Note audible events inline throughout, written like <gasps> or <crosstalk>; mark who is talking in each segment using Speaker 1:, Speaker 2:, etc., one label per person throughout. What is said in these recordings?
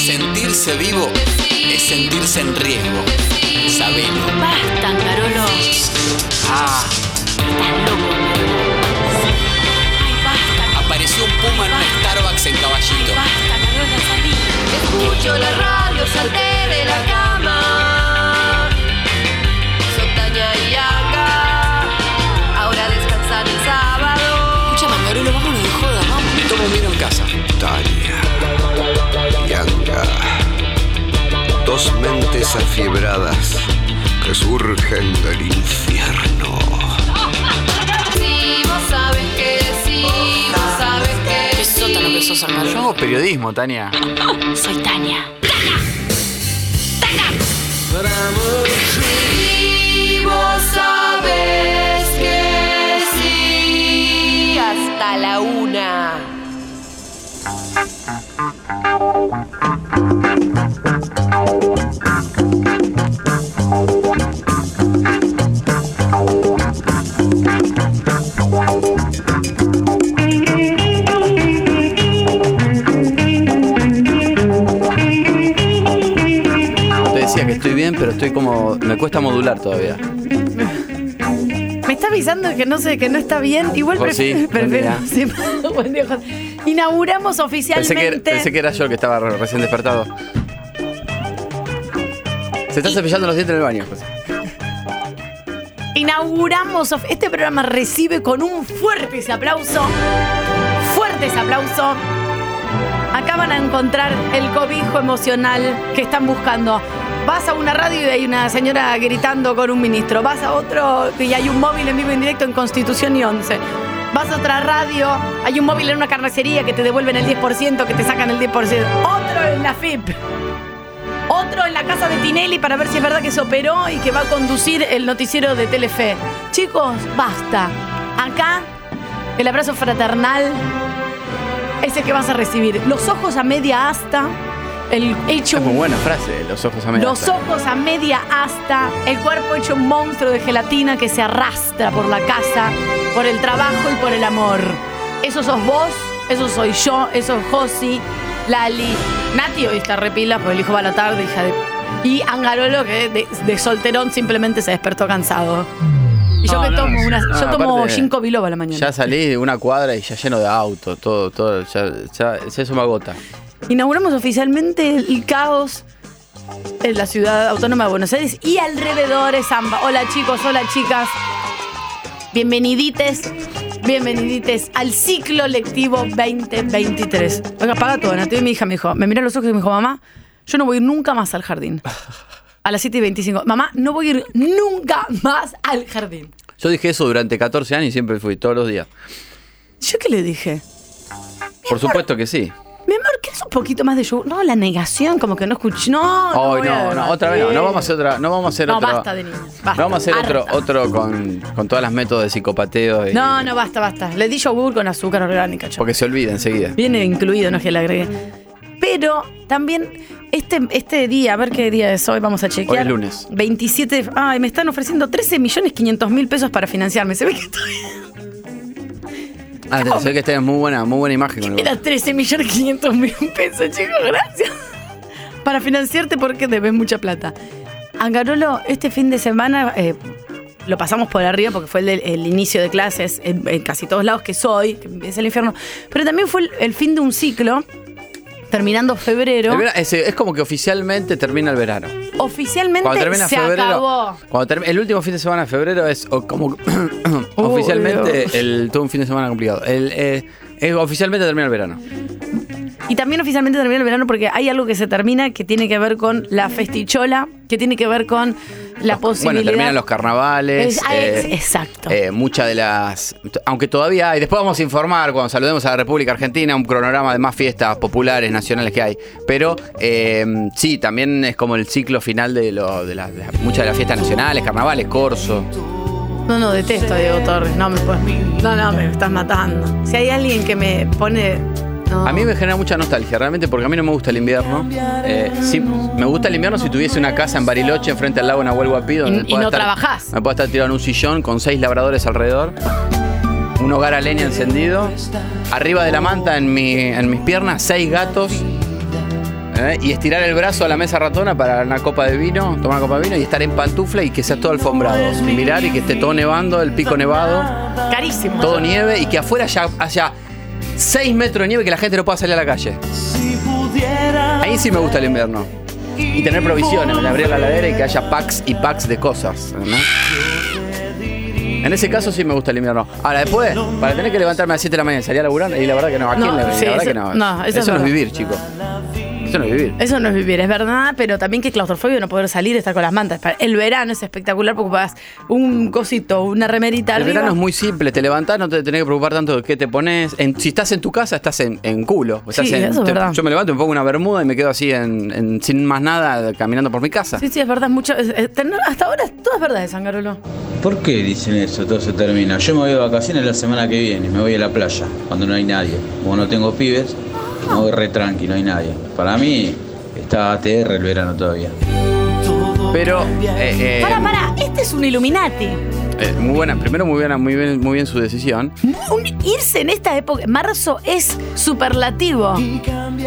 Speaker 1: sentirse vivo es sentirse en riesgo. Sabelo.
Speaker 2: Basta, Carolo.
Speaker 1: Ah,
Speaker 2: Estás loco. Ay, basta.
Speaker 1: apareció un puma en un Starbucks en Caballito.
Speaker 2: Basta, Carola, salí.
Speaker 3: Escucho la radio, salté de la cama. Sotaña y acá. Ahora descansar el sábado.
Speaker 2: Escucha, Mangarolo, vámonos de joda, vamos.
Speaker 1: Me tomo un vino en casa.
Speaker 4: Tania, Yanga, dos mentes afiebradas que surgen del infierno.
Speaker 3: Si vos sabes que sí, vos sabes que
Speaker 2: Qué sótano que sos,
Speaker 5: Yo
Speaker 2: Mangarolo.
Speaker 5: hago periodismo, Tania.
Speaker 2: Soy Tania.
Speaker 3: sí, vos sabes que sí. Hasta la una.
Speaker 6: Te decía que estoy bien, pero estoy como. Me cuesta modular todavía.
Speaker 7: Me está avisando que no sé, que no está bien. Igual
Speaker 6: José,
Speaker 2: <laughs>
Speaker 7: prefiero.
Speaker 6: buen día.
Speaker 7: prefiero- <laughs> sí, buen día, José. Inauguramos
Speaker 6: Pensé que,
Speaker 7: oficialmente.
Speaker 6: pensé que era yo que estaba re- recién despertado. Se está cepillando los dientes en el baño, José.
Speaker 7: Inauguramos. of- Este programa recibe con un fuerte ese aplauso. Fuerte ese aplauso. Acá van a encontrar el cobijo emocional que están buscando. Vas a una radio y hay una señora gritando con un ministro. Vas a otro y hay un móvil en vivo y en directo en Constitución y 11. Vas a otra radio, hay un móvil en una carnicería que te devuelven el 10%, que te sacan el 10%. Otro en la FIP. Otro en la casa de Tinelli para ver si es verdad que se operó y que va a conducir el noticiero de Telefe. Chicos, basta. Acá, el abrazo fraternal es el que vas a recibir. Los ojos a media asta, el hecho
Speaker 6: Es muy
Speaker 7: un-
Speaker 6: buena frase, los ojos a medio.
Speaker 7: los ojos a media asta, el cuerpo hecho un monstruo de gelatina que se arrastra por la casa, por el trabajo y por el amor. Eso sos vos, eso soy yo, eso es Josi, Lali. Nati hoy está repila porque el hijo va a la tarde, hija de. Y Angarolo, que de, de solterón simplemente se despertó cansado. Y yo
Speaker 6: No,
Speaker 7: me
Speaker 6: no,
Speaker 7: tomo una.
Speaker 6: no,
Speaker 7: yo tomo
Speaker 6: aparte-
Speaker 7: cinco biloba a la mañana.
Speaker 6: Ya salí de una cuadra y ya lleno de autos, todo, todo, ya, ya, ya eso me agota.
Speaker 7: Inauguramos oficialmente el caos en la ciudad autónoma de Buenos Aires y alrededores ambas. Hola chicos, hola chicas. Bienvenidites, bienvenidites al ciclo lectivo 2023. Oiga, apaga todo, Nati. Y Mi hija me dijo, me miró a los ojos y me dijo, mamá, yo no voy a ir nunca más al jardín. A las 7 y 25. Mamá, no voy a ir nunca más al jardín.
Speaker 6: Yo dije eso durante 14 años y siempre fui, todos los días.
Speaker 7: ¿Yo qué le dije?
Speaker 6: Por supuesto que sí.
Speaker 7: Mi amor, ¿quieres un poquito más de yogur? No, la negación, como que no escuché. No, no,
Speaker 6: Ay,
Speaker 7: voy a
Speaker 6: no, no, otra vez no, no vamos a hacer otra, no vamos a hacer
Speaker 7: No,
Speaker 6: otro.
Speaker 7: basta de niños, basta.
Speaker 6: No vamos a hacer otro,
Speaker 7: Harta.
Speaker 6: otro con, con todas las métodos de psicopateo y-
Speaker 7: No, no, basta, basta. Le di yogur con azúcar orgánica. yo.
Speaker 6: porque se olvida enseguida.
Speaker 7: Viene incluido, no es que le agregué. Pero también este, este día, a ver qué día es hoy, vamos a chequear.
Speaker 6: Hoy es lunes.
Speaker 7: 27 de- Ay, me están ofreciendo 13 millones 500 mil pesos para financiarme. Se ve que estoy-
Speaker 6: Ah, te- se ve que tenés muy buena, muy buena imagen con el
Speaker 7: era 13 millones 500 mil pesos, chicos, gracias. Para financiarte porque debes mucha plata. Angarolo, este fin de semana eh, lo pasamos por arriba porque fue el, del- el inicio de clases en, en casi todos lados que soy, que empieza el infierno. Pero también fue el, el fin de un ciclo, terminando febrero.
Speaker 6: El vera- Es, es como que oficialmente termina el verano.
Speaker 7: Oficialmente
Speaker 6: Cuando termina
Speaker 7: se
Speaker 6: febrero,
Speaker 7: acabó.
Speaker 6: cuando termi- el último fin de semana de febrero es o como <coughs> oficialmente el todo un fin de semana complicado. El, eh, es- oficialmente termina el verano.
Speaker 7: Y también oficialmente termina el verano porque hay algo que se termina que tiene que ver con la festichola, que tiene que ver con la posibilidad.
Speaker 6: Bueno, terminan los carnavales.
Speaker 7: Es- ah, ex-
Speaker 6: eh,
Speaker 7: exacto.
Speaker 6: eh, muchas de las. Aunque todavía hay. Después vamos a informar cuando saludemos a la República Argentina un cronograma de más fiestas populares, nacionales que hay. Pero eh, sí, también es como el ciclo final de, lo- de las- de las- muchas de las fiestas nacionales, carnavales, corso.
Speaker 7: No, no, detesto a Diego Torres. No, me, pon- no, no, me estás matando. Si hay alguien que me pone. no.
Speaker 6: A mí me genera mucha nostalgia, realmente, porque a mí no me gusta el invierno. Eh, sí, me gusta el invierno si tuviese una casa en Bariloche, enfrente al lago Nahuel Huapi, donde
Speaker 7: Y- y
Speaker 6: pueda
Speaker 7: no
Speaker 6: estar-
Speaker 7: trabajás.
Speaker 6: Me puedo estar tirado en un sillón con seis labradores alrededor, un hogar a leña encendido, arriba de la manta en, mi, en mis piernas, seis gatos. ¿eh? Y estirar el brazo a la mesa ratona para una copa de vino, tomar una copa de vino y estar en pantufla y que sea todo alfombrado. Y mirar y que esté todo nevando, el pico nevado,
Speaker 7: Carísimo.
Speaker 6: todo nieve y que afuera ya haya 6 metros de nieve que la gente no pueda salir a la calle. Ahí sí me gusta el invierno. Y tener provisiones, me abrir la ladera y que haya packs y packs de cosas. ¿no? En ese caso sí me gusta el invierno. Ahora, después, para tener que levantarme a las 7 de la mañana y salir a laburar, y la verdad que no, ¿a quién
Speaker 7: No,
Speaker 6: le
Speaker 7: sí,
Speaker 6: la verdad
Speaker 7: eso-
Speaker 6: que no.
Speaker 7: no, eso
Speaker 6: eso
Speaker 7: es
Speaker 6: no es
Speaker 7: verdad.
Speaker 6: vivir, chicos. Eso no es vivir.
Speaker 7: Eso no es vivir, es verdad, pero también que claustrofobia no poder salir, estar con las mantas. Pa- El verano es espectacular porque vas un cosito, una remerita
Speaker 6: El
Speaker 7: arriba.
Speaker 6: verano es muy simple, te levantás, no te tenés que preocupar tanto de qué te pones. En- si estás en tu casa, estás en, en culo. Estás
Speaker 7: Sí,
Speaker 6: en-
Speaker 7: eso es
Speaker 6: te-
Speaker 7: verdad.
Speaker 6: yo me levanto, me pongo una bermuda y me quedo así en- en- sin más nada caminando por mi casa.
Speaker 7: Sí, sí, es verdad, mucho. es- es- tener- hasta ahora es- todo es verdad de Sangarolo.
Speaker 5: ¿Por qué dicen eso? Todo se termina. Yo me voy de vacaciones la semana que viene, me voy a la playa, cuando no hay nadie. Como no tengo pibes, me voy re tranqui, no hay nadie. Para mí está ATR el verano todavía.
Speaker 6: Pero, eh, eh,
Speaker 7: Para, para, este es un Illuminati.
Speaker 6: eh, muy buena, primero muy buena, muy bien, muy bien su decisión.
Speaker 7: Un- irse en esta época, marzo es superlativo.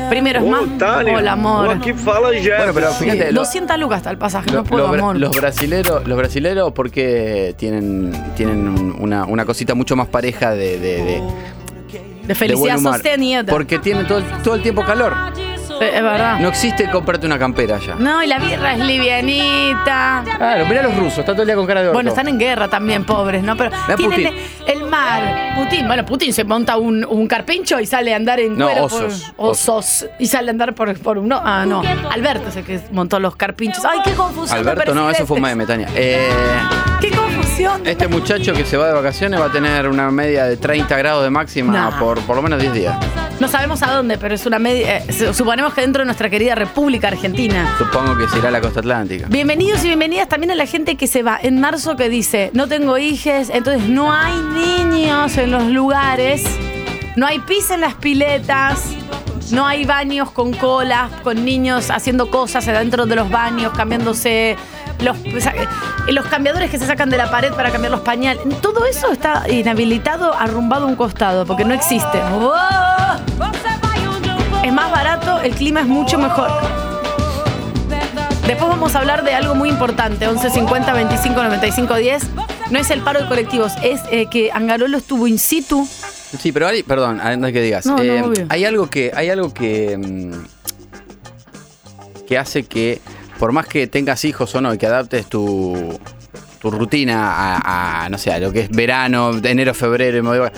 Speaker 7: Primero es más. Hola, amor.
Speaker 6: Bueno, pero
Speaker 7: Sí,
Speaker 6: fíjate, lo-
Speaker 7: 200 lucas está el pasaje,
Speaker 6: Lo-
Speaker 7: no puedo,
Speaker 6: los, bra-
Speaker 7: amor.
Speaker 6: los brasileros, los brasileros porque tienen, tienen un- una, una cosita mucho más pareja de, de- de- de
Speaker 7: de felicidad
Speaker 6: buen humor.
Speaker 7: sostenida.
Speaker 6: Porque tienen todo, el- todo el tiempo calor.
Speaker 7: Eh, Es verdad.
Speaker 6: No existe comprarte una campera ya.
Speaker 7: No, y la birra es livianita.
Speaker 6: Claro, mirá a los rusos, están todo el día con cara de orto.
Speaker 7: Bueno, están en guerra también, pobres, ¿no? Pero
Speaker 6: Ve a
Speaker 7: tienen
Speaker 6: Putin.
Speaker 7: el mar. Putin, bueno, Putin se monta un, un carpincho y sale a andar en
Speaker 6: No,
Speaker 7: cuero
Speaker 6: osos,
Speaker 7: por osos. Y sale a andar por, por un. No, ah, no. Alberto es el que montó los carpinchos. Ay, qué confusión. de
Speaker 6: Alberto, no, eso fue un meme, Tania. Eh,
Speaker 7: presidentes. Qué confusión.
Speaker 6: este muchacho que se va de vacaciones va a tener una media de 30 grados de máxima
Speaker 7: Nah.
Speaker 6: por por lo menos 10 días.
Speaker 7: este, No sabemos a dónde, pero es una media. eh, su- suponemos que dentro de nuestra querida República Argentina.
Speaker 6: Supongo que se irá a la costa atlántica.
Speaker 7: Bienvenidos y bienvenidas también a la gente que se va en marzo que dice, no tengo hijes, entonces no hay niños en los lugares, no hay pis en las piletas, no hay baños con colas, con niños haciendo cosas adentro de los baños, cambiándose los, sa- los cambiadores que se sacan de la pared para cambiar los pañales. Todo eso está inhabilitado, arrumbado a un costado, porque no existe. ¡Oh! Es más barato, el clima es mucho mejor. Después vamos a hablar de algo muy importante, 11 50 25 95 10. No es el paro de colectivos, es eh, que Angarolo estuvo in situ.
Speaker 6: Sí, pero hay, perdón, antes que digas.
Speaker 7: No, no,
Speaker 6: eh,
Speaker 7: obvio.
Speaker 6: hay algo que. Hay algo que. mm, que hace que, por más que tengas hijos o no, y que adaptes tu. tu rutina a, a, no sé, a lo que es verano, de enero, febrero, y me voy-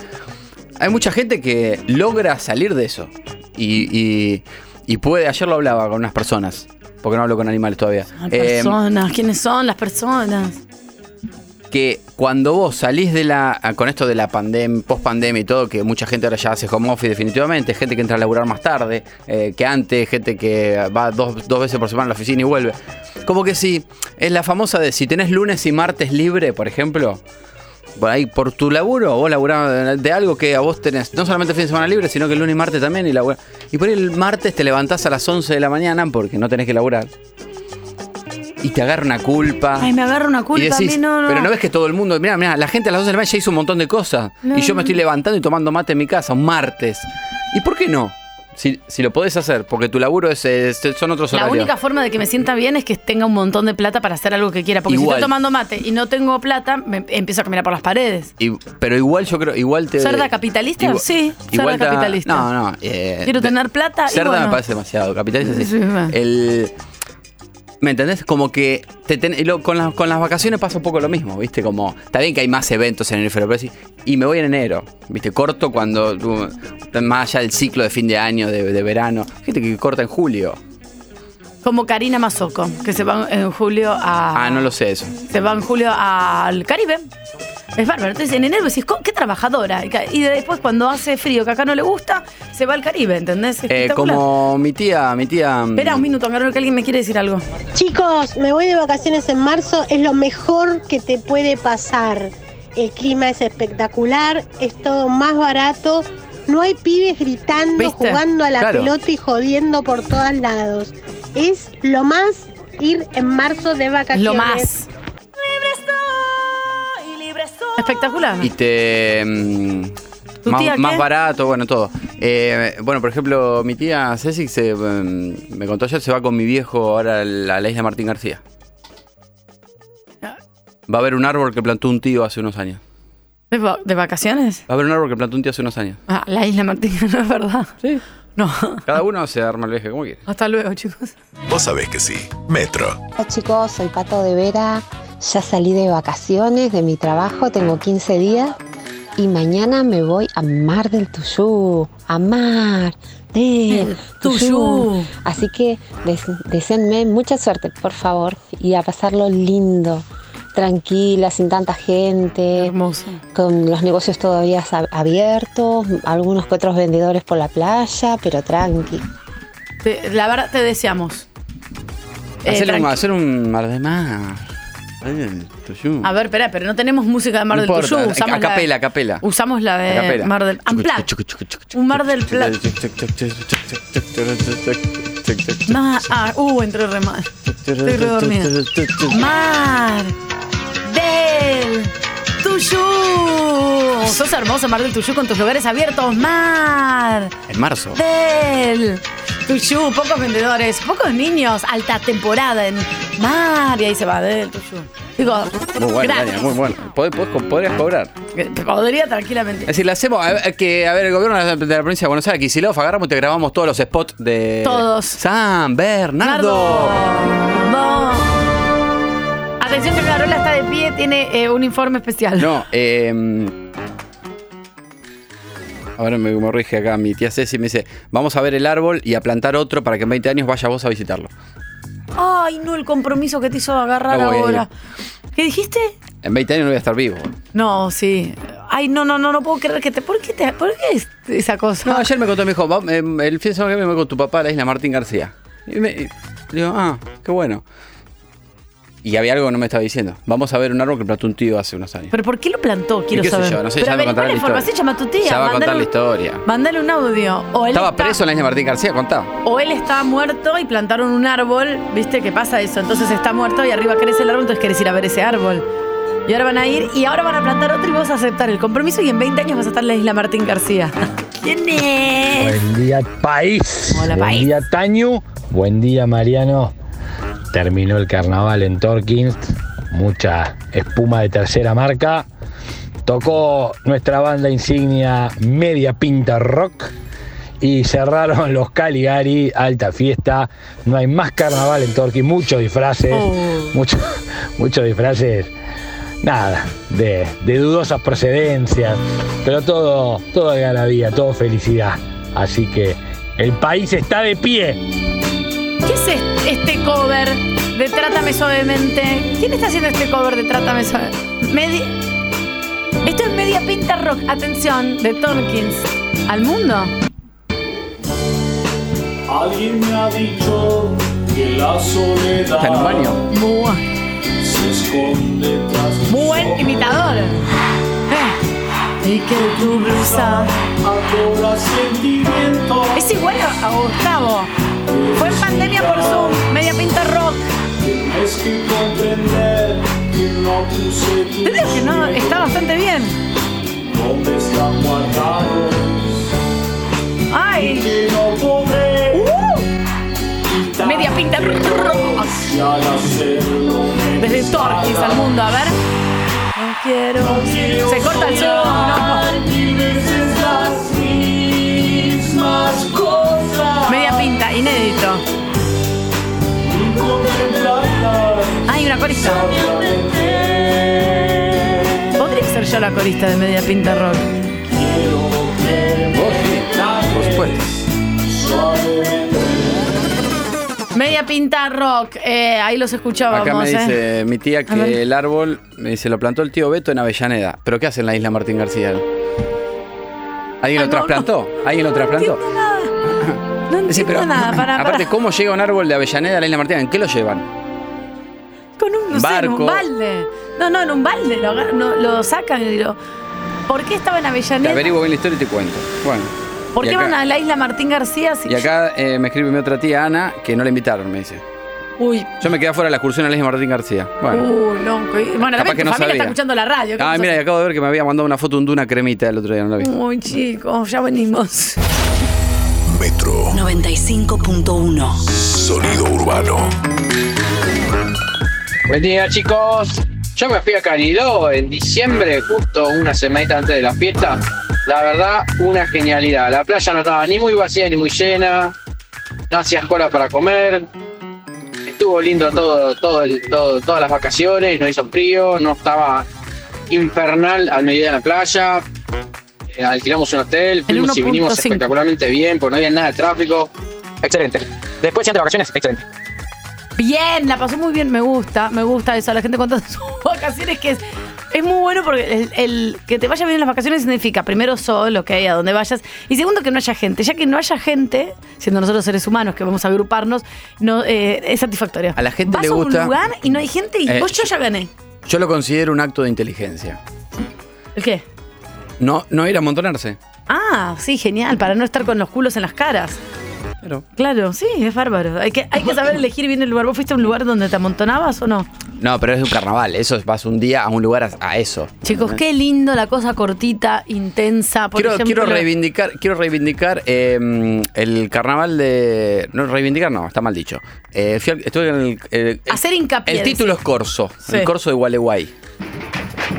Speaker 6: hay mucha gente que logra salir de eso. Y, y- y puede, ayer lo hablaba con unas personas, porque no hablo con animales todavía. Eh,
Speaker 7: personas, ¿quiénes son las personas?
Speaker 6: que cuando vos salís de la a- con esto de la pandemia, post pandemia y todo, que mucha gente ahora ya hace home office definitivamente, gente que entra a laburar más tarde eh, que antes, gente que va dos, dos veces por semana a la oficina y vuelve. Como que si, es la famosa de si tenés lunes y martes libre, por ejemplo, por ahí por tu laburo, vos laburás de- de algo que a vos tenés, no solamente el fin de semana libre, sino que el lunes y martes también, y laburás. Y por ahí el martes te levantás a las 11 de la mañana porque no tenés que laburar. Y te agarra una culpa.
Speaker 7: Ay, me agarra una culpa,
Speaker 6: Ah. Y decís,
Speaker 7: a mí no, no.
Speaker 6: Pero no ves que todo el mundo. Mira, mira, la gente a las 12 de la mañana ya hizo un montón de cosas.
Speaker 7: No.
Speaker 6: Y yo me estoy levantando y tomando mate en mi casa un martes. ¿Y por qué no? Si, si lo podés hacer, porque tu laburo es, es- son otros
Speaker 7: La
Speaker 6: horarios.
Speaker 7: única forma de que me sienta bien es que tenga un montón de plata para hacer algo que quiera. Porque si
Speaker 6: Igual.
Speaker 7: estoy tomando mate y no tengo plata, me empiezo a caminar por las paredes.
Speaker 6: Y- pero igual yo creo, igual te.
Speaker 7: ¿Cerda capitalista? Sí, cerda
Speaker 6: te-
Speaker 7: capitalista.
Speaker 6: No, no. eh,
Speaker 7: Quiero tener plata y
Speaker 6: Cerda
Speaker 7: bueno.
Speaker 6: me parece demasiado. Capitalista sí.
Speaker 7: Sí, va.
Speaker 6: El- ¿Me entendés? Como que te ten- y lo- con, las, con las vacaciones pasa un poco lo mismo, ¿viste? Como, está bien que hay más eventos en enero, y febrero, pero sí, y me voy en enero, ¿viste? Corto cuando, uh, más allá del ciclo de fin de año, de, de verano. Gente que corta en julio.
Speaker 7: Como Karina Mazoco, que se va en julio a.
Speaker 6: Ah, no lo sé eso.
Speaker 7: se va en julio al Caribe. Es bárbaro. Entonces en enero decís, "Co- qué trabajadora. Y ca- Y después cuando hace frío, que acá no le gusta, se va al Caribe, ¿entendés?
Speaker 6: Eh,
Speaker 7: Espectacular.
Speaker 6: como mi tía, mi tía... mm,
Speaker 7: Espera un minuto, Angarolo, que alguien me quiere decir algo.
Speaker 8: Chicos, me voy de vacaciones en marzo, es lo mejor que te puede pasar. El clima es espectacular, es todo más barato, no hay pibes gritando,
Speaker 7: ¿Viste?
Speaker 8: jugando a la
Speaker 6: Claro.
Speaker 8: pelota y jodiendo por todos lados. Es lo más ir en marzo de vacaciones.
Speaker 7: Lo más. Espectacular.
Speaker 6: Y te... mm,
Speaker 7: ¿Tu
Speaker 6: más,
Speaker 7: tía qué?
Speaker 6: más barato, bueno, todo. Eh, bueno, por ejemplo, mi tía Ceci se, mm, me contó ayer, se va con mi viejo ahora a la, a la isla Martín García. Va a haber un árbol que plantó un tío hace unos años.
Speaker 9: ¿De, va- de vacaciones?
Speaker 6: Va a haber un árbol que plantó un tío hace unos años.
Speaker 9: Ah, la isla Martín, <laughs> no es verdad. Sí. No.
Speaker 6: Cada uno se arma el viaje como quiere.
Speaker 9: Hasta luego, chicos.
Speaker 10: Vos sabés que sí. Metro.
Speaker 11: Hola chicos, soy Pato de Vera. Ya salí de vacaciones de mi trabajo, tengo 15 días y mañana me voy a Mar del Tuyú. A Mar del Tuyú.
Speaker 9: Tuyú.
Speaker 11: Así que des- deseenme mucha suerte, por favor, y a pasarlo lindo, tranquila, sin tanta gente,
Speaker 9: Hermoso.
Speaker 11: con los negocios todavía sab- abiertos, algunos que otros vendedores por la playa, pero tranqui.
Speaker 7: Te- la verdad, te deseamos. Eh,
Speaker 6: hacer, un,
Speaker 7: tranqui-
Speaker 6: hacer un mar de mar. Ay, el tuyú.
Speaker 7: a ver, espera, pero no tenemos música de Mar
Speaker 6: No
Speaker 7: del
Speaker 6: importa,
Speaker 7: Tuyú.
Speaker 6: a-
Speaker 7: Usamos
Speaker 6: a capela, a capela.
Speaker 7: Usamos la de
Speaker 6: A capela.
Speaker 7: Mar del Ampla. Un Mar del Plata. Ma- ah, uh, entré re mal. Estoy re dormida. Mar del Tuyú. Sos hermoso, Mar del Tuyú, con tus lugares abiertos. Mar
Speaker 6: En marzo.
Speaker 7: del Tuyú. Pocos vendedores, pocos niños. Alta temporada en Mar. Y ahí se va, del Tuyú. Digo,
Speaker 6: Muy bueno,
Speaker 7: gratis.
Speaker 6: Dania, muy bueno. Podés- podés co- podrías cobrar.
Speaker 7: Te Podría tranquilamente.
Speaker 6: Es decir, le hacemos. A ver, que, a ver el gobierno de la, de la provincia de Buenos Aires, Kicillof, agarramos y te grabamos todos los spots de.
Speaker 7: Todos.
Speaker 6: San Bernardo.
Speaker 7: Bernardo. Atención que Carola está de pie, tiene eh, un informe especial.
Speaker 6: No, eh. Ahora me corrige acá mi tía Ceci me dice, vamos a ver el árbol y a plantar otro para que en 20 años vaya vos a visitarlo.
Speaker 7: Ay, no, el compromiso que te hizo agarrar
Speaker 6: No voy a ir.
Speaker 7: ahora. ¿Qué dijiste?
Speaker 6: En 20 años no voy a estar vivo.
Speaker 7: No, sí. Ay, no, no, no, no puedo creer que te. ¿Por qué te, por qué es esa cosa?
Speaker 6: No, ayer me contó mi hijo, "Va- em, el fin de semana que viene me voy con tu papá a la isla Martín García. Y me- y- le digo, ah, qué bueno. Y había algo que no me estaba diciendo. Vamos a ver un árbol que plantó un tío hace unos años.
Speaker 7: Pero ¿por qué lo plantó? Quiero
Speaker 6: qué sé
Speaker 7: saber.
Speaker 6: yo, no sé,
Speaker 7: Pero
Speaker 6: ya me
Speaker 7: averiguá
Speaker 6: contará
Speaker 7: la
Speaker 6: la
Speaker 7: información,
Speaker 6: historia.
Speaker 7: llama a tu tía.
Speaker 6: Ya va a contar
Speaker 7: mandale
Speaker 6: la
Speaker 7: un-
Speaker 6: historia.
Speaker 7: Mandale un audio. O él
Speaker 6: Estaba
Speaker 7: está-
Speaker 6: preso en la isla Martín García, contá.
Speaker 7: O él está muerto y plantaron un árbol, ¿viste que pasa eso? Entonces está muerto y arriba crece el árbol, entonces querés ir a ver ese árbol. Y ahora van a ir y ahora van a plantar otro y vos vas a aceptar el compromiso y en 20 años vas a estar en la isla Martín García. ¿Quién es?
Speaker 12: Buen día, país.
Speaker 7: Hola,
Speaker 12: Buen
Speaker 7: país.
Speaker 12: día, Tañu. Buen día, Mariano. Terminó el carnaval en Torkins. Mucha espuma de tercera marca. Tocó nuestra banda insignia Media Pinta Rock. Y cerraron los Caligari, alta fiesta. No hay más carnaval en Torquín. Muchos disfraces.
Speaker 7: Oh.
Speaker 12: mucho- <laughs> muchos disfraces. Nada, de, de dudosas procedencias, pero todo, todo de garabía, todo felicidad. Así que el país está de pie.
Speaker 7: ¿Qué es est- este cover de Trátame Suavemente? ¿Quién está haciendo este cover de Trátame Suavemente? Medi- Esto es Media Pinta Rock, atención, de Tompkins. ¿Al mundo?
Speaker 13: Alguien me ha dicho que la soledad
Speaker 6: Está en un baño.
Speaker 7: Muy
Speaker 13: se esconde tras mis
Speaker 7: buen
Speaker 13: ojos.
Speaker 7: imitador. Eh. Y que tu blusa
Speaker 13: Adora sentimiento
Speaker 7: Es igual a, a Gustavo. Fue en pandemia por Zoom, media pinta rock.
Speaker 13: Tienes que comprender que no puse tu
Speaker 7: Te digo que no, está bastante bien.
Speaker 13: ¿Dónde están guardados?
Speaker 7: Ay, ¡Uh!
Speaker 13: Que no podré quitar
Speaker 7: media pinta rock.
Speaker 13: Y al hacerlo me
Speaker 7: Desde Torquis al mundo, a ver. No quiero. Se corta el Zoom.
Speaker 13: desgarran mil veces las mismas cosas
Speaker 7: no. Media pinta, inédito.
Speaker 13: y contemplarlas
Speaker 7: Ay, una corista.
Speaker 13: sabiamente.
Speaker 7: Podría ser yo la corista de media pinta rock.
Speaker 6: Vos sí, por supuesto.
Speaker 7: Media pinta rock. Eh, ahí los escuchábamos.
Speaker 6: Acá me
Speaker 7: eh.
Speaker 6: dice mi tía
Speaker 7: A ver.
Speaker 6: que el árbol, me dice, lo plantó el tío Beto en Avellaneda. ¿Pero qué hace en la isla Martín García? ¿Alguien
Speaker 7: Ay, Ah, no,
Speaker 6: lo trasplantó? ¿Alguien lo trasplantó?
Speaker 7: No entiendo nada. No entiendo
Speaker 6: Sí, pero- <laughs>
Speaker 7: nada. Para,
Speaker 6: aparte, ¿cómo llega un árbol de Avellaneda a la isla Martín? ¿En qué lo llevan?
Speaker 7: Con un, no sé, en un
Speaker 6: Barco.
Speaker 7: balde. No, no, en un balde. Lo, agar- no, lo sacan y lo. ¿Por qué estaba en
Speaker 6: Te
Speaker 7: Avellaneda?
Speaker 6: averiguo bien la historia y te cuento. Bueno.
Speaker 7: ¿Por
Speaker 6: y
Speaker 7: qué
Speaker 6: acá-
Speaker 7: van a la isla Martín García? si-
Speaker 6: Y acá eh, me escribe mi otra tía Ana que no la invitaron, me dice.
Speaker 7: Uy,
Speaker 6: Yo me quedé afuera de la excursión a la isla Martín García. Bueno.
Speaker 7: uy, no. que- Bueno, la
Speaker 6: Capaz que
Speaker 7: familia
Speaker 6: no
Speaker 7: está
Speaker 6: sabía. Ah,
Speaker 7: escuchando la radio. ¿qué
Speaker 6: Ay,
Speaker 7: vamos a
Speaker 6: mira, y acabo de ver que me había mandado una foto de una cremita el otro día, no la vi.
Speaker 7: hacer? Uy, chicos, ya venimos.
Speaker 10: Metro.
Speaker 2: 95.1.
Speaker 10: Sonido urbano.
Speaker 14: Buen día chicos. Yo me fui a Cariló en diciembre, justo una semanita antes de la fiesta. La verdad, una genialidad. La playa no estaba ni muy vacía ni muy llena. No hacías cola para comer. Estuvo lindo todo, todo, el- todo- todas las vacaciones, no hizo frío, no estaba infernal al mediodía en la playa. Eh, alquilamos un hotel, fuimos y vinimos
Speaker 15: 1.5.
Speaker 14: espectacularmente bien, porque no había nada de tráfico. Excelente. Después de vacaciones, excelente.
Speaker 7: Bien, la pasó muy bien, me gusta, me gusta eso. La gente cuenta <laughs> sus vacaciones que es, es muy bueno porque el, el que te vaya bien en las vacaciones significa primero sol, lo que hay a donde vayas, y segundo que no haya gente. Ya que no haya gente, siendo nosotros seres humanos que vamos a agruparnos, no, eh, es satisfactorio.
Speaker 6: A la gente
Speaker 7: Vas
Speaker 6: le
Speaker 7: a
Speaker 6: gusta-
Speaker 7: un lugar y no hay gente y
Speaker 6: Eh,
Speaker 7: vos yo ya gané.
Speaker 6: Yo lo considero un acto de inteligencia.
Speaker 7: ¿El qué?
Speaker 6: No, no ir a amontonarse.
Speaker 7: Ah, sí, genial, para no estar con los culos en las caras.
Speaker 6: Claro.
Speaker 7: sí, es bárbaro. Hay que, hay
Speaker 6: <laughs>
Speaker 7: que saber elegir bien el lugar. ¿Vos fuiste a un lugar donde te amontonabas o no?
Speaker 6: No, pero es un carnaval. Eso es, vas un día a un lugar a, a eso.
Speaker 7: Chicos, qué lindo la cosa cortita, intensa. Por
Speaker 6: Quiero,
Speaker 7: ejemplo,
Speaker 6: quiero reivindicar, quiero reivindicar eh, el carnaval de. No, reivindicar no, está mal dicho. Eh, fui al- estuve en el. el- el-
Speaker 7: hacer hincapié.
Speaker 6: el título es Corso,
Speaker 7: Sí.
Speaker 6: el Corso de Gualeguay.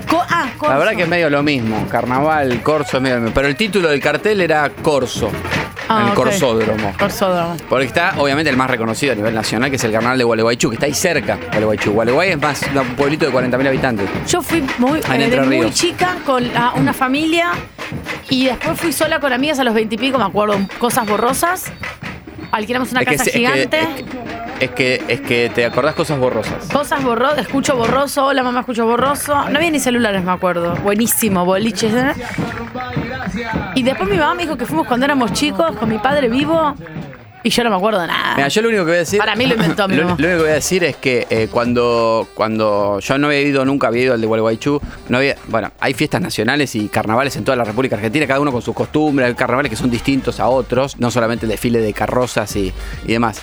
Speaker 7: Co- ah, corso.
Speaker 6: La verdad que es medio lo mismo, carnaval, corso, es medio lo mismo. Pero el título del cartel era Corso,
Speaker 7: Ah,
Speaker 6: el
Speaker 7: ok.
Speaker 6: Corsódromo.
Speaker 7: Corsódromo.
Speaker 6: Porque está, obviamente, el más reconocido a nivel nacional, que es el carnaval de Gualeguaychú, que está ahí cerca, Gualeguaychú. Gualeguay es más un pueblito de 40.000 habitantes.
Speaker 7: Yo fui muy,
Speaker 6: En
Speaker 7: eh, de
Speaker 6: Entre
Speaker 7: muy
Speaker 6: Ríos.
Speaker 7: chica con la- una familia y después fui sola con amigas a los veintipico, me acuerdo, cosas borrosas. Alquilamos una
Speaker 6: Es que
Speaker 7: casa
Speaker 6: se- es que-
Speaker 7: gigante.
Speaker 6: Es que, es que te acordás cosas borrosas.
Speaker 7: Cosas borrosas, escucho borroso, hola mamá, escucho borroso. No había ni celulares, me acuerdo. Buenísimo, boliches. ¿eh? Y después mi mamá me dijo que fuimos cuando éramos chicos, con mi padre vivo, y yo no me acuerdo de nada.
Speaker 6: Mira, yo lo único que voy a decir.
Speaker 7: Para mí
Speaker 6: <laughs>
Speaker 7: lo inventó mi
Speaker 6: lo,
Speaker 7: mamá.
Speaker 6: lo único que voy a decir es que eh, cuando, cuando yo no había ido, nunca había ido al de Gualeguaychú, no había. Bueno, hay fiestas nacionales y carnavales en toda la República Argentina, cada uno con sus costumbres, hay carnavales que son distintos a otros, no solamente el desfile de carrozas y, y demás.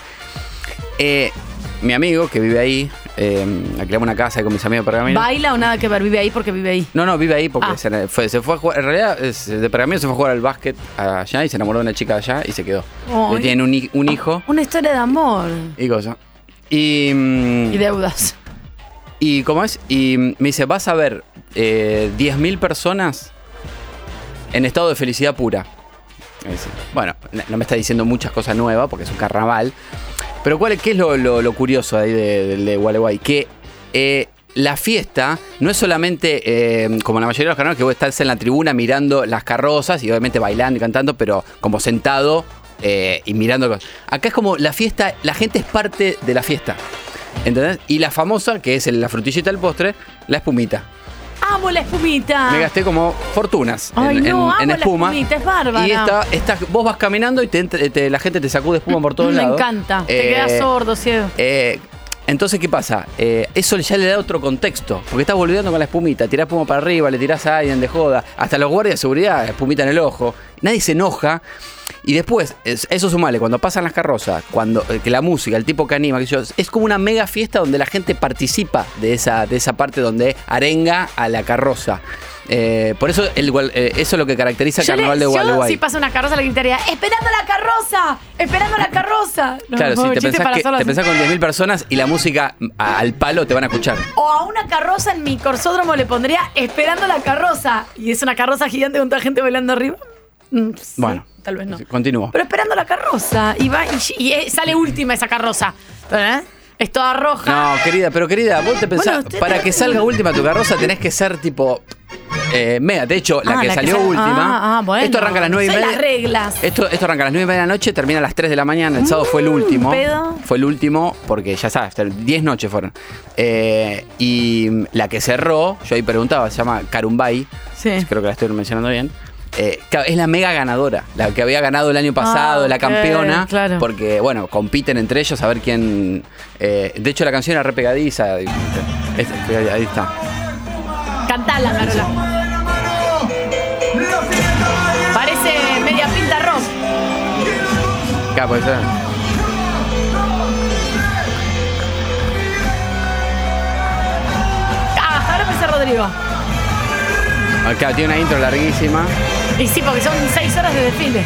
Speaker 6: Eh, mi amigo que vive ahí, eh, alquilamos una casa con mis amigos de Pergamino.
Speaker 7: ¿Baila o nada que ver? Vive ahí porque vive ahí.
Speaker 6: No, no, vive ahí porque
Speaker 7: Ah.
Speaker 6: se, fue, se fue a jugar. En realidad, es- de Pergamino se fue a jugar al básquet allá y se enamoró de una chica allá y se quedó.
Speaker 7: Ay.
Speaker 6: Y Tienen un, hi- un hijo.
Speaker 7: Una historia de amor
Speaker 6: Y cosa. Y. mm,
Speaker 7: y deudas.
Speaker 6: y cómo es? Y mm, me dice, vas a ver eh, 10.000 personas en estado de felicidad pura. Me dice, Bueno, n- no me está diciendo muchas cosas nuevas porque es un carnaval. Pero ¿cuál, ¿qué es lo, lo- lo curioso ahí de, de, de Gualeguay? Que eh, la fiesta no es solamente eh, como la mayoría de los carnavales que vos estás en la tribuna mirando las carrozas y obviamente bailando y cantando, pero como sentado eh, y mirando cosas. Acá es como la fiesta, la gente es parte de la fiesta. ¿Entendés? Y la famosa, que es el- la frutillita del postre, la espumita.
Speaker 7: ¡Amo la espumita!
Speaker 6: Me gasté como fortunas
Speaker 7: Ah. Ay,
Speaker 6: en,
Speaker 7: no,
Speaker 6: en-
Speaker 7: amo
Speaker 6: en
Speaker 7: la
Speaker 6: espuma.
Speaker 7: espumita, es bárbara.
Speaker 6: Y esta, esta- vos vas caminando y te entra- te- la gente te sacude espuma por todos
Speaker 7: <laughs> Me
Speaker 6: lados.
Speaker 7: encanta. Te
Speaker 6: Eh,
Speaker 7: quedas sordo, ciego.
Speaker 6: eh, entonces, ¿qué pasa? Eh, eso ya le da otro contexto. Porque estás volviendo con la espumita. Tirás espuma para arriba, le tirás a alguien de joda. Hasta los guardias de seguridad, espumita en el ojo. Nadie se enoja. Y después, es- eso sumale, cuando pasan las carrozas, cuando eh, que la música, el tipo que anima, que yo, es como una mega fiesta donde la gente participa de esa, de esa parte donde arenga a la carroza. Eh, por eso el, Gual- eh, eso es lo que caracteriza el
Speaker 7: Yo le-
Speaker 6: carnaval de
Speaker 7: yo,
Speaker 6: Gualeguay.
Speaker 7: si pasa una carroza, la gritaría, ¡esperando la carroza! ¡Esperando la carroza!
Speaker 6: <laughs>
Speaker 7: No,
Speaker 6: Claro,
Speaker 7: pobre
Speaker 6: si te
Speaker 7: chiste
Speaker 6: pensás,
Speaker 7: para
Speaker 6: que-
Speaker 7: solo
Speaker 6: te
Speaker 7: así.
Speaker 6: pensás con 10.000 personas y la música a- al palo te van a escuchar.
Speaker 7: O a una carroza en mi corsódromo le pondría, ¡esperando la carroza! Y es una carroza gigante con toda gente bailando arriba. Mm, sí,
Speaker 6: Bueno,
Speaker 7: Tal vez no.
Speaker 6: continúo.
Speaker 7: Pero esperando la carroza. Y, va, y, y, eh, sale última esa carroza. ¿Eh? Es toda roja.
Speaker 6: No, querida, pero querida, vos te pensás,
Speaker 7: Bueno, usted-
Speaker 6: para que salga última tu carroza tenés que ser tipo eh, mega. De hecho, la
Speaker 7: Ah,
Speaker 6: que salió
Speaker 7: sale-
Speaker 6: última.
Speaker 7: Ah, ah, bueno.
Speaker 6: Esto arranca a las 9 y
Speaker 7: Son
Speaker 6: media.
Speaker 7: las reglas.
Speaker 6: Esto, esto arranca a las 9 y media de la noche, termina a las 3 de la mañana. El sábado fue el último.
Speaker 7: Uh, pedo.
Speaker 6: Fue el último, porque ya sabes, hasta el- 10 noches fueron. Eh, y la que cerró, yo ahí preguntaba, se llama Karumbay. <laughs> Creo que la estoy mencionando bien. Eh, claro, es la mega ganadora, la que había ganado el año pasado,
Speaker 7: Ah,
Speaker 6: la
Speaker 7: ok,
Speaker 6: campeona.
Speaker 7: claro.
Speaker 6: Porque, bueno, compiten entre ellos a ver quién. eh, de hecho, la canción era re pegadiza. Es- es- ahí está.
Speaker 7: Cantala, Carola. Parece media pinta rock.
Speaker 6: Acá, pues, eh.
Speaker 7: Ah, ahora pensé Rodrigo.
Speaker 6: Acá tiene una intro larguísima.
Speaker 7: Y sí, porque son seis horas de desfile.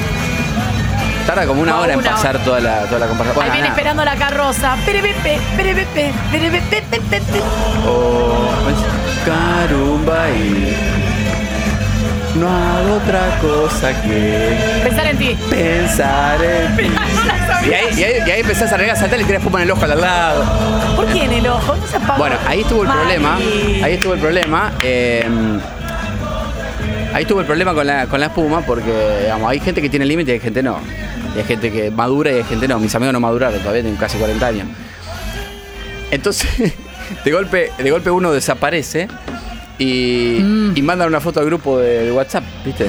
Speaker 6: Tarda como una
Speaker 16: Como
Speaker 6: hora en
Speaker 16: una
Speaker 6: pasar toda la, toda la conversación.
Speaker 16: Ahí
Speaker 6: Bueno,
Speaker 16: viene
Speaker 6: nada.
Speaker 16: esperando la carroza. Perepepe, perepepe, perepepe, perepepe.
Speaker 6: Oh, es carumba y no hago otra cosa que
Speaker 16: Pensar en ti. <laughs>
Speaker 6: pensar en ti. Y ahí, y ahí- y ahí empezás a regar, saltar y le tirás espuma en el ojo al lado.
Speaker 16: ¿Por qué en el ojo? No se apagó.
Speaker 6: Bueno, ahí estuvo el
Speaker 16: Mari.
Speaker 6: problema. Ahí estuvo el problema. eh, ahí estuvo el problema con la, con la espuma porque digamos, hay gente que tiene límite y hay gente no. Y hay gente que madura y hay gente no. Mis amigos no maduraron todavía, tienen casi 40 años. Entonces, <laughs> de golpe, de golpe uno desaparece y,
Speaker 16: Mm.
Speaker 6: y mandan una foto al grupo de, de WhatsApp, ¿viste?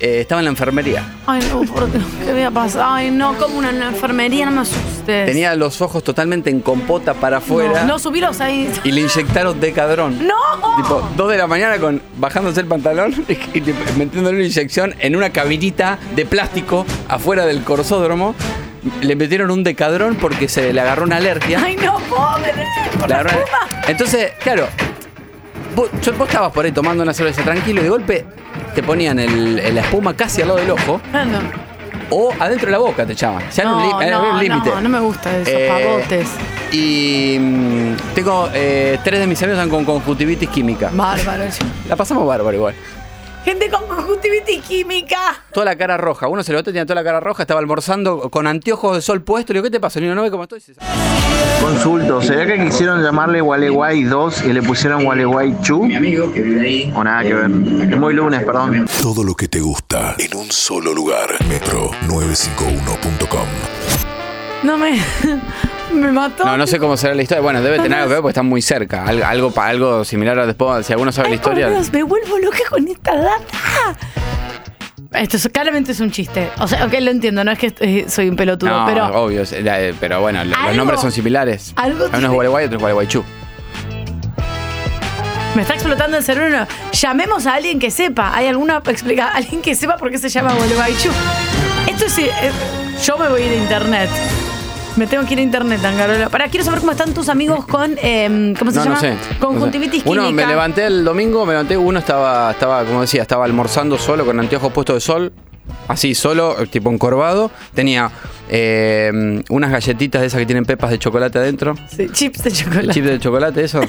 Speaker 6: Eh, estaba en la enfermería.
Speaker 16: Ay, no, ¿por qué? ¿Qué voy a pasar? Ay, no, como una en la enfermería, no me asustes.
Speaker 6: Tenía los ojos totalmente en compota para afuera.
Speaker 16: No, no subilos ahí.
Speaker 6: Y le inyectaron decadrón.
Speaker 16: ¡No!
Speaker 6: Tipo, 2 de la mañana con bajándose el pantalón <laughs> y, y tipo, metiéndole una inyección en una cabinita de plástico afuera del corsódromo. Le metieron un decadrón porque se le agarró una alergia.
Speaker 16: Ay, no, pobre. Por
Speaker 6: Le
Speaker 16: la
Speaker 6: agarró una-
Speaker 16: espuma.
Speaker 6: Entonces, claro, vos, yo- vos estabas por ahí tomando una cerveza tranquilo y de golpe te ponían el- el- la espuma casi al lado del ojo
Speaker 16: Ando.
Speaker 6: o adentro de la boca te echaban. Ya era un li-
Speaker 7: Ah, No,
Speaker 6: era un
Speaker 7: no,
Speaker 6: límite.
Speaker 7: no, no me gusta eso,
Speaker 6: Eh,
Speaker 7: pavotes.
Speaker 6: Y mm, tengo eh, tres de mis amigos están con conjuntivitis química.
Speaker 16: Bárbaro.
Speaker 6: La pasamos bárbaro igual.
Speaker 16: Gente con conjuntivitis química.
Speaker 6: Toda la cara roja. Uno se levantó, tenía toda la cara roja, estaba almorzando con anteojos de sol puesto. Le digo, ¿qué te pasa? Ni no ve cómo estoy.
Speaker 3: Consulto, ¿será que quisieron llamarle Gualeguay 2 y le pusieron Gualeguay Chu? Mi amigo que vive ahí. Eh, O nada que ver. Es muy lunes, perdón.
Speaker 17: Todo lo que te gusta en un solo lugar. Metro951.com.
Speaker 7: No
Speaker 16: <laughs>
Speaker 7: me. Me mató.
Speaker 6: No, no sé cómo será la historia. Bueno, debe tener algo que ver porque están muy cerca. Al- Algo, pa- algo, similar a después. Si alguno sabe la
Speaker 7: Por
Speaker 6: historia.
Speaker 7: Dios, me vuelvo loca con esta data. Esto es- claramente es un chiste. O sea, ok, lo entiendo, no es que eh, soy un pelotudo,
Speaker 6: No,
Speaker 7: pero
Speaker 6: obvio. es- la- eh, Pero bueno, lo- los
Speaker 7: Algo-
Speaker 6: nombres son similares.
Speaker 7: algo
Speaker 6: Uno es
Speaker 7: tiene-
Speaker 6: Gualeguay, otro es Gualeguaychú.
Speaker 7: me está explotando el cerebro. Llamemos a alguien que sepa. ¿Hay alguna explica Alguien que sepa por qué se llama Gualeguaychú. Esto es, eh, yo me voy a ir a internet. Me tengo que ir a internet, Angarola. Para, quiero saber cómo están tus amigos con. eh, ¿Cómo se
Speaker 6: no,
Speaker 7: llama?
Speaker 6: No sé.
Speaker 7: Conjuntivitis
Speaker 6: No sé. Uno, me
Speaker 7: química.
Speaker 6: levanté el domingo, me levanté, uno estaba, estaba, como decía, estaba almorzando solo con anteojos puestos de sol, así solo, eh, tipo encorvado. Tenía eh, unas galletitas de esas que tienen pepas de chocolate adentro.
Speaker 7: Sí, chips de chocolate.
Speaker 6: Chips de chocolate, eso.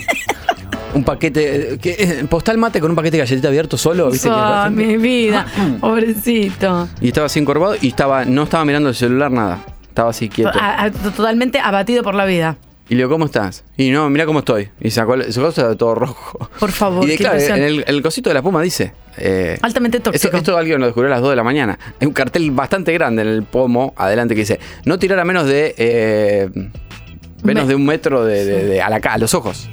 Speaker 6: un paquete, eh, que, eh, postal mate con un paquete de galletita abierto solo, ¿viste? Que es
Speaker 7: Ah,
Speaker 6: bastante- <clears throat>
Speaker 7: mi vida. Pobrecito.
Speaker 6: y estaba así encorvado y estaba, no estaba mirando el celular nada. Estaba así quieto.
Speaker 7: A- a- totalmente abatido por la vida.
Speaker 6: Y le digo, ¿cómo estás? Y no, mira cómo estoy. Y sacó el- su cosa todo rojo.
Speaker 7: Por favor,
Speaker 6: Y de,
Speaker 7: qué
Speaker 6: claro,
Speaker 7: impresión.
Speaker 6: en el, el cosito de la puma dice. eh,
Speaker 7: Altamente tóxico.
Speaker 6: esto, esto alguien lo descubrió a las 2 de la mañana. Hay un cartel bastante grande en el pomo, adelante, que dice: No tirar a menos de. eh, menos
Speaker 7: Me-
Speaker 6: de un metro de, de- de- a, la ca- a los ojos.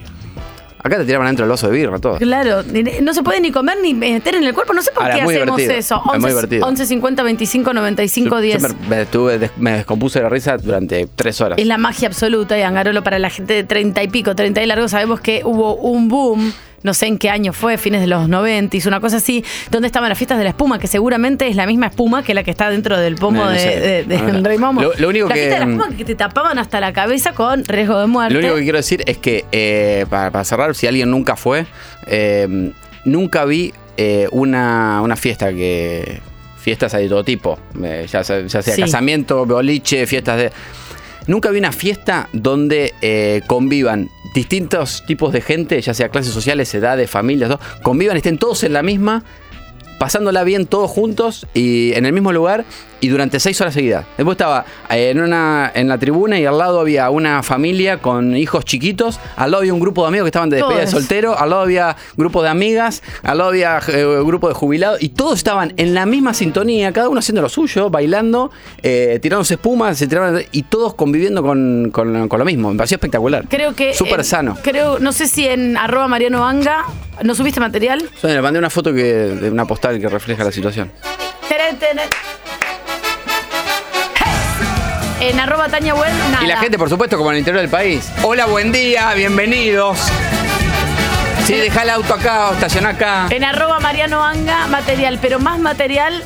Speaker 6: Acá te tiraban dentro el oso de birra, todo.
Speaker 7: Claro, no se puede ni comer ni meter en el cuerpo. No sé por
Speaker 6: Ahora,
Speaker 7: qué
Speaker 6: muy
Speaker 7: hacemos
Speaker 6: divertido.
Speaker 7: eso.
Speaker 6: Es muy divertido.
Speaker 7: 50 25 95
Speaker 6: Yo-
Speaker 7: 10.
Speaker 6: yo me, me estuve des- me descompuse de la risa durante tres horas.
Speaker 7: Es la magia absoluta, y Angarolo, para la gente de 30 y pico, 30 y largo, sabemos que hubo un boom, no sé en qué año fue, fines de los 90, hizo una cosa así, donde estaban las fiestas de la espuma, que seguramente es la misma espuma que la que está dentro del pomo
Speaker 6: No, no
Speaker 7: de,
Speaker 6: sé.
Speaker 7: de- de-
Speaker 6: No, no.
Speaker 7: del Rey Momo.
Speaker 6: Lo- lo único
Speaker 7: la
Speaker 6: que,
Speaker 7: fiesta de la
Speaker 6: mm,
Speaker 7: espuma que te tapaban hasta la cabeza con riesgo de muerte.
Speaker 6: Lo único que quiero decir es que, eh, para, para cerrar, si alguien nunca fue, eh, nunca vi eh, una, una fiesta que. Fiestas hay de todo tipo, eh, ya, sea- ya sea
Speaker 18: Sí.
Speaker 6: casamiento, boliche, fiestas de. Nunca vi una fiesta donde eh, convivan distintos tipos de gente, ya sea clases sociales, edades, familias, todo, convivan, estén todos en la misma, pasándola bien todos juntos y en el mismo lugar y durante seis horas seguidas. Después estaba eh, en, una, en la tribuna y al lado había una familia con hijos chiquitos, al lado había un grupo de amigos que estaban de despedida de
Speaker 18: Todos.
Speaker 6: soltero, al lado había grupo de amigas, al lado había eh, grupo de jubilados y todos estaban en la misma sintonía, cada uno haciendo lo suyo, bailando, eh, tirándose espumas se tiraban- y todos conviviendo con, con- con lo mismo. Me pareció espectacular.
Speaker 7: Creo que.
Speaker 6: Súper
Speaker 7: eh,
Speaker 6: sano.
Speaker 7: Creo, no sé si en arroba Mariano Anga, ¿no subiste material?
Speaker 6: Yo le mandé una foto que, de una postal que refleja la situación.
Speaker 7: Terén, terén. Hey. En arroba Tania Well, nada.
Speaker 6: Y la gente, por supuesto, como en el interior del país. Hola, buen día, bienvenidos. Sí, deja el auto acá o estaciona acá.
Speaker 7: En arroba Mariano Anga, material, pero más material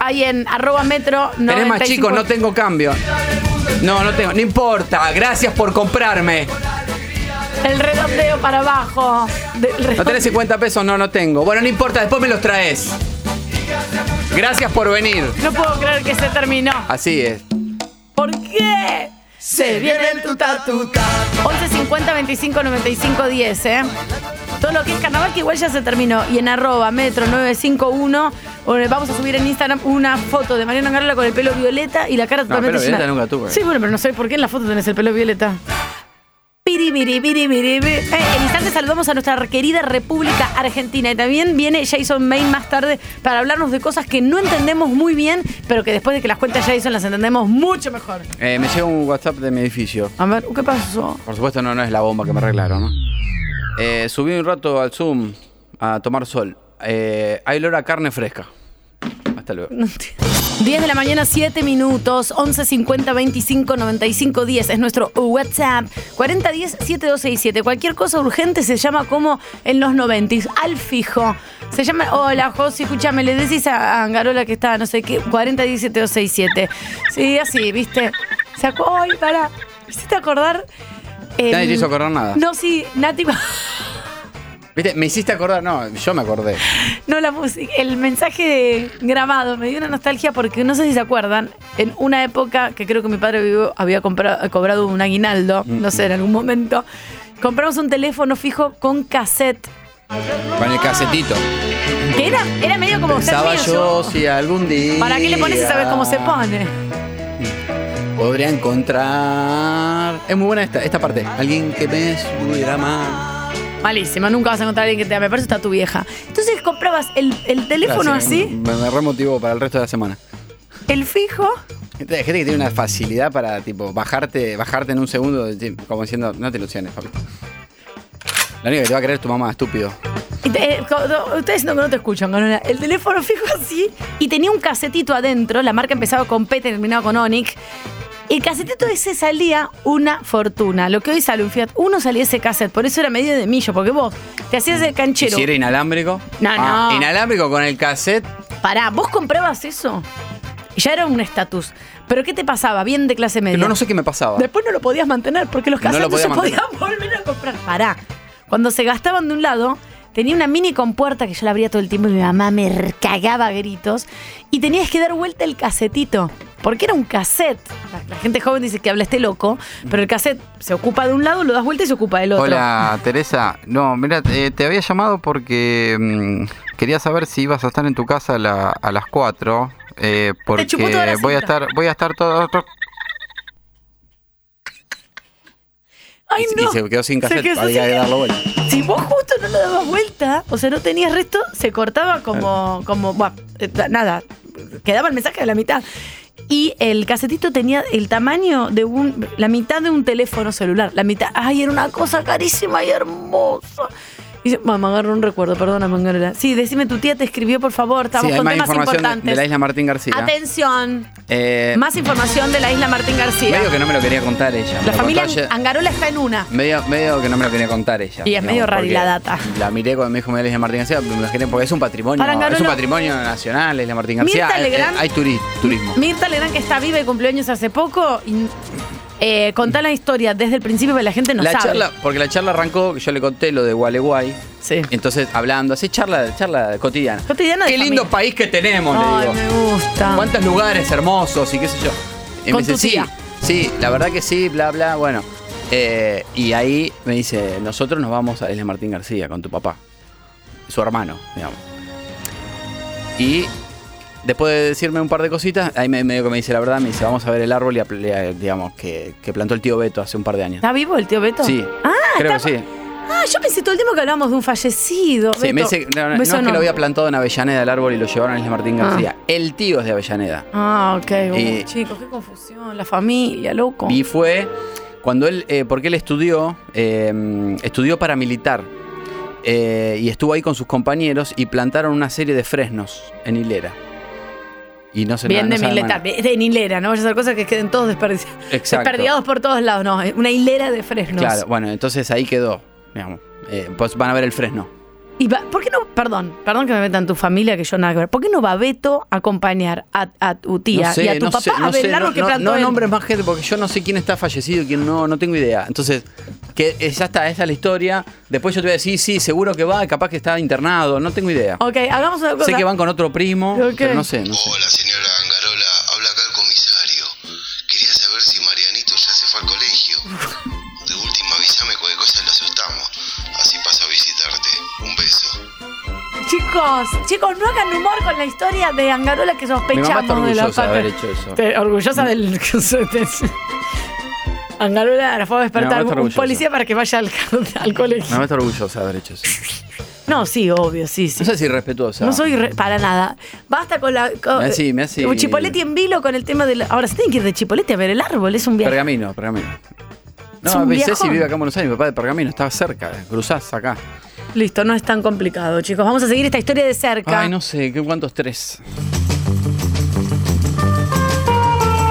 Speaker 7: hay en arroba metro.
Speaker 6: Tenés más
Speaker 7: 95.
Speaker 6: chicos, no tengo cambio. No, no tengo, no importa. Gracias por comprarme.
Speaker 7: El redondeo para abajo. del
Speaker 6: ¿No
Speaker 7: redondeo.
Speaker 6: tenés 50 pesos? No, no tengo. Bueno, no importa, después me los traes. Gracias por venir.
Speaker 7: No puedo creer que se terminó.
Speaker 6: Así es.
Speaker 7: ¿Por qué? Se viene el tuta tuta. 11 50 25 95 10, ¿eh? Todo lo que es carnaval que igual ya se terminó. Y en arroba metro 951 bueno, eh, vamos a subir en Instagram una foto de Mariano Garola con el pelo violeta eh. y la cara
Speaker 6: No,
Speaker 7: totalmente
Speaker 6: pelo violeta
Speaker 7: llena.
Speaker 6: nunca tuve.
Speaker 7: Sí, bueno, pero no sé por qué en la foto tenés el pelo violeta. Piri, piri, piri, piri, piri. Eh, en instante saludamos a nuestra querida República Argentina y también viene Jason Main más tarde para hablarnos de cosas que no entendemos muy bien, pero que después de que las cuenta Jason las entendemos mucho mejor.
Speaker 6: Eh, me llega un WhatsApp de mi edificio.
Speaker 7: A ver, ¿qué pasó?
Speaker 6: Por supuesto, no, no es la bomba que me arreglaron, ¿no? Eh, subí un rato al Zoom a tomar sol. Eh, hay olor a carne fresca. Hasta luego.
Speaker 7: 10 de la mañana, 7 minutos, 11 50 25 95 10 es nuestro WhatsApp, 40 10 7267. Cualquier cosa urgente se llama como en los 90 al fijo. Se llama, hola José, escúchame, le decís a Angarola que está, no sé qué, 40 10 7267. Sí, así, viste. Sacó, ay, para, hiciste acordar. el-
Speaker 6: Nadie te hizo acordar nada.
Speaker 7: No, sí, Nati. <laughs>
Speaker 6: ¿Viste? Me hiciste acordar. No, yo me acordé.
Speaker 7: No, la música, el mensaje grabado me dio una nostalgia porque no sé si se acuerdan, en una época que creo que mi padre vivo- había compra- cobrado un aguinaldo, no sé, en algún momento, compramos un teléfono fijo con cassette,
Speaker 6: Con el casetito.
Speaker 7: que era, era medio como ser
Speaker 6: Pensaba
Speaker 7: mío,
Speaker 6: yo si algún día.
Speaker 7: ¿Para qué le pones si sabes cómo se pone?
Speaker 6: Podría encontrar. Es muy buena esta, esta parte. Alguien que me subiera más.
Speaker 7: Malísima, nunca vas a encontrar a alguien que te ame, por eso está tu vieja. Entonces comprabas el, el teléfono
Speaker 6: Gracias,
Speaker 7: así,
Speaker 6: Me, me remotivó para el resto de la semana.
Speaker 7: el fijo,
Speaker 6: Gente- Hay gente que tiene una facilidad para tipo bajarte, bajarte en un segundo, de- como diciendo, no te ilusiones, papi. La única que te va a querer es tu mamá, estúpido.
Speaker 7: Y te- eh, co- no, ustedes no, no te escuchan, Carola. El teléfono fijo así y tenía un casetito adentro. La marca empezaba con P, terminaba con Onic. El casetito ese salía una fortuna. Lo que hoy sale un Fiat Uno salía ese cassette. Por eso era medio de millo, porque vos te hacías el
Speaker 6: ¿Y
Speaker 7: canchero.
Speaker 6: si era inalámbrico? ah,
Speaker 7: No, no.
Speaker 6: Inalámbrico con el cassette.
Speaker 7: Pará, vos comprabas eso. Y Ya era un estatus. Pero ¿qué te pasaba? Bien de clase media.
Speaker 6: No, no sé qué me pasaba.
Speaker 7: Después no lo podías mantener porque los
Speaker 6: No lo
Speaker 7: cassettes no,
Speaker 6: podía
Speaker 7: se podían <laughs> volver a comprar. Pará. Cuando se gastaban de un lado, tenía una mini compuerta que yo la abría todo el tiempo y mi mamá me r- cagaba a gritos. Y tenías que dar vuelta el casetito. Porque era un cassette. La, la gente joven dice que hablaste loco, pero el cassette se ocupa de un lado, lo das vuelta y se ocupa del otro.
Speaker 6: Hola, <laughs> Teresa. No, mira, eh, te había llamado porque mm, quería saber si ibas a estar en tu casa a, la- a las 4. eh, porque
Speaker 7: chupó toda la
Speaker 6: voy a
Speaker 7: cinta.
Speaker 6: estar voy a estar todo, todo-
Speaker 7: Ay,
Speaker 6: y
Speaker 7: no.
Speaker 6: se quedó sin
Speaker 7: Se
Speaker 6: cassette,
Speaker 7: quedó
Speaker 6: había
Speaker 7: sin
Speaker 6: que darlo
Speaker 7: cassette. Si vos justo no lo dabas vuelta, o sea, no tenías resto, se cortaba como, como, buah, eh, nada, quedaba el mensaje a la mitad. Y el casetito tenía el tamaño de un, la mitad de un teléfono celular, la mitad, ay, era una cosa carísima y hermosa. Y dice, "Mamá, me agarró un recuerdo, perdona, Mangarola. Sí, decime, tu tía te escribió, por favor, estamos
Speaker 6: Sí, hay
Speaker 7: con
Speaker 6: más
Speaker 7: temas
Speaker 6: información de-
Speaker 7: importantes.
Speaker 6: de, la isla Martín García.
Speaker 7: Atención,
Speaker 6: Eh,
Speaker 7: más información de la isla Martín García.
Speaker 6: Medio que no me lo quería contar ella. me lo
Speaker 7: La familia
Speaker 6: contó ayer.
Speaker 7: Angarola está en una.
Speaker 6: Medio, medio que no me lo quería contar ella.
Speaker 7: Y es medio rari
Speaker 6: porque
Speaker 7: la data.
Speaker 6: La miré cuando me dijo María Isla Martín García, me imaginé, porque es un patrimonio,
Speaker 7: Para
Speaker 6: es un
Speaker 7: Angarola-
Speaker 6: patrimonio nacional, Isla Martín García.
Speaker 7: Mirta
Speaker 6: Eh, eh,
Speaker 7: Legrand-
Speaker 6: hay turi- turismo.
Speaker 7: Mirta Legrand, que está viva y cumpleaños hace poco, y, eh, contá la historia desde el principio que la gente no
Speaker 6: la
Speaker 7: sabe.
Speaker 6: charla, porque la charla arrancó, yo le conté lo de Gualeguay.
Speaker 7: Sí.
Speaker 6: Entonces, hablando, así charla, charla cotidiana.
Speaker 7: Cotidiana de
Speaker 6: Qué lindo
Speaker 7: familia.
Speaker 6: país que tenemos,
Speaker 7: Ay,
Speaker 6: le digo.
Speaker 7: me gusta.
Speaker 6: ¿Cuántos lugares hermosos y qué sé yo? Y
Speaker 7: Con
Speaker 6: me dice,
Speaker 7: tu tía.
Speaker 6: sí, sí, la verdad que sí, bla, bla, bueno. Eh, y ahí me dice, nosotros nos vamos a Isla Martín García con tu papá, su hermano, digamos. Y después de decirme un par de cositas, ahí me, medio que me dice la verdad, me dice, vamos a ver el árbol, y, a- y a- digamos, que, que plantó el tío Beto hace un par de años.
Speaker 7: ¿Está vivo el tío Beto?
Speaker 6: Sí,
Speaker 7: Ah,
Speaker 6: creo que
Speaker 7: está-
Speaker 6: sí.
Speaker 7: Ah, yo pensé todo el tiempo que hablábamos de un fallecido.
Speaker 6: Sí, me
Speaker 7: Beto.
Speaker 6: dice, no, no, no es
Speaker 7: Beso
Speaker 6: que
Speaker 7: no.
Speaker 6: lo había plantado en Avellaneda el árbol y lo llevaron a Isla Martín
Speaker 7: Ah.
Speaker 6: García. El tío es de Avellaneda.
Speaker 7: Ah, ok. Uh,
Speaker 6: Y-
Speaker 7: chicos, qué confusión. La familia, loco.
Speaker 6: Y fue cuando él, eh, porque él estudió, eh, estudió paramilitar. eh, y estuvo ahí con sus compañeros y plantaron una serie de fresnos en hilera. Y no se
Speaker 7: Bien
Speaker 6: no- no
Speaker 7: de
Speaker 6: saben
Speaker 7: mileta,
Speaker 6: manejar.
Speaker 7: de, de en hilera, no vayas a hacer cosas que queden todos desperdi-
Speaker 6: Exacto.
Speaker 7: desperdiados por todos lados, no, una hilera de fresnos.
Speaker 6: Claro, bueno, entonces ahí quedó. digamos. Eh, pues van a ver el fresno.
Speaker 7: Y va- ¿Por qué no, perdón, perdón que me meta en tu familia, que yo nada que ver, ¿por qué no va Beto a acompañar a, a tu tía
Speaker 6: No sé,
Speaker 7: y a tu
Speaker 6: no
Speaker 7: papá
Speaker 6: sé,
Speaker 7: a
Speaker 6: no sé,
Speaker 7: velar
Speaker 6: no-
Speaker 7: lo que
Speaker 6: no-
Speaker 7: plantó
Speaker 6: No
Speaker 7: él?
Speaker 6: nombres más gente porque yo no sé quién está fallecido y quién no, no tengo idea. Entonces, que eh, ya está, esa es la historia. Después yo te voy a decir, sí, seguro que va, capaz que está internado, no tengo idea.
Speaker 7: Ok, hagamos una cosa.
Speaker 6: Sé que van con otro primo,
Speaker 7: Ok.
Speaker 6: pero no sé, no sé.
Speaker 7: Chicos, chicos, no hagan humor con la historia de Angarola que
Speaker 6: Mi mamá está
Speaker 7: sospechamos de la
Speaker 6: orgullosa de
Speaker 7: parte.
Speaker 6: haber hecho eso.
Speaker 7: Ah. Te- orgullosa del <laughs> Angarola la fue a
Speaker 6: Mi mamá
Speaker 7: despertar
Speaker 6: está
Speaker 7: un
Speaker 6: orgullosa.
Speaker 7: policía para que vaya al, al
Speaker 6: Mi
Speaker 7: colegio.
Speaker 6: mamá está orgullosa de haber hecho eso.
Speaker 7: No, sí, obvio, sí, sí.
Speaker 6: No sé si respetuosa.
Speaker 7: no soy re- para nada. Basta con la. con-
Speaker 6: Me hace- me hace-
Speaker 7: Chipoletti en vilo con el tema del. Ahora se tienen que ir de Chipoletti a ver el árbol, es un viaje.
Speaker 6: Pergamino, pergamino.
Speaker 7: Es
Speaker 6: No,
Speaker 7: un
Speaker 6: mi Ceci
Speaker 7: viajón.
Speaker 6: vive acá en Buenos Aires, mi papá de pergamino, estaba cerca, eh, cruzás acá.
Speaker 7: Listo, no es tan complicado, chicos. Vamos a seguir esta historia de cerca.
Speaker 6: Ay, no sé, ¿qué cuántos tres?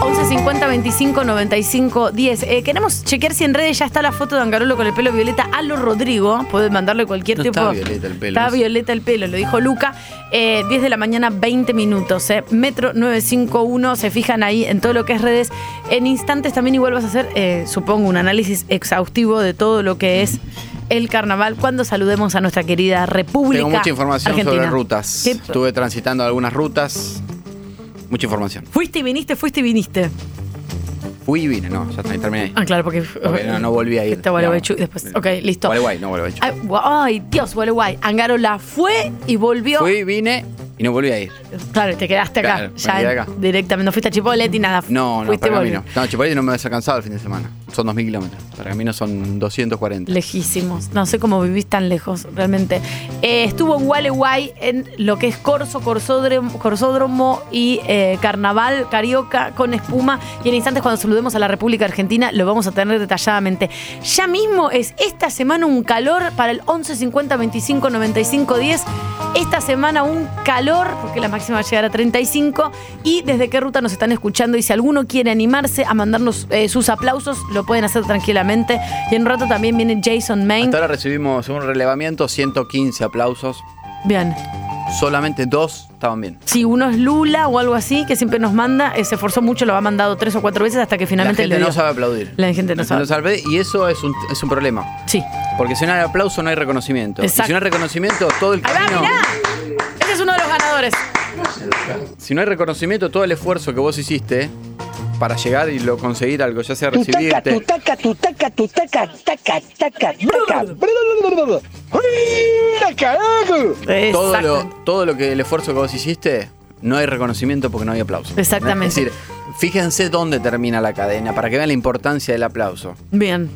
Speaker 7: 11 50 25 95 10. Eh, queremos chequear si en redes ya está la foto de Angarolo con el pelo violeta a lo Rodrigo. Pueden mandarle cualquier
Speaker 6: No
Speaker 7: tipo.
Speaker 6: está violeta el pelo.
Speaker 7: Está violeta el pelo, lo dijo Luca. Eh, 10 de la mañana, 20 minutos. eh. Metro 951. Se fijan ahí en todo lo que es redes. En instantes también igual vas a hacer, eh, supongo, un análisis exhaustivo de todo lo que es el carnaval cuando saludemos a nuestra querida República.
Speaker 6: Tengo mucha información
Speaker 7: Argentina.
Speaker 6: sobre rutas.
Speaker 7: ¿Qué-
Speaker 6: Estuve transitando algunas rutas. Mucha información.
Speaker 7: Fuiste y viniste, fuiste y viniste.
Speaker 6: Fui y vine, no, ya está, terminé ahí.
Speaker 7: Ah, claro, porque.
Speaker 6: Porque no, no volví a ir.
Speaker 7: Está Gualeguaychú y después. Ok, listo.
Speaker 6: Gualeguay, no Gualeguaychú.
Speaker 7: Ay, gua- ay, Dios, Gualeguay. Angarola fue y volvió.
Speaker 6: Fui, vine y no volví a ir.
Speaker 7: Claro, y te quedaste acá.
Speaker 6: Claro, me
Speaker 7: ya
Speaker 6: quedé acá.
Speaker 7: directamente. No fuiste a Chipoletti, nada.
Speaker 6: No, no,
Speaker 7: fuiste y
Speaker 6: Pergamino.
Speaker 7: volviste.
Speaker 6: No, Chipolete no me vas a cansado el fin de semana. Son 2.000 kilómetros. Pergamino son 240.
Speaker 7: Lejísimos. No sé cómo vivís tan lejos, realmente. Eh, estuvo en Gualeguay en lo que es Corso, Corsódromo, Corsódromo y eh, Carnaval Carioca con espuma. Y en instantes, cuando saludemos a la República Argentina, lo vamos a tener detalladamente. Ya mismo es esta semana un calor para el 11 50 25 95 10. Esta semana un calor, porque la máxima va a llegar a 35. Y desde qué ruta nos están escuchando. Y si alguno quiere animarse a mandarnos eh, sus aplausos, lo pueden hacer tranquilamente. Y en un rato también viene Jason Main.
Speaker 6: Hasta ahora recibimos un relevamiento, 115 aplausos.
Speaker 7: Bien.
Speaker 6: Solamente dos estaban bien.
Speaker 7: Si uno es Lula o algo así, que siempre nos manda, eh, se esforzó mucho, lo ha mandado tres o cuatro veces hasta que finalmente
Speaker 6: la gente
Speaker 7: le
Speaker 6: no
Speaker 7: dio.
Speaker 6: sabe aplaudir.
Speaker 7: La gente no sabe.
Speaker 6: Y eso es un, es un problema.
Speaker 7: Sí.
Speaker 6: Porque si no hay aplauso, no hay reconocimiento. Y
Speaker 7: Exacto.
Speaker 6: si no hay reconocimiento, todo el camino.
Speaker 7: Ese Este es uno de los ganadores.
Speaker 6: Si no hay reconocimiento, todo el esfuerzo que vos hiciste para llegar y lo conseguir algo, ya sea recibirte.
Speaker 1: taca, tu taca, tu taca, taca, taca, taca.
Speaker 6: Todo lo, todo lo que el esfuerzo que vos hiciste, no hay reconocimiento porque no hay aplauso.
Speaker 7: Exactamente.
Speaker 6: Es decir, fíjense dónde termina la cadena para que vean la importancia del aplauso.
Speaker 7: Bien.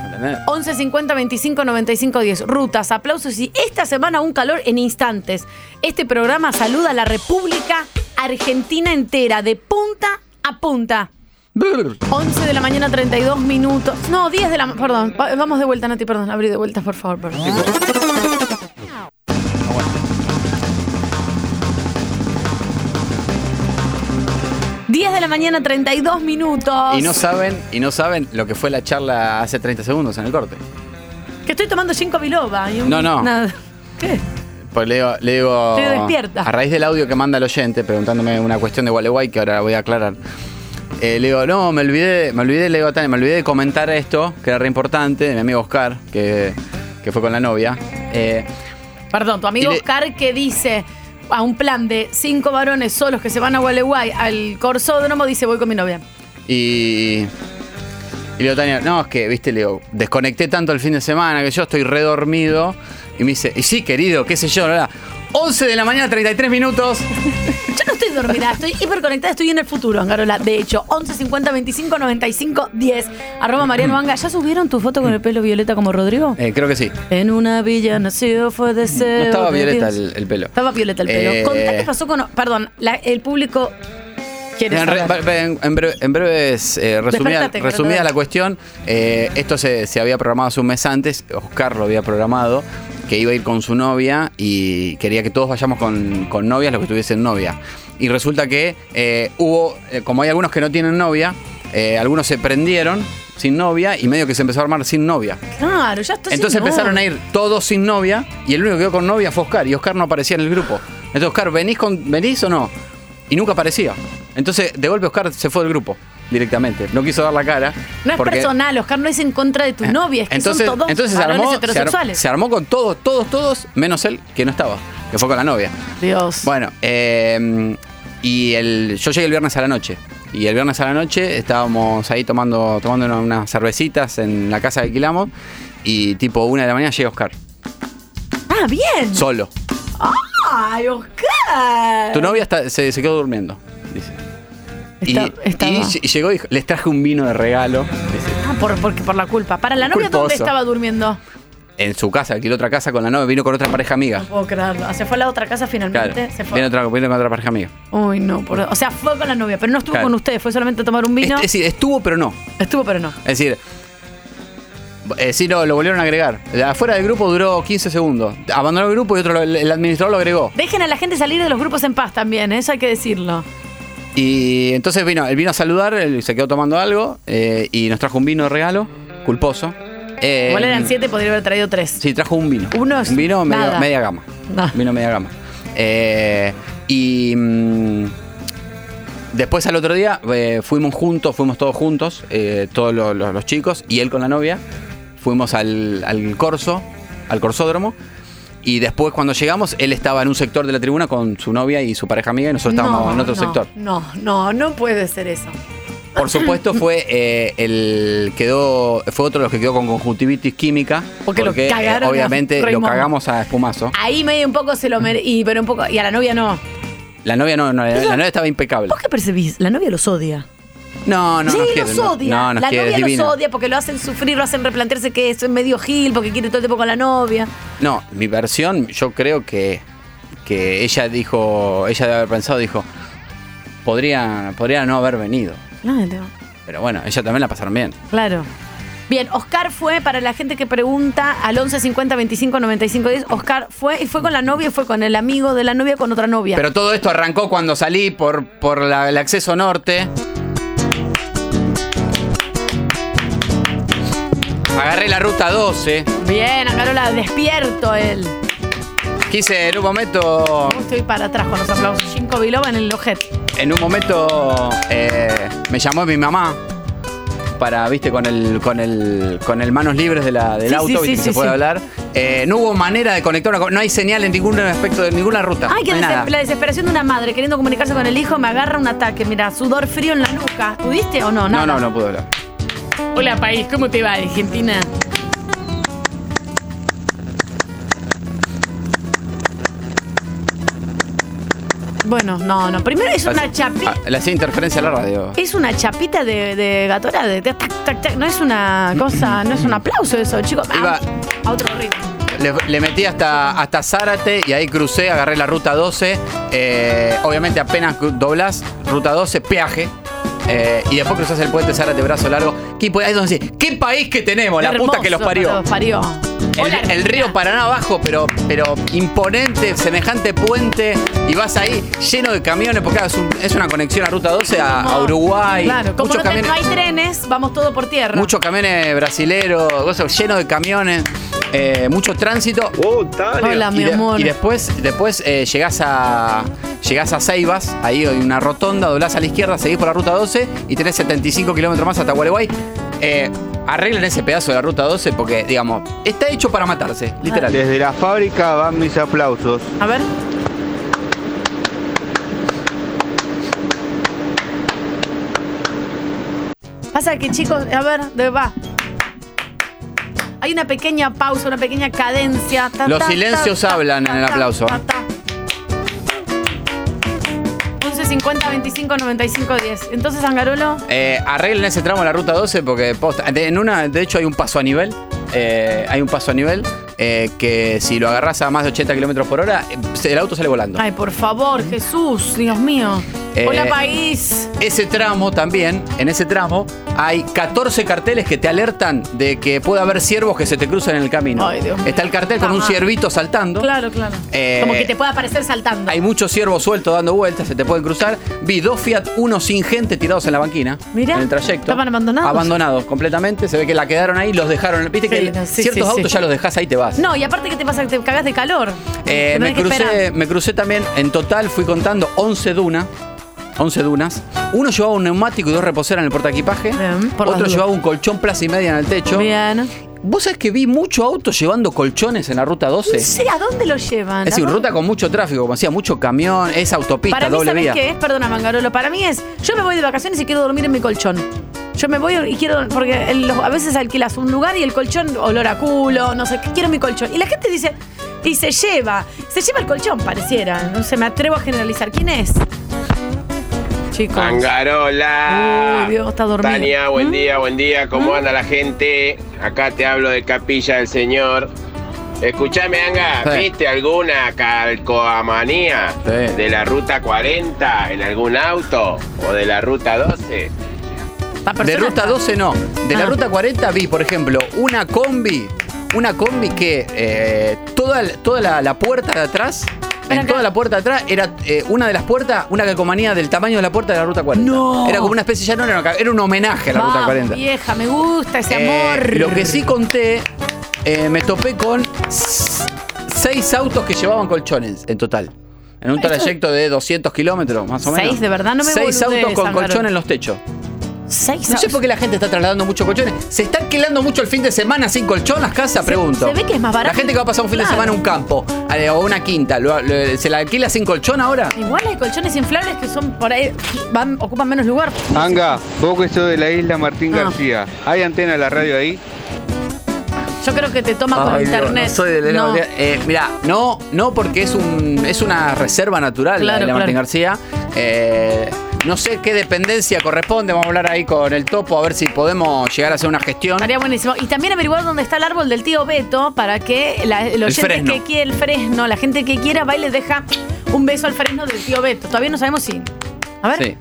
Speaker 6: ¿Entendés?
Speaker 7: 11 50 25 95 10. Rutas, aplausos y esta semana un calor en instantes. Este programa saluda a la República Argentina entera, de punta a punta. 11 de la mañana, 32 minutos. No, 10 de la mañana. Perdón, Va- vamos de vuelta, Nati, perdón. Abrí de vuelta, por favor. perdón.
Speaker 6: Aguante.
Speaker 7: 10 de la mañana, 32 minutos.
Speaker 6: Y no saben, y no saben lo que fue la charla hace 30 segundos en el corte.
Speaker 7: Que estoy tomando ginkgo biloba. y un-
Speaker 6: No, no.
Speaker 7: nada. ¿Qué?
Speaker 6: Pues le digo, le digo-
Speaker 7: Te despierta.
Speaker 6: a raíz del audio que manda el oyente preguntándome una cuestión de Gualeguay que ahora la voy a aclarar. Eh, le digo, no, me olvidé, me olvidé, le digo a Tania, me olvidé de comentar esto, que era re importante, de mi amigo Oscar, que, que fue con la novia. Eh,
Speaker 7: Perdón, tu amigo
Speaker 6: Y le-
Speaker 7: Oscar que dice a un plan de cinco varones solos que se van a Gualeguay al Corsódromo, dice voy con mi novia.
Speaker 6: y. Y le digo, Tania, no, es que, viste, le digo, desconecté tanto el fin de semana que yo estoy redormido. Y me dice, y sí, querido, qué sé yo, la verdad. 11 de la mañana, 33 minutos.
Speaker 7: <laughs> Yo no estoy dormida, estoy hiperconectada, estoy en el futuro, Angarola. De hecho, 11 50 25 95 10. Arroba Mariano Vanga. ¿Ya subieron tu foto con el pelo violeta como Rodrigo?
Speaker 6: Eh, creo que sí.
Speaker 7: En una villa nació, fue deseo.
Speaker 6: No estaba
Speaker 7: de
Speaker 6: violeta
Speaker 7: Dios.
Speaker 6: el, el pelo.
Speaker 7: Estaba violeta el pelo.
Speaker 6: Eh,
Speaker 7: Contá qué pasó con. Perdón, la- el público. quiere
Speaker 6: En, re-
Speaker 7: saber.
Speaker 6: pa- pa- en- en breve- en breves, eh, resumida,
Speaker 7: Despertate,
Speaker 6: resumida
Speaker 7: despertate.
Speaker 6: la cuestión, eh, esto se, se había programado hace un mes antes, Oscar lo había programado, que iba a ir con su novia y quería que todos vayamos con, con novias, los que tuviesen novia. Y resulta que eh, hubo, eh, como hay algunos que no tienen novia, eh, algunos se prendieron sin novia y medio que se empezó a armar sin novia.
Speaker 7: Claro, ya está.
Speaker 6: Entonces empezaron a ir todos sin novia y el único que quedó con novia fue Oscar y Oscar no aparecía en el grupo. Entonces, Oscar, ¿venís, con, ¿venís o no? Y nunca aparecía. Entonces, de golpe Oscar se fue del grupo directamente. No quiso dar la cara.
Speaker 7: No es
Speaker 6: porque- Eh,
Speaker 7: personal, Oscar no es en contra de tu novia, es que
Speaker 6: Entonces,
Speaker 7: son todos
Speaker 6: entonces se,
Speaker 7: varones
Speaker 6: armó, se, ar-
Speaker 7: heterosexuales.
Speaker 6: se armó con todos, todos, todos, menos él, que no estaba, que fue con la novia.
Speaker 7: Dios.
Speaker 6: Bueno, eh, y el, yo llegué el viernes a la noche. Y el viernes a la noche estábamos ahí tomando, tomando una- unas cervecitas en la casa que alquilamos. Y tipo una de la mañana llega Oscar,
Speaker 7: Ah, bien.
Speaker 6: solo.
Speaker 7: Ay, Oscar.
Speaker 6: Tu novia está- se, se quedó durmiendo, dice. Y- y, ll- llegó y dijo, les traje un vino de regalo. dice.
Speaker 7: Ah, por, porque por la culpa. Para la novia, ¿dónde
Speaker 6: Culposo.
Speaker 7: estaba durmiendo?
Speaker 6: En su casa, alquiló otra casa con la novia, vino con otra pareja amiga.
Speaker 7: No puedo creerlo. Se fue a la otra casa
Speaker 6: Claro,
Speaker 7: finalmente. Se fue.
Speaker 6: vino, otra- vino con otra pareja amiga.
Speaker 7: Uy, no. por- O sea, fue con la novia, pero no estuvo
Speaker 6: Claro.
Speaker 7: con ustedes. Fue solamente a tomar un vino.
Speaker 6: Es decir, estuvo pero no.
Speaker 7: Estuvo, pero no.
Speaker 6: Es decir, eh, sí, no, lo volvieron a agregar. Afuera del grupo duró 15 segundos. Abandonó el grupo y otro, lo- el, el administrador lo agregó.
Speaker 7: Dejen a la gente salir de los grupos en paz también, ¿eh? eso hay que decirlo.
Speaker 6: Y entonces vino, él vino a saludar, él se quedó tomando algo eh, y nos trajo un vino de regalo, culposo. Eh,
Speaker 7: Igual eran siete, podría haber traído tres.
Speaker 6: Sí, trajo un vino.
Speaker 7: Uno es
Speaker 6: Un vino medio-
Speaker 7: nada.
Speaker 6: media gama.
Speaker 7: No.
Speaker 6: Vino media gama. Eh, y mm, después al otro día eh, fuimos juntos, fuimos todos juntos, eh, todos lo- lo- los chicos, y él con la novia. Fuimos al, al corso, al corsódromo. Y después cuando llegamos, él estaba en un sector de la tribuna con su novia y su pareja amiga y nosotros estábamos en otro
Speaker 7: no,
Speaker 6: sector.
Speaker 7: No, no, no puede ser eso.
Speaker 6: Por supuesto fue eh, el quedó fue otro de los que quedó con conjuntivitis química
Speaker 7: Porque lo
Speaker 6: eh,
Speaker 7: cagaron a Ah.
Speaker 6: obviamente lo
Speaker 7: Raimondo.
Speaker 6: cagamos a espumazo.
Speaker 7: Ahí medio un poco se lo mere- y pero un poco y a la novia no.
Speaker 6: La novia no, no, la, la novia estaba impecable.
Speaker 7: ¿Qué percibís? La novia los odia.
Speaker 6: No, no,
Speaker 7: sí,
Speaker 6: nos
Speaker 7: los
Speaker 6: quiere, no,
Speaker 7: odia.
Speaker 6: no, nos
Speaker 7: la
Speaker 6: quiere,
Speaker 7: novia
Speaker 6: es divina.
Speaker 7: los odia porque lo hacen sufrir, lo hacen replantearse que es medio gil, porque quiere todo el tiempo con la novia.
Speaker 6: No, mi versión, yo creo que, que ella dijo, ella debe haber pensado, dijo, podría, podría no haber venido.
Speaker 7: Claro.
Speaker 6: Pero bueno, ella también la pasaron bien.
Speaker 7: Claro. Bien, Oscar fue, para la gente que pregunta, al 11 50 25 95 10, Oscar fue y fue con la novia y fue con el amigo de la novia con otra novia.
Speaker 6: Pero todo esto arrancó cuando salí por, por la- el acceso norte. Agarré la ruta 12.
Speaker 7: Bien, Angarola, despierto él.
Speaker 6: Quise en un momento.
Speaker 7: Estoy para atrás con los aplausos. Cinco biloba en el ojete.
Speaker 6: En un momento eh, me llamó mi mamá para, viste, con el, con el, con el manos libres de la- del
Speaker 7: Sí,
Speaker 6: auto,
Speaker 7: sí,
Speaker 6: viste, que
Speaker 7: sí,
Speaker 6: se
Speaker 7: sí,
Speaker 6: puede
Speaker 7: sí.
Speaker 6: hablar. Eh, no hubo manera de conectar, una co- no hay señal en ningún aspecto de ninguna ruta.
Speaker 7: Ay, que
Speaker 6: no hay
Speaker 7: dese-
Speaker 6: nada.
Speaker 7: la desesperación de una madre queriendo comunicarse con el hijo me agarra un ataque. Mira, sudor frío en la nuca. ¿Pudiste o no?
Speaker 6: No,
Speaker 7: Nada.
Speaker 6: no, no pude hablar.
Speaker 7: Hola, país. ¿Cómo te va, Argentina? Bueno, no, no. Primero es una chapita.
Speaker 6: Ah, Le hacía interferencia a la radio.
Speaker 7: Es una chapita de, de gatora, de tac, tac, tac. No es una cosa, no es un aplauso eso, chicos. Ah,
Speaker 6: Iba-
Speaker 7: a otro ritmo.
Speaker 6: Le, le metí hasta, hasta Zárate y ahí crucé, agarré la ruta 12. eh, obviamente apenas cru- doblás, ruta 12, peaje. eh, y después cruzás el puente Zárate, brazo largo. ¿Qué, ahí es donde decís, ¿qué país que tenemos? La puta que los
Speaker 7: Hermoso,
Speaker 6: parió.
Speaker 7: Los parió.
Speaker 6: El, el río Paraná abajo, pero, pero imponente, semejante puente. Y vas ahí lleno de camiones, porque es, un- es una conexión a Ruta 12 a, a Uruguay.
Speaker 7: Claro, como
Speaker 6: muchos,
Speaker 7: no, te-
Speaker 6: camiones,
Speaker 7: no hay trenes, vamos todo por tierra.
Speaker 6: muchos camiones brasileros, gozo, lleno de camiones, eh, mucho tránsito.
Speaker 7: Hola,
Speaker 6: y
Speaker 7: mi
Speaker 6: de-
Speaker 7: amor.
Speaker 6: Y después, después eh, llegás, a, llegás a Ceibas, ahí hay una rotonda, doblás a la izquierda, seguís por la Ruta 12 y tenés 75 kilómetros más hasta Gualeguay. Eh, arreglen ese pedazo de la Ruta 12 porque, digamos, está hecho para matarse, literal.
Speaker 15: Desde la fábrica van mis aplausos.
Speaker 7: A ver. Pasa que chicos, a ver, de va. Hay una pequeña pausa, una pequeña cadencia. ta,
Speaker 6: Los
Speaker 7: ta,
Speaker 6: silencios
Speaker 7: ta, ta,
Speaker 6: hablan en el aplauso.
Speaker 7: 11 50 25 95 10. Entonces, Angarolo,
Speaker 6: Eh, arreglen ese tramo de la ruta 12 porque posta- de, en una, de hecho hay un paso a nivel. eh, hay un paso a nivel eh, que si lo agarras a más de 80 kilómetros por hora, eh, se- el auto sale volando. Eh,
Speaker 7: ay, por favor, Jesús, Dios mío. Hola, país.
Speaker 6: Ese tramo también, en ese tramo, hay 14 carteles que te alertan de que puede haber ciervos que se te cruzan en el camino.
Speaker 7: Ay, Dios mío.
Speaker 6: Está el cartel con un
Speaker 7: Jamás.
Speaker 6: ciervito saltando.
Speaker 7: Claro, claro.
Speaker 6: Eh,
Speaker 7: Como que te puede aparecer saltando.
Speaker 6: Hay muchos ciervos sueltos dando vueltas, se te pueden cruzar. Vi dos Fiat, uno sin gente tirados en la banquina.
Speaker 7: Mirá,
Speaker 6: En el trayecto.
Speaker 7: estaban abandonados.
Speaker 6: Abandonados completamente. Se ve que la quedaron ahí, los dejaron. Viste que
Speaker 7: Sí,
Speaker 6: el-
Speaker 7: no, sí,
Speaker 6: ciertos
Speaker 7: sí,
Speaker 6: autos
Speaker 7: sí.
Speaker 6: ya los dejás ahí y te vas.
Speaker 7: No, y aparte, ¿qué te pasa? Que te cagas de calor.
Speaker 6: Eh,
Speaker 7: Te
Speaker 6: me,
Speaker 7: tenés que
Speaker 6: crucé,
Speaker 7: esperar.
Speaker 6: me crucé también, en total fui contando 11 dunas. 11 dunas. Uno llevaba un neumático y dos reposeras en el portaequipaje.
Speaker 7: por las
Speaker 6: Otro
Speaker 7: dudas.
Speaker 6: llevaba un colchón plaza y media en el techo.
Speaker 7: Bien.
Speaker 6: Vos sabés que vi mucho auto llevando colchones en la ruta 12.
Speaker 7: Sí, ¿a dónde lo llevan?
Speaker 6: Es decir,
Speaker 7: ¿A dónde?
Speaker 6: ruta con mucho tráfico, como hacía mucho camión, es autopista,
Speaker 7: Para mí,
Speaker 6: doble
Speaker 7: ¿sabes
Speaker 6: vía.
Speaker 7: qué es? Perdona, Mangarolo. Para mí es, yo me voy de vacaciones y quiero dormir en mi colchón. Yo me voy y quiero, porque el- a veces alquilas un lugar y el colchón olor a culo, no sé, qué, quiero mi colchón. Y la gente dice, y se lleva, se lleva el colchón, pareciera. No sé, me atrevo a generalizar. ¿Quién es? Chicos.
Speaker 19: Angarola.
Speaker 7: Uy, Dios, está dormido. Mm.
Speaker 19: Tania, buen día, buen día. ¿Cómo anda la gente? Acá te hablo de Capilla del Señor. Escuchame, Anga,
Speaker 6: Sí.
Speaker 19: ¿viste alguna calcomanía de la ruta 40 en algún auto o de la ruta 12?
Speaker 6: De ruta 12 no. De
Speaker 7: Ah.
Speaker 6: la ruta 40 vi, por ejemplo, una combi, una combi que eh, toda, el- toda la, la puerta de atrás, en toda la puerta de atrás, era eh, una de las puertas, una calcomanía del tamaño de la puerta de la ruta 40.
Speaker 7: No.
Speaker 6: Era como una especie, ya no era una cal- era un homenaje a la ruta
Speaker 7: Vamos,
Speaker 6: 40.
Speaker 7: vieja, me gusta ese
Speaker 6: Eh,
Speaker 7: amor.
Speaker 6: lo que sí conté, eh, me topé con s- seis autos que llevaban colchones en total. En un trayecto de 200 kilómetros, más o menos.
Speaker 7: Seis, de verdad, no me
Speaker 6: Seis
Speaker 7: boludees,
Speaker 6: autos con
Speaker 7: Ángaro.
Speaker 6: colchón en los techos.
Speaker 7: Seis
Speaker 6: No sé por qué la gente está trasladando muchos colchones. ¿Se está alquilando mucho el fin de semana sin colchón las casas? Pregunto.
Speaker 7: se ve que es más barato.
Speaker 6: La gente que va a pasar un fin de
Speaker 7: Claro.
Speaker 6: semana a un campo eh, o una quinta, lo- lo- ¿se la alquila sin colchón ahora?
Speaker 7: Igual hay colchones inflables que son por ahí, van, ocupan menos lugar.
Speaker 20: Anga, vos que sos de la isla Martín
Speaker 7: Ah.
Speaker 20: García, ¿hay antena de la radio ahí?
Speaker 7: Yo creo que te toma por
Speaker 6: Ay, Dios,
Speaker 7: internet.
Speaker 6: no soy de
Speaker 7: No.
Speaker 6: mira, Eh, no, no porque es un es una reserva natural la
Speaker 7: Claro,
Speaker 6: de la Martín
Speaker 7: claro.
Speaker 6: García. Eh, no sé qué dependencia corresponde. Vamos a hablar ahí con el topo a ver si podemos llegar a hacer una gestión.
Speaker 7: Estaría buenísimo. Y también averiguar dónde está el árbol del tío Beto para que la, el oyente
Speaker 6: fresno.
Speaker 7: que quiera el fresno, la gente que quiera, va y le deja un beso al fresno del tío Beto. Todavía no sabemos si. A ver.
Speaker 6: Sí.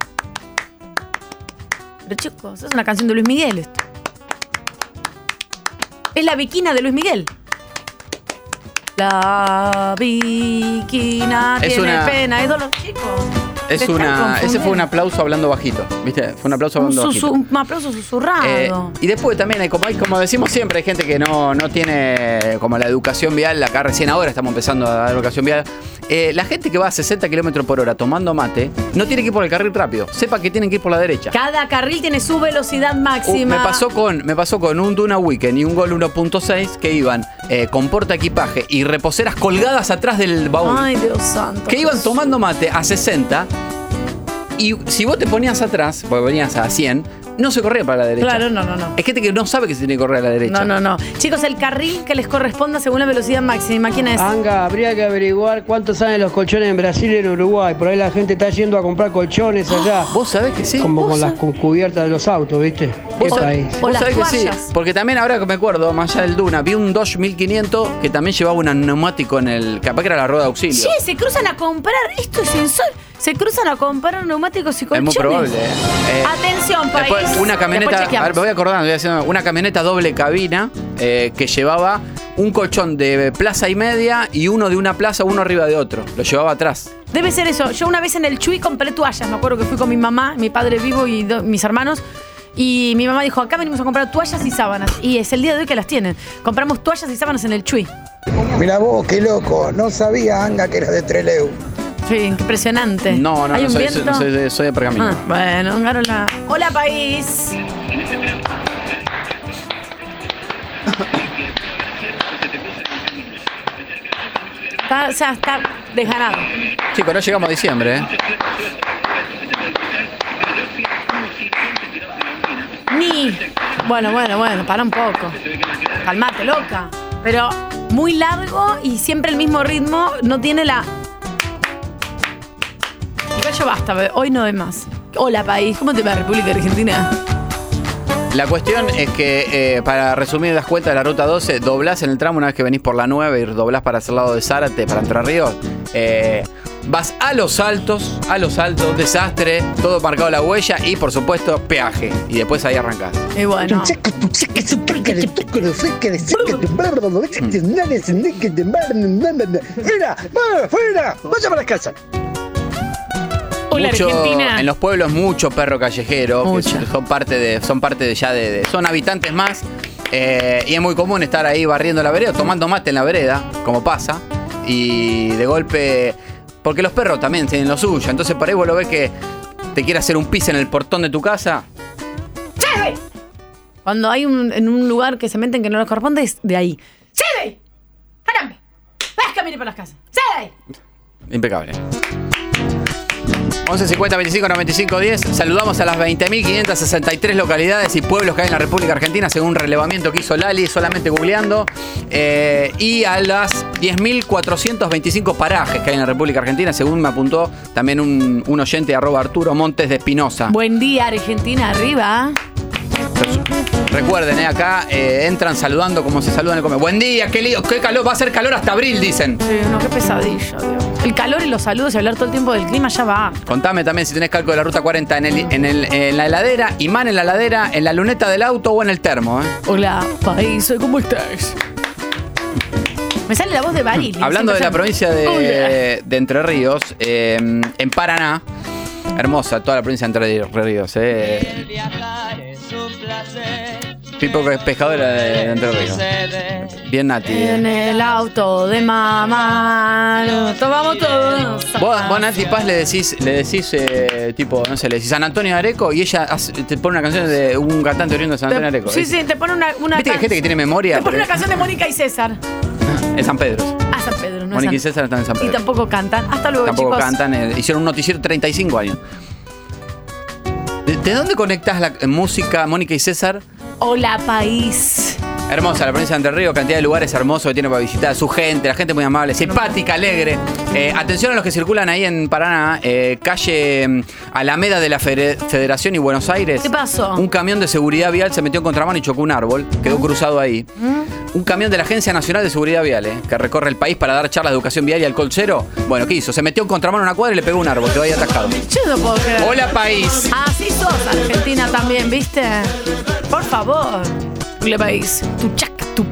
Speaker 7: Pero chicos, es una canción de Luis Miguel esto. Es la viquina de Luis Miguel. La viquina
Speaker 6: Es
Speaker 7: tiene
Speaker 6: una-
Speaker 7: pena, es dolor, chicos. se
Speaker 6: Es
Speaker 7: están
Speaker 6: una, ese fue un
Speaker 7: confundiendo.
Speaker 6: aplauso hablando bajito, ¿viste? Fue un aplauso
Speaker 7: Un,
Speaker 6: hablando
Speaker 7: susu-
Speaker 6: bajito.
Speaker 7: un aplauso susurrado.
Speaker 6: Eh, y después también, hay, como, hay- como decimos siempre, hay gente que no, no tiene como la educación vial, acá recién ahora estamos empezando a dar educación vial. Eh, la gente que va a 60 kilómetros por hora tomando mate, no tiene que ir por el carril rápido. Sepa que tienen que ir por la derecha.
Speaker 7: Cada carril tiene su velocidad
Speaker 6: Uh,
Speaker 7: máxima.
Speaker 6: me, pasó con, me pasó con un Duna Weekend y un Gol 1.6 que iban eh, con porta equipaje y reposeras colgadas atrás del baúl.
Speaker 7: Ay, Dios santo.
Speaker 6: que iban tomando mate a 60 y si vos te ponías atrás, porque venías a 100, no se corría para la derecha.
Speaker 7: Claro, no, no, no.
Speaker 6: Es gente que no sabe que se tiene que correr a la derecha.
Speaker 7: No, no, no. Chicos, el carril que les corresponda según la velocidad máxima. ¿Quién es?
Speaker 21: Anga, habría que averiguar cuánto salen los colchones en Brasil y en Uruguay. Por ahí la gente está yendo a comprar colchones allá.
Speaker 6: <gasps> Vos sabés que sí.
Speaker 21: Como con las cu- cubiertas de los autos, ¿viste?
Speaker 6: Vos
Speaker 21: Qué
Speaker 6: sabés,
Speaker 21: país.
Speaker 6: vos sabés que sí, porque también ahora que me acuerdo, más allá del Duna, vi un Dodge 1500 que también llevaba un neumático en el, capaz que era la rueda de auxilio.
Speaker 7: Che, se cruzan a comprar. Esto es insólito. Se cruzan a comprar neumáticos y
Speaker 6: es
Speaker 7: colchones.
Speaker 6: muy probable. ¿eh? Eh,
Speaker 7: Atención, país.
Speaker 6: Después, una
Speaker 7: Después
Speaker 6: camioneta, a
Speaker 7: chequeamos.
Speaker 6: ver, me voy acordando, voy haciendo una camioneta doble cabina eh, que llevaba un colchón de plaza y media y uno de una plaza, uno arriba de otro. Lo llevaba atrás.
Speaker 7: Debe ser eso. Yo una vez en el Chuy compré toallas. Me acuerdo que fui con mi mamá, mi padre vivo y do- mis hermanos. Y mi mamá dijo, acá venimos a comprar toallas y sábanas. Y es el día de hoy que las tienen. Compramos toallas y sábanas en el Chuy.
Speaker 22: Mira vos, qué loco. No sabía, Anga, que era de Treleu.
Speaker 7: Sí, impresionante.
Speaker 6: No, no,
Speaker 7: ¿Hay
Speaker 6: no
Speaker 7: un
Speaker 6: soy, soy-
Speaker 7: viento?
Speaker 6: soy de- soy de pergamino.
Speaker 7: Ah, bueno, Garola. Hola, país. Ah. Está, o sea, está desganado.
Speaker 6: Chicos, no llegamos a diciembre, ¿eh?
Speaker 7: Ni. Bueno, bueno, bueno, para un poco. Calmate, loca. Pero muy largo y siempre el mismo ritmo. No tiene la. Igual yo basta, hoy no doy más. Hola, país. ¿Cómo te va, República Argentina?
Speaker 6: La cuestión es que, eh, para resumir las cuentas de la ruta 12, doblás en el tramo una vez que venís por la 9 y doblás para el lado de Zárate, para Entre Ríos. eh, vas a los altos, a los altos, desastre, todo marcado la huella y, por supuesto, peaje. Y después ahí arrancás.
Speaker 7: Y bueno.
Speaker 2: ¡Fuera! ¡Fuera! ¡Vaya para casa!
Speaker 7: Hola,
Speaker 6: Mucho-
Speaker 7: Argentina.
Speaker 6: En los pueblos mucho perro callejero, que
Speaker 7: Mucho.
Speaker 6: son parte de, son parte de ya de, de- son habitantes más eh, y es muy común estar ahí barriendo la vereda, tomando mate en la vereda, como pasa y de golpe porque los perros también tienen lo suyo, entonces por ahí vos lo ves que te quiere hacer un pis en el portón de tu casa,
Speaker 7: Cuando hay un, en un lugar que se meten que no les corresponde, es de ahí. ¡Sí, de ahí! ¡Caramba! ¡Vas a caminar por las casas! ¡Sí, de ahí!
Speaker 6: impecable. 11 50 25 95 10. Saludamos a las 20.563 localidades y pueblos que hay en la República Argentina, según un relevamiento que hizo Lali, solamente googleando. Eh, y a las 10.425 parajes que hay en la República Argentina, según me apuntó también un, un oyente, arroba Arturo Montes de Espinosa.
Speaker 7: Buen día, Argentina, arriba.
Speaker 6: Recuerden, eh, acá eh, entran saludando como se saludan en el comer. Buen día, qué lío, qué calor, va a ser calor hasta abril, dicen.
Speaker 7: Sí, no, qué pesadilla, Dios. El calor y los saludos y hablar todo el tiempo del clima ya va.
Speaker 6: Contame también si tenés calco de la ruta 40 en, el- en el- en la heladera, imán en la heladera, en la luneta del auto o en el termo. ¿eh?
Speaker 7: Hola, país, ¿cómo estás? Me sale la voz de Baril.
Speaker 6: Hablando de la provincia
Speaker 7: Hola.
Speaker 6: de, de Entre Ríos, eh, en Paraná, hermosa toda la provincia de Entre Ríos. Eh. Tipo que es pescadora de Entre Ríos. Bien nati. eh.
Speaker 7: En el auto de mamá, lo tomamos todos.
Speaker 6: Vos, vos a Nati Paz le decís, le decís eh, tipo, no sé, le decís San Antonio de Areco y ella hace- te pone una canción de un cantante oriundo de San Antonio de Areco.
Speaker 7: Sí,
Speaker 6: Es-
Speaker 7: sí, te pone una, una,
Speaker 6: ¿Viste que hay
Speaker 7: can-
Speaker 6: gente que tiene memoria?
Speaker 7: te pone
Speaker 6: Pero
Speaker 7: una canción de Mónica y César.
Speaker 6: es San Pedro.
Speaker 7: A San Pedro, no es
Speaker 6: Mónica y
Speaker 7: San-
Speaker 6: César están en San
Speaker 7: Y
Speaker 6: Pedro.
Speaker 7: tampoco cantan. Hasta luego,
Speaker 6: Tampoco
Speaker 7: chicos.
Speaker 6: cantan, eh, hicieron un noticiero 35 años. ¿De, de dónde conectás la eh, música Mónica y César?
Speaker 7: Hola, país.
Speaker 6: Hermosa, la provincia de Entre Ríos, cantidad de lugares hermosos que tiene para visitar, su gente, la gente muy amable, simpática, alegre. Eh, atención a los que circulan ahí en Paraná, eh, calle mm, Alameda de la Fede- Federación y Buenos Aires.
Speaker 7: ¿Qué pasó? Ah.
Speaker 6: Un camión de seguridad vial se metió en contramano y chocó un árbol, quedó cruzado ahí.
Speaker 7: Mm.
Speaker 6: Un camión de la Agencia Nacional de Seguridad Vial, eh, que recorre el país para dar charlas de educación vial y alcohol cero. Bueno, ¿qué hizo? Se metió en contramano en una cuadra y le pegó un árbol, quedó ahí atascado.
Speaker 7: Yo no puedo creer.
Speaker 6: Hola, país.
Speaker 7: Así sos, Argentina también, ¿viste? Por favor. Hola, país. Tu chaca, tu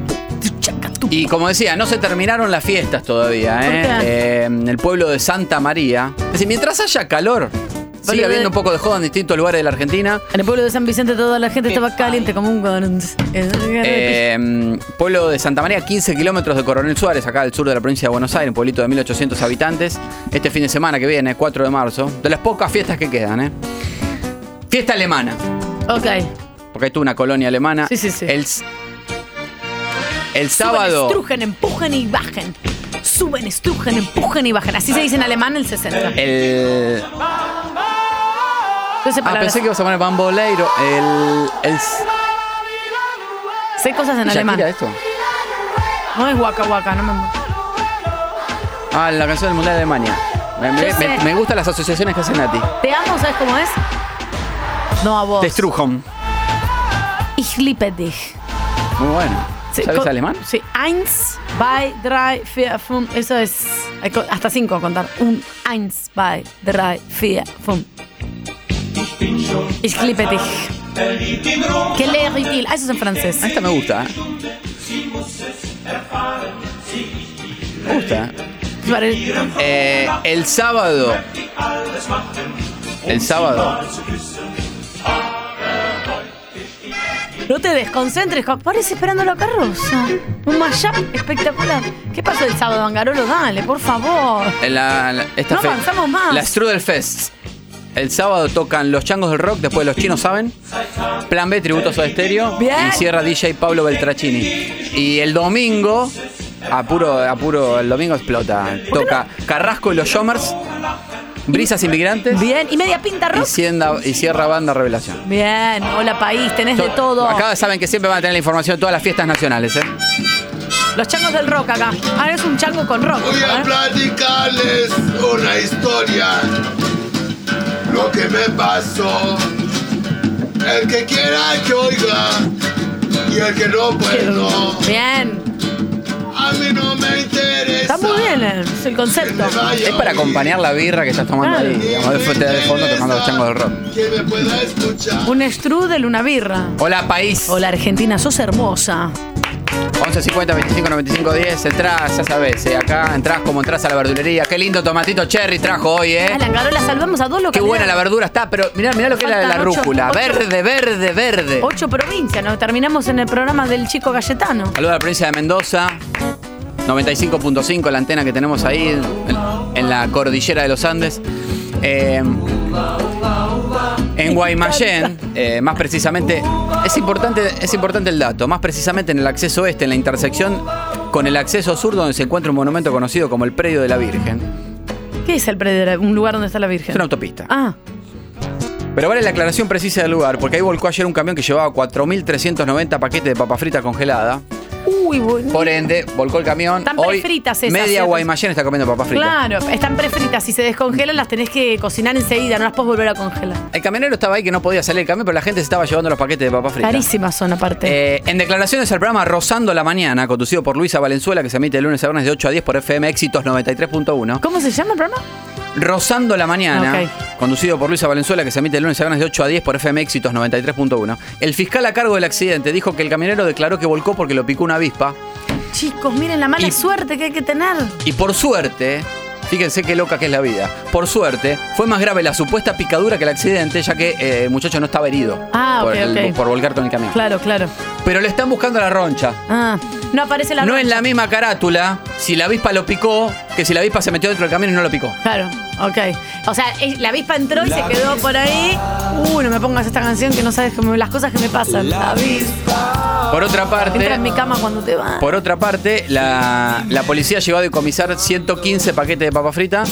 Speaker 6: Y como decía, no se terminaron las fiestas todavía, ¿eh?
Speaker 7: ¿Por qué?
Speaker 6: Eh, en el pueblo de Santa María. Es decir, mientras haya calor, sigue
Speaker 7: de-
Speaker 6: habiendo un poco de joda en distintos lugares de la Argentina.
Speaker 7: En el pueblo de San Vicente toda la gente estaba caliente como un... eh,
Speaker 6: Eh, pueblo de Santa María, 15 kilómetros de Coronel Suárez, acá al sur de la provincia de Buenos Aires, un pueblito de 1800 habitantes. Este fin de semana que viene, 4 de marzo, de las pocas fiestas que quedan, ¿eh? Fiesta alemana,
Speaker 7: ok.
Speaker 6: porque hay tuvo una colonia alemana.
Speaker 7: Sí, sí, sí.
Speaker 6: El, s- el sábado.
Speaker 7: Estrujen, empujen y bajen. Suben, estrujen, empujen y bajen. Así se dice en alemán el 60.
Speaker 6: El,
Speaker 7: Yo sé
Speaker 6: Eh, Ah,
Speaker 7: palabras.
Speaker 6: pensé que ibas a poner bamboleiro. El. el
Speaker 7: Sé cosas en
Speaker 6: Shakira,
Speaker 7: alemán.
Speaker 6: esto?
Speaker 7: No es guaca guaca, no me...
Speaker 6: Ah, la canción del Mundial de Alemania. Me, me-
Speaker 7: Yo
Speaker 6: me-
Speaker 7: sé.
Speaker 6: me gustan las asociaciones que hacen a ti.
Speaker 7: Te amo, ¿sabes cómo es? No a vos.
Speaker 6: Te Struhom.
Speaker 7: Ich liebe dich.
Speaker 6: Muy bueno.
Speaker 7: Sí,
Speaker 6: ¿Sabes
Speaker 7: co-
Speaker 6: alemán?
Speaker 7: Sí, eins, zwei, drei, vier, fünf. Eso es hay co- hasta cinco contar. Un, eins, zwei, drei, vier, fünf. Ich liebe dich. Que le Ah, eso es en francés.
Speaker 6: Esta me gusta, ¿eh? Me gusta. Eh, el sábado. El sábado. ¿eh? Ah,
Speaker 7: No te desconcentres. co- Parece esperando la carroza. Un mashup espectacular. ¿Qué pasó el sábado, Angarolo? Dale, por favor.
Speaker 6: en la- la- esta
Speaker 7: No
Speaker 6: fe-
Speaker 7: avanzamos más.
Speaker 6: La Strudel Fest. El sábado tocan los changos del rock, después los chinos saben. Plan B, tributos a estéreo.
Speaker 7: Bien.
Speaker 6: Y cierra DJ Pablo Beltracini. Y el domingo, a puro, a puro- el domingo explota. Toca Carrasco y los Yomers, Brisas Inmigrantes.
Speaker 7: Bien, y media pinta
Speaker 6: rock. Y, cienda- y cierra Banda Revelación.
Speaker 7: Bien, hola país, tenés de todo.
Speaker 6: Acá saben que siempre van a tener la información de todas las fiestas nacionales, ¿eh?
Speaker 7: Los changos del rock acá. Ahora es un chango con rock.
Speaker 23: Voy a
Speaker 7: ¿eh?
Speaker 23: platicarles una historia, lo que me pasó El que quiera que oiga y el que no, pues no.
Speaker 7: Bien.
Speaker 23: A mí no me interesa.
Speaker 7: Está muy bien el, el concepto.
Speaker 6: Es para acompañar la birra que estás tomando ahí. digamos, de frente de fondo tomando los changos del rock.
Speaker 23: Que me pueda escuchar.
Speaker 7: Un strudel, una birra.
Speaker 6: Hola, país.
Speaker 7: Hola, Argentina, sos hermosa.
Speaker 6: 11 50 25 95 10. Entrás, ya sabes, eh, acá entrás como entrás a la verdulería. Qué lindo tomatito cherry trajo hoy, eh.
Speaker 7: Ah, la Carola, salvamos a dos locales.
Speaker 6: Qué buena la verdura está, pero mirá, mirá lo que es la, la
Speaker 7: Faltan ocho-
Speaker 6: rúcula.
Speaker 7: ocho-
Speaker 6: Verde, verde, verde.
Speaker 7: Ocho provincias, nos terminamos en el programa del chico Galletano.
Speaker 6: Saludos a la provincia de Mendoza. 95.5, la antena que tenemos ahí en, en la cordillera de los Andes. Eh, en Guaymallén, eh, más precisamente, es importante, es importante el dato, más precisamente en el acceso oeste, en la intersección con el acceso sur, donde se encuentra un monumento conocido como el Predio de la Virgen.
Speaker 7: ¿Qué es el predio? de la- Un lugar donde está la Virgen.
Speaker 6: Es una autopista.
Speaker 7: Ah,
Speaker 6: Pero vale la aclaración precisa del lugar, porque ahí volcó ayer un camión que llevaba 4.390 paquetes de papa frita congelada.
Speaker 7: uy, bueno.
Speaker 6: Por ende, volcó el camión.
Speaker 7: Están
Speaker 6: Hoy,
Speaker 7: prefritas esas,
Speaker 6: media
Speaker 7: ¿cierto?
Speaker 6: Guaymallén está comiendo papas fritas.
Speaker 7: Claro, están prefritas. Si se descongelan, las tenés que cocinar enseguida, no las podés volver a congelar.
Speaker 6: El camionero estaba ahí que no podía salir el camión, pero la gente se estaba llevando los paquetes de papas fritas.
Speaker 7: Carísimas son aparte.
Speaker 6: Eh, en declaraciones al programa Rozando la Mañana, conducido por Luisa Valenzuela, que se emite de lunes a viernes de 8 a 10 por FM Éxitos 93.1.
Speaker 7: ¿Cómo se llama el programa?
Speaker 6: Rozando la Mañana, conducido por Luisa Valenzuela, que se emite de lunes a viernes de 8 a 10 por FM Éxitos 93.1. El fiscal a cargo del accidente dijo que el camionero declaró que volcó porque lo picó una avispa.
Speaker 7: Chicos, miren la mala
Speaker 6: Y-
Speaker 7: suerte que hay que tener.
Speaker 6: Y por suerte, fíjense qué loca que es la vida, por suerte fue más grave la supuesta picadura que el accidente, ya que eh, el muchacho no estaba herido
Speaker 7: Ah,
Speaker 6: por,
Speaker 7: ok,
Speaker 6: el-
Speaker 7: ok.
Speaker 6: por volcar con el camión.
Speaker 7: Claro, claro.
Speaker 6: Pero le están buscando la roncha.
Speaker 7: Ah, no aparece la
Speaker 6: No es la misma carátula si la avispa lo picó que si la avispa se metió dentro del camión y no lo picó.
Speaker 7: Claro, ok. O sea, es- la avispa entró y se quedó por ahí. Uh, no me pongas esta canción que no sabes que me- las cosas que me pasan. La avispa.
Speaker 6: Por otra parte,
Speaker 7: Entra en mi cama cuando te vas.
Speaker 6: por otra parte, la, la policía llegó a decomisar 115 paquetes de papa frita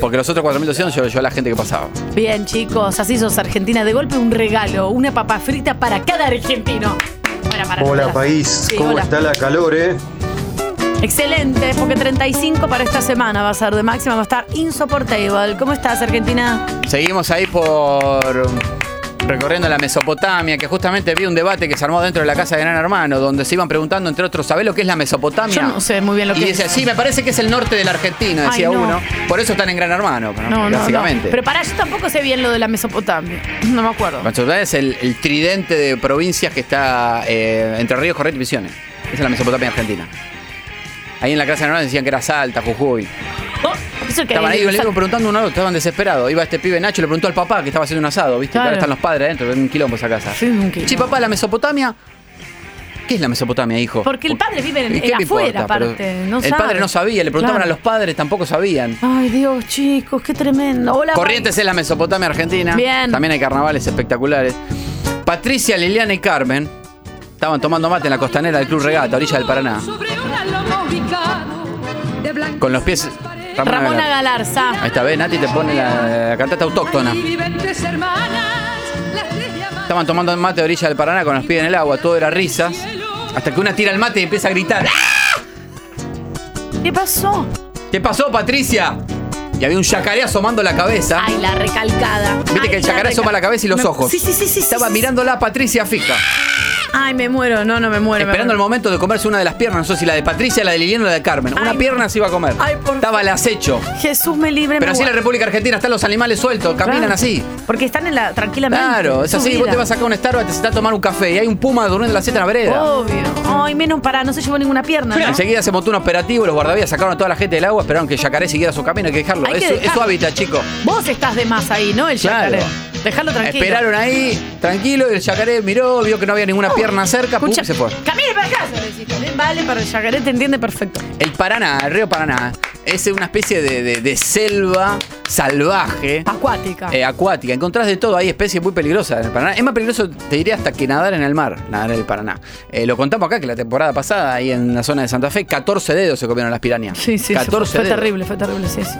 Speaker 6: porque los otros 4.200 se los llevó a la gente que pasaba.
Speaker 7: Bien, chicos, así sos Argentina. De golpe un regalo, una papa frita para cada argentino. Para, para,
Speaker 24: Hola
Speaker 7: para.
Speaker 24: país,
Speaker 7: Sí,
Speaker 24: ¿cómo
Speaker 7: hola.
Speaker 24: está la calor, eh?
Speaker 7: Excelente, porque 35 para esta semana va a ser de máxima, va a estar insoportable. ¿Cómo estás, Argentina?
Speaker 6: Mm, Seguimos ahí por recorriendo la Mesopotamia, que justamente vi un debate que se armó dentro de la casa de Gran Hermano, donde se iban preguntando, entre otros, ¿sabés lo que es la Mesopotamia?
Speaker 7: Yo no sé muy bien lo
Speaker 6: y
Speaker 7: que
Speaker 6: decía,
Speaker 7: es.
Speaker 6: sí, me parece que es el norte de la Argentina,
Speaker 7: Ay,
Speaker 6: decía
Speaker 7: no.
Speaker 6: uno. Por eso están en Gran Hermano, ¿no?
Speaker 7: No, no, no.
Speaker 6: básicamente.
Speaker 7: Pero para yo tampoco sé bien lo de la Mesopotamia. No me acuerdo.
Speaker 6: Mesopotamia es el, el tridente de provincias que está eh, entre Ríos, Corrientes y Misiones. Esa es la Mesopotamia argentina. Ahí en la casa de Gran Hermano decían que era Salta, Jujuy.
Speaker 7: Oh, eso que
Speaker 6: Estaban ahí, le
Speaker 7: hay-
Speaker 6: iban preguntando uno al otro, estaban desesperados. Iba este pibe Nacho y le preguntó al papá que estaba haciendo un asado, ¿viste?
Speaker 7: Claro.
Speaker 6: Ahora están los padres adentro, en un quilombo esa casa.
Speaker 7: Sí, un quilombo.
Speaker 6: papá, la Mesopotamia. ¿Qué es la Mesopotamia, hijo?
Speaker 7: Porque el padre vive en,
Speaker 6: ¿Y
Speaker 7: en
Speaker 6: me
Speaker 7: afuera,
Speaker 6: importa? Pero
Speaker 7: aparte. No
Speaker 6: el padre
Speaker 7: sabe.
Speaker 6: no sabía, le preguntaban
Speaker 7: Claro.
Speaker 6: a los padres, tampoco sabían.
Speaker 7: Ay, Dios, chicos, qué tremendo. Hola,
Speaker 6: Corrientes es la Mesopotamia argentina.
Speaker 7: Bien.
Speaker 6: También hay carnavales espectaculares. Patricia, Liliana y Carmen estaban tomando mate en la costanera del Club Regata, orilla del Paraná, con los pies. Ramona
Speaker 7: Ramona
Speaker 6: Galarza.
Speaker 7: Galarza.
Speaker 6: Ahí está, ve, Nati te pone la, la cantata autóctona. Estaban tomando mate a orilla del Paraná con los pies en el agua, todo era risas. Hasta que una tira el mate y empieza a gritar. ¡Ah!
Speaker 7: ¿Qué pasó?
Speaker 6: ¿Qué pasó, Patricia? Y había un yacaré asomando la cabeza.
Speaker 7: Ay, la recalcada.
Speaker 6: Viste
Speaker 7: Ay,
Speaker 6: que el
Speaker 7: la
Speaker 6: yacaré
Speaker 7: recal-
Speaker 6: asoma la cabeza y los
Speaker 7: Me-
Speaker 6: ojos.
Speaker 7: Sí, sí, sí, sí.
Speaker 6: Estaba mirándola a Patricia fija.
Speaker 7: Ay, me muero. No, no me muero. me
Speaker 6: Esperando el
Speaker 7: muero.
Speaker 6: momento de comerse una de las piernas, no sé si la de Patricia, la de Liliana o la de Carmen. Una pierna se iba a comer.
Speaker 7: Ay, por
Speaker 6: Estaba al acecho.
Speaker 7: Jesús me libre.
Speaker 6: Pero
Speaker 7: me
Speaker 6: así en la
Speaker 7: guarde.
Speaker 6: República Argentina están los animales sueltos, caminan
Speaker 7: Claro.
Speaker 6: así.
Speaker 7: Porque están en la tranquilamente.
Speaker 6: Claro, es
Speaker 7: su
Speaker 6: así. Vos
Speaker 7: vida.
Speaker 6: te vas a sacar un Starbucks, te sentás a tomar un café y hay un puma durmiendo en la seta en la vereda.
Speaker 7: Oh. Obvio. Ay, menos para, no se llevó ninguna pierna. ¿no?
Speaker 6: Enseguida se montó un operativo, los guardavías sacaron a toda la gente del agua, esperaron que el yacaré siguiera su camino, hay que dejarlo.
Speaker 7: Hay
Speaker 6: es,
Speaker 7: que
Speaker 6: su- es su
Speaker 7: dejarlo.
Speaker 6: hábitat, chico.
Speaker 7: Vos estás de más ahí, ¿no? El
Speaker 6: Claro.
Speaker 7: yacaré. Dejarlo tranquilo.
Speaker 6: Esperaron ahí, tranquilo, y el yacaré miró, vio que no había ninguna pierna cerca, pum,
Speaker 7: Oh. Escucha,
Speaker 6: y se fue.
Speaker 7: Camine para acá, se decís, también Vale, para el yacaré te entiende perfecto.
Speaker 6: El Paraná, el río Paraná, es una especie de, de- de selva salvaje.
Speaker 7: Acuática.
Speaker 6: eh, acuática, encontrás de todo, hay especies muy peligrosas en el Paraná. Es más peligroso, te diría, hasta que nadar en el mar, nadar en el Paraná. Eh, lo contamos acá que la temporada pasada, ahí en la zona de Santa Fe, 14 dedos se comieron las pirañas.
Speaker 7: sí, sí.
Speaker 6: 14
Speaker 7: fue, fue
Speaker 6: dedos.
Speaker 7: terrible, fue terrible, sí, sí.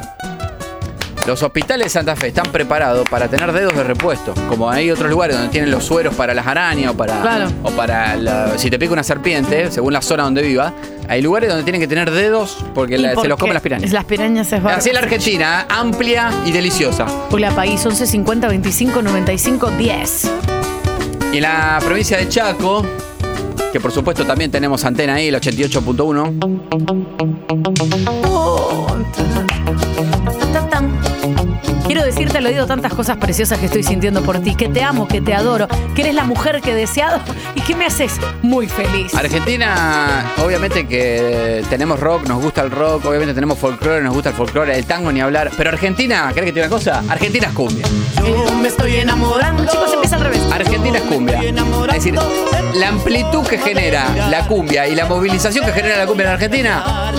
Speaker 6: Los hospitales de Santa Fe están preparados para tener dedos de repuesto, como hay otros lugares donde tienen los sueros para las arañas o para,
Speaker 7: Claro.
Speaker 6: o para la- si te pica una serpiente, según la zona donde viva, hay lugares donde tienen que tener dedos porque
Speaker 7: ¿Y
Speaker 6: la-
Speaker 7: por
Speaker 6: se los
Speaker 7: qué?
Speaker 6: comen las pirañas.
Speaker 7: Las pirañas es
Speaker 6: Así es la Argentina, ¿eh? amplia y deliciosa.
Speaker 7: Hola, país 11 50 25 95 10.
Speaker 6: Y en la provincia de Chaco, que por supuesto también tenemos antena ahí, el 88.1.
Speaker 7: Quiero decirte al oído tantas cosas preciosas que estoy sintiendo por ti, que te amo, que te adoro, que eres la mujer que he deseado y que me haces muy feliz.
Speaker 6: Argentina, obviamente que tenemos rock, nos gusta el rock, obviamente tenemos folclore, nos gusta el folclore, el tango ni hablar. Pero Argentina, ¿querés que te diga una cosa? Argentina es cumbia.
Speaker 7: Yo me estoy enamorando. Chicos, empieza al revés.
Speaker 6: Argentina es cumbia. Es decir, la amplitud que genera la cumbia y la movilización que genera la cumbia en Argentina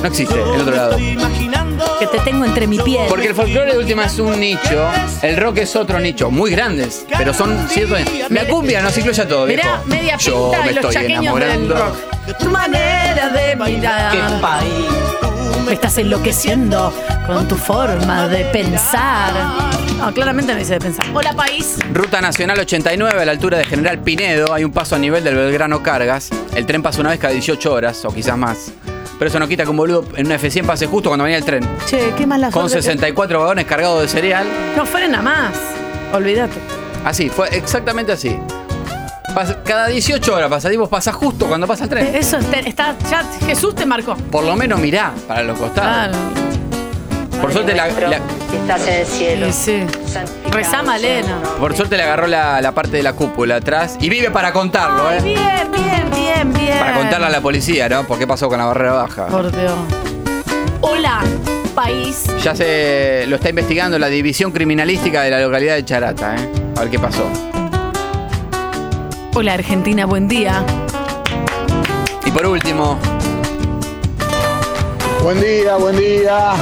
Speaker 6: no existe en otro lado.
Speaker 7: Que te tengo entre mi piel.
Speaker 6: Porque el folclore de última es un nicho, el rock es otro nicho, muy grandes, pero son ciertos. La cumbia nos incluye a todo.
Speaker 7: Mirá,
Speaker 6: viejo.
Speaker 7: media
Speaker 6: Yo
Speaker 7: pinta
Speaker 6: me
Speaker 7: de los
Speaker 6: estoy
Speaker 7: chaqueños
Speaker 6: enamorando.
Speaker 7: del rock. De tu manera de mirar.
Speaker 6: Qué
Speaker 7: país. Me estás enloqueciendo con tu forma de pensar. No, claramente no dice de pensar. Hola, país.
Speaker 6: Ruta Nacional 89 a la altura de General Pinedo, hay un paso a nivel del Belgrano Cargas. El tren pasa una vez cada 18 horas o quizás más. Pero eso no quita que un boludo en una F100 pase justo cuando venía el tren.
Speaker 7: Che, qué mala
Speaker 6: Con
Speaker 7: suerte que-
Speaker 6: 64 vagones cargados de cereal.
Speaker 7: No frena más. Olvídate.
Speaker 6: Así, fue exactamente así. Pas- cada 18 horas pasa, y vos pasás justo cuando pasa el tren.
Speaker 7: Eh, Eso está, está- ya Jesús te marcó.
Speaker 6: Por lo menos mirá para los costados. Por suerte la, la-
Speaker 7: Estás en el cielo. Sí, sí. Rezá, Malena.
Speaker 6: por suerte le agarró la, la parte de la cúpula atrás y vive para contarlo, ¿eh?
Speaker 7: Bien, bien, bien, bien.
Speaker 6: Para contarle a la policía, ¿no? ¿Por qué pasó con la barrera baja?
Speaker 7: Por Dios. Hola, país.
Speaker 6: Ya se lo está investigando la división criminalística de la localidad de Charata, ¿eh? A ver qué pasó.
Speaker 7: Hola, Argentina, buen día.
Speaker 6: Y por último,
Speaker 22: Buen día, buen día.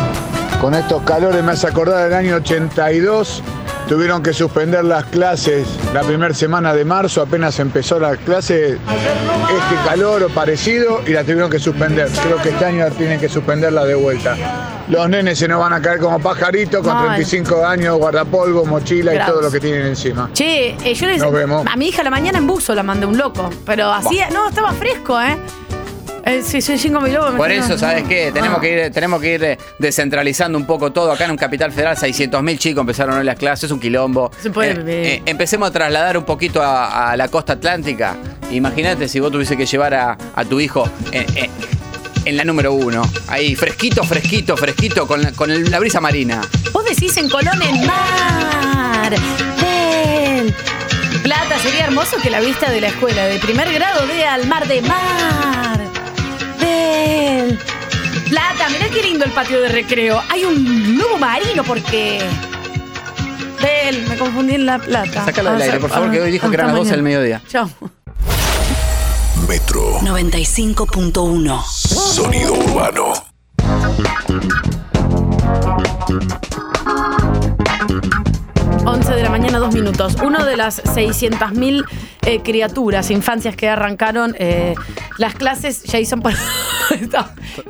Speaker 22: Con estos calores me hace acordar del año 82. Tuvieron que suspender las clases la primera semana de marzo, apenas empezó las clases, este calor o parecido, y la tuvieron que suspender. Creo que este año la tienen que suspenderla de vuelta. Los nenes se nos van a caer como pajaritos con
Speaker 7: Mal.
Speaker 22: 35 años, guardapolvo, mochila y
Speaker 7: Graves.
Speaker 22: todo lo que tienen encima.
Speaker 7: Che, eh, yo les
Speaker 22: Nos vemos.
Speaker 7: a mi hija la mañana en buzo la mandé un loco, pero así,
Speaker 6: Buah.
Speaker 7: no, estaba fresco, ¿eh? Eh, sí, soy Jingo Biloba. me
Speaker 6: por
Speaker 7: tenía-
Speaker 6: eso, ¿sabes qué? Tenemos que ir, tenemos que ir eh, descentralizando un poco todo. Acá en un Capital Federal, 600.000 chicos empezaron hoy las clases, es un quilombo.
Speaker 7: Se puede
Speaker 6: Eh,
Speaker 7: vivir.
Speaker 6: eh, empecemos a trasladar un poquito a, a la costa atlántica. Imagínate si vos tuviese que llevar a, a tu hijo eh, eh, en la número uno. Ahí, fresquito, fresquito, fresquito, con la, con el- la brisa marina.
Speaker 7: Vos decís en Colón en mar. Ven. Plata, sería hermoso que la vista de la escuela de primer grado de al mar de mar. Ven. Plata, mirá qué lindo el patio de recreo. Hay un lobo marino porque. Ven, me confundí en la plata.
Speaker 6: Sácala del
Speaker 7: Ah,
Speaker 6: aire, por favor,
Speaker 7: ah,
Speaker 6: que hoy dijo que eran las
Speaker 7: hasta
Speaker 6: 12 del
Speaker 7: mañana.
Speaker 6: mediodía.
Speaker 7: Chao.
Speaker 10: Metro
Speaker 24: 95.1.
Speaker 10: Sonido Urbano.
Speaker 25: Thank
Speaker 7: 11 de la mañana, dos minutos. Uno de las 600.000 eh, criaturas, infancias que arrancaron eh, las clases, Jason, <laughs> por-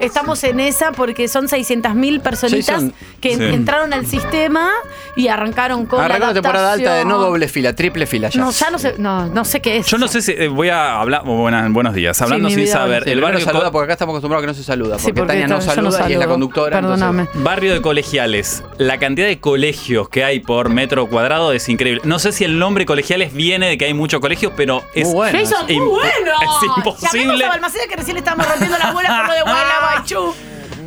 Speaker 7: estamos en esa porque son 600.000 personitas
Speaker 6: Jason,
Speaker 7: que
Speaker 6: sí.
Speaker 7: entraron al sistema y arrancaron con
Speaker 6: Arrancó la temporada alta de no
Speaker 7: adaptación.
Speaker 6: doble fila, triple fila ya.
Speaker 7: No, ya no sé, no, no sé qué es.
Speaker 18: Yo no sé si. eh, voy a hablar. buenas- buenos días. Hablando
Speaker 7: mi
Speaker 18: sin
Speaker 7: vida,
Speaker 18: saber.
Speaker 7: sí,
Speaker 18: el barrio,
Speaker 6: saluda
Speaker 18: co-
Speaker 6: porque acá estamos acostumbrados a que no se saluda.
Speaker 7: Sí,
Speaker 6: Porque,
Speaker 7: porque
Speaker 6: Tania no
Speaker 7: yo no
Speaker 6: saluda y es la
Speaker 7: saludo.
Speaker 6: conductora. entonces-
Speaker 7: Perdóname.
Speaker 18: barrio de colegiales. La cantidad de colegios que hay por metro cuadrado es increíble. No sé si el nombre colegiales viene de que hay muchos colegios, pero es.
Speaker 7: bueno. Jason, muy
Speaker 18: impo-
Speaker 7: bueno.
Speaker 18: <laughs> Es
Speaker 7: Llamemos
Speaker 18: imposible.
Speaker 7: a Balmaceda que recién le estábamos rompiendo la abuela por lo de abuela
Speaker 18: <laughs>
Speaker 7: Baichu.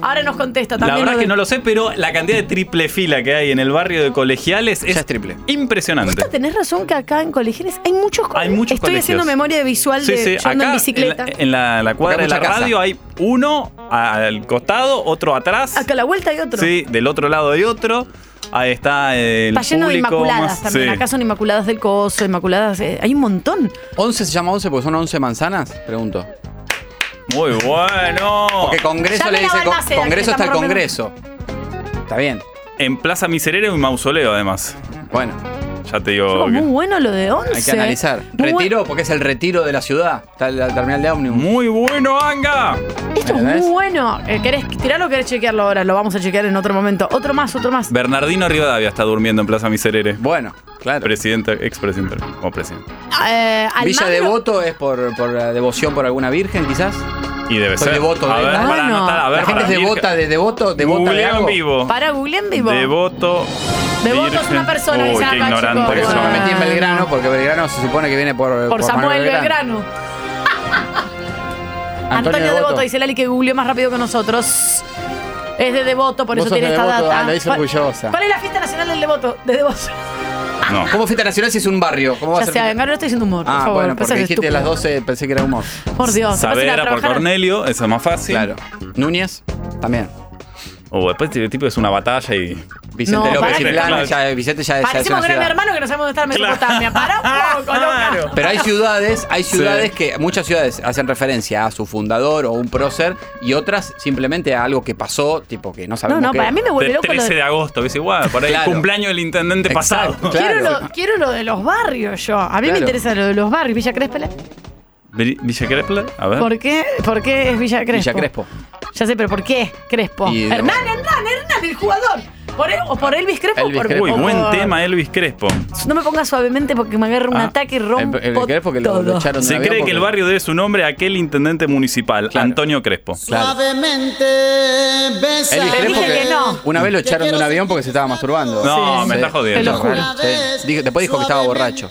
Speaker 7: Ahora nos contesta
Speaker 18: La
Speaker 7: también.
Speaker 18: verdad
Speaker 7: lo
Speaker 18: es que
Speaker 7: de-
Speaker 18: no lo sé, pero la cantidad de triple fila que hay en el barrio de colegiales es,
Speaker 6: triple.
Speaker 7: <laughs>
Speaker 18: impresionante.
Speaker 7: Tenés razón que acá en colegiales hay muchos colegios.
Speaker 18: muchos
Speaker 7: Estoy
Speaker 18: colegios.
Speaker 7: haciendo memoria visual de yo ando en bicicleta.
Speaker 18: En la, en la- la cuadra
Speaker 6: Porque hay
Speaker 18: de la
Speaker 6: mucha casa.
Speaker 18: radio hay uno al costado, otro atrás.
Speaker 7: Acá a la vuelta hay otro.
Speaker 18: Sí, del otro lado hay otro. Ahí está el
Speaker 7: Está lleno de
Speaker 18: público
Speaker 7: inmaculadas
Speaker 18: más-
Speaker 7: también.
Speaker 18: sí.
Speaker 7: Acá son inmaculadas del coso, inmaculadas. eh, hay un montón.
Speaker 6: 11 se llama 11 porque son 11 manzanas, pregunto.
Speaker 18: Muy bueno.
Speaker 6: Porque Congreso
Speaker 7: Llamen
Speaker 6: le
Speaker 7: a
Speaker 6: dice co-
Speaker 7: Balmaceda, que
Speaker 6: Congreso está el
Speaker 7: estamos
Speaker 6: Congreso. Está bien.
Speaker 18: En Plaza Miserere un mausoleo además.
Speaker 6: Bueno.
Speaker 18: Ya te digo.
Speaker 7: Estuvo
Speaker 18: que-
Speaker 7: Muy bueno lo de 11.
Speaker 6: Hay que analizar.
Speaker 7: Muy bueno.
Speaker 6: Retiro porque es el retiro de la ciudad. Está la terminal de ómnibus.
Speaker 18: Muy bueno, Anga.
Speaker 7: Esto es muy bueno. Eh, ¿Querés tirarlo o querés chequearlo ahora? Lo vamos a chequear en otro momento. Otro más, otro más.
Speaker 18: Bernardino Rivadavia está durmiendo en Plaza Miserere.
Speaker 6: Bueno, claro.
Speaker 18: Presidente, expresidente o presidente.
Speaker 7: Eh,
Speaker 6: Villa
Speaker 7: Almagro-
Speaker 6: eh, Devoto es por, por la devoción por alguna virgen, quizás.
Speaker 18: Y debe
Speaker 6: Soy
Speaker 18: ser.
Speaker 6: devoto,
Speaker 18: a
Speaker 6: ¿eh?
Speaker 18: ver,
Speaker 6: Ah,
Speaker 18: para
Speaker 6: no.
Speaker 18: anotar, a ver,
Speaker 6: La gente
Speaker 18: para
Speaker 6: es devota de devoto, devota de
Speaker 18: Googlea en
Speaker 6: algo.
Speaker 18: vivo.
Speaker 7: Para Google en vivo.
Speaker 18: Devoto.
Speaker 7: Devoto es
Speaker 18: virgen.
Speaker 7: una persona que
Speaker 18: Uy,
Speaker 7: se
Speaker 18: qué
Speaker 7: llama,
Speaker 18: ignorante
Speaker 7: chicos.
Speaker 18: que
Speaker 6: Yo
Speaker 18: son.
Speaker 6: me metí en Belgrano porque Belgrano se supone que viene por,
Speaker 7: Por Samuel Belgrano. Antonio, Devoto. dice Lali que googleó más rápido que nosotros. Es de Devoto, por
Speaker 6: Vos
Speaker 7: eso
Speaker 6: sos
Speaker 7: tiene
Speaker 6: de
Speaker 7: esta
Speaker 6: Devoto,
Speaker 7: data.
Speaker 6: ah, lo hizo
Speaker 7: ¿Cuál-
Speaker 6: orgullosa.
Speaker 7: ¿Cuál es la fiesta nacional del Devoto? De Devoto.
Speaker 6: No. ¿Cómo fiesta nacional si es un barrio? ¿Cómo va a
Speaker 7: "Ah". Ya
Speaker 6: ser
Speaker 7: sea,
Speaker 6: fiesta-
Speaker 7: venga, no estoy diciendo humor, por
Speaker 6: Ah,
Speaker 7: favor.
Speaker 6: bueno,
Speaker 7: no seas
Speaker 6: porque dijiste a las
Speaker 7: estúpido.
Speaker 6: 12, pensé que era humor.
Speaker 7: Por Dios. vas a ir a
Speaker 18: Saavedra por
Speaker 7: trabajar.
Speaker 18: Cornelio, eso es más fácil. Claro.
Speaker 6: Núñez, también.
Speaker 18: O después este tipo es una batalla y.
Speaker 6: Vicente No, López y pará. Plan, ya- Vicente ya
Speaker 7: Parecemos gran hermano que no sabemos dónde está Mesopotamia. Para
Speaker 18: <laughs>
Speaker 7: un poco, loca.
Speaker 6: Pero
Speaker 7: <laughs>
Speaker 6: hay ciudades, hay ciudades que muchas ciudades hacen referencia a su fundador o un prócer y otras simplemente a algo que pasó, tipo que no sabemos
Speaker 7: no,
Speaker 6: qué.
Speaker 7: para mí me vuelve
Speaker 18: Del
Speaker 7: loco lo
Speaker 18: 13 de agosto, que es igual, por ahí
Speaker 6: Claro.
Speaker 18: el cumpleaños del intendente pasado.
Speaker 7: Quiero, lo, quiero lo de los barrios yo. A mí me
Speaker 18: Claro.
Speaker 7: interesa lo de los barrios. Villa Crespo.
Speaker 18: Bri- Villa Crepla, a ver.
Speaker 7: ¿Por qué? ¿Por qué es Villa Crespo?
Speaker 18: Villa Crespo.
Speaker 7: Ya sé, pero ¿por qué Crespo?
Speaker 18: Y-
Speaker 7: Hernán, Hernán, Hernán, el jugador. ¿Por él, ¿O por Elvis Crespo? o
Speaker 18: Elvis
Speaker 7: por,
Speaker 18: Crespo. Uy,
Speaker 7: o
Speaker 18: buen
Speaker 7: por-
Speaker 18: tema Elvis Crespo.
Speaker 7: No me pongas suavemente porque me agarra un
Speaker 18: Ah,
Speaker 7: ataque y rompo
Speaker 18: el- el Crespo que
Speaker 7: todo.
Speaker 18: Se cree que el barrio debe su nombre a aquel intendente municipal, Antonio Crespo.
Speaker 1: Suavemente besa.
Speaker 6: Elvis Crespo que Una vez lo echaron de un avión porque se estaba masturbando.
Speaker 18: No, me estás jodiendo. Te lo juro.
Speaker 6: Sí. Dijo- Después dijo que estaba borracho.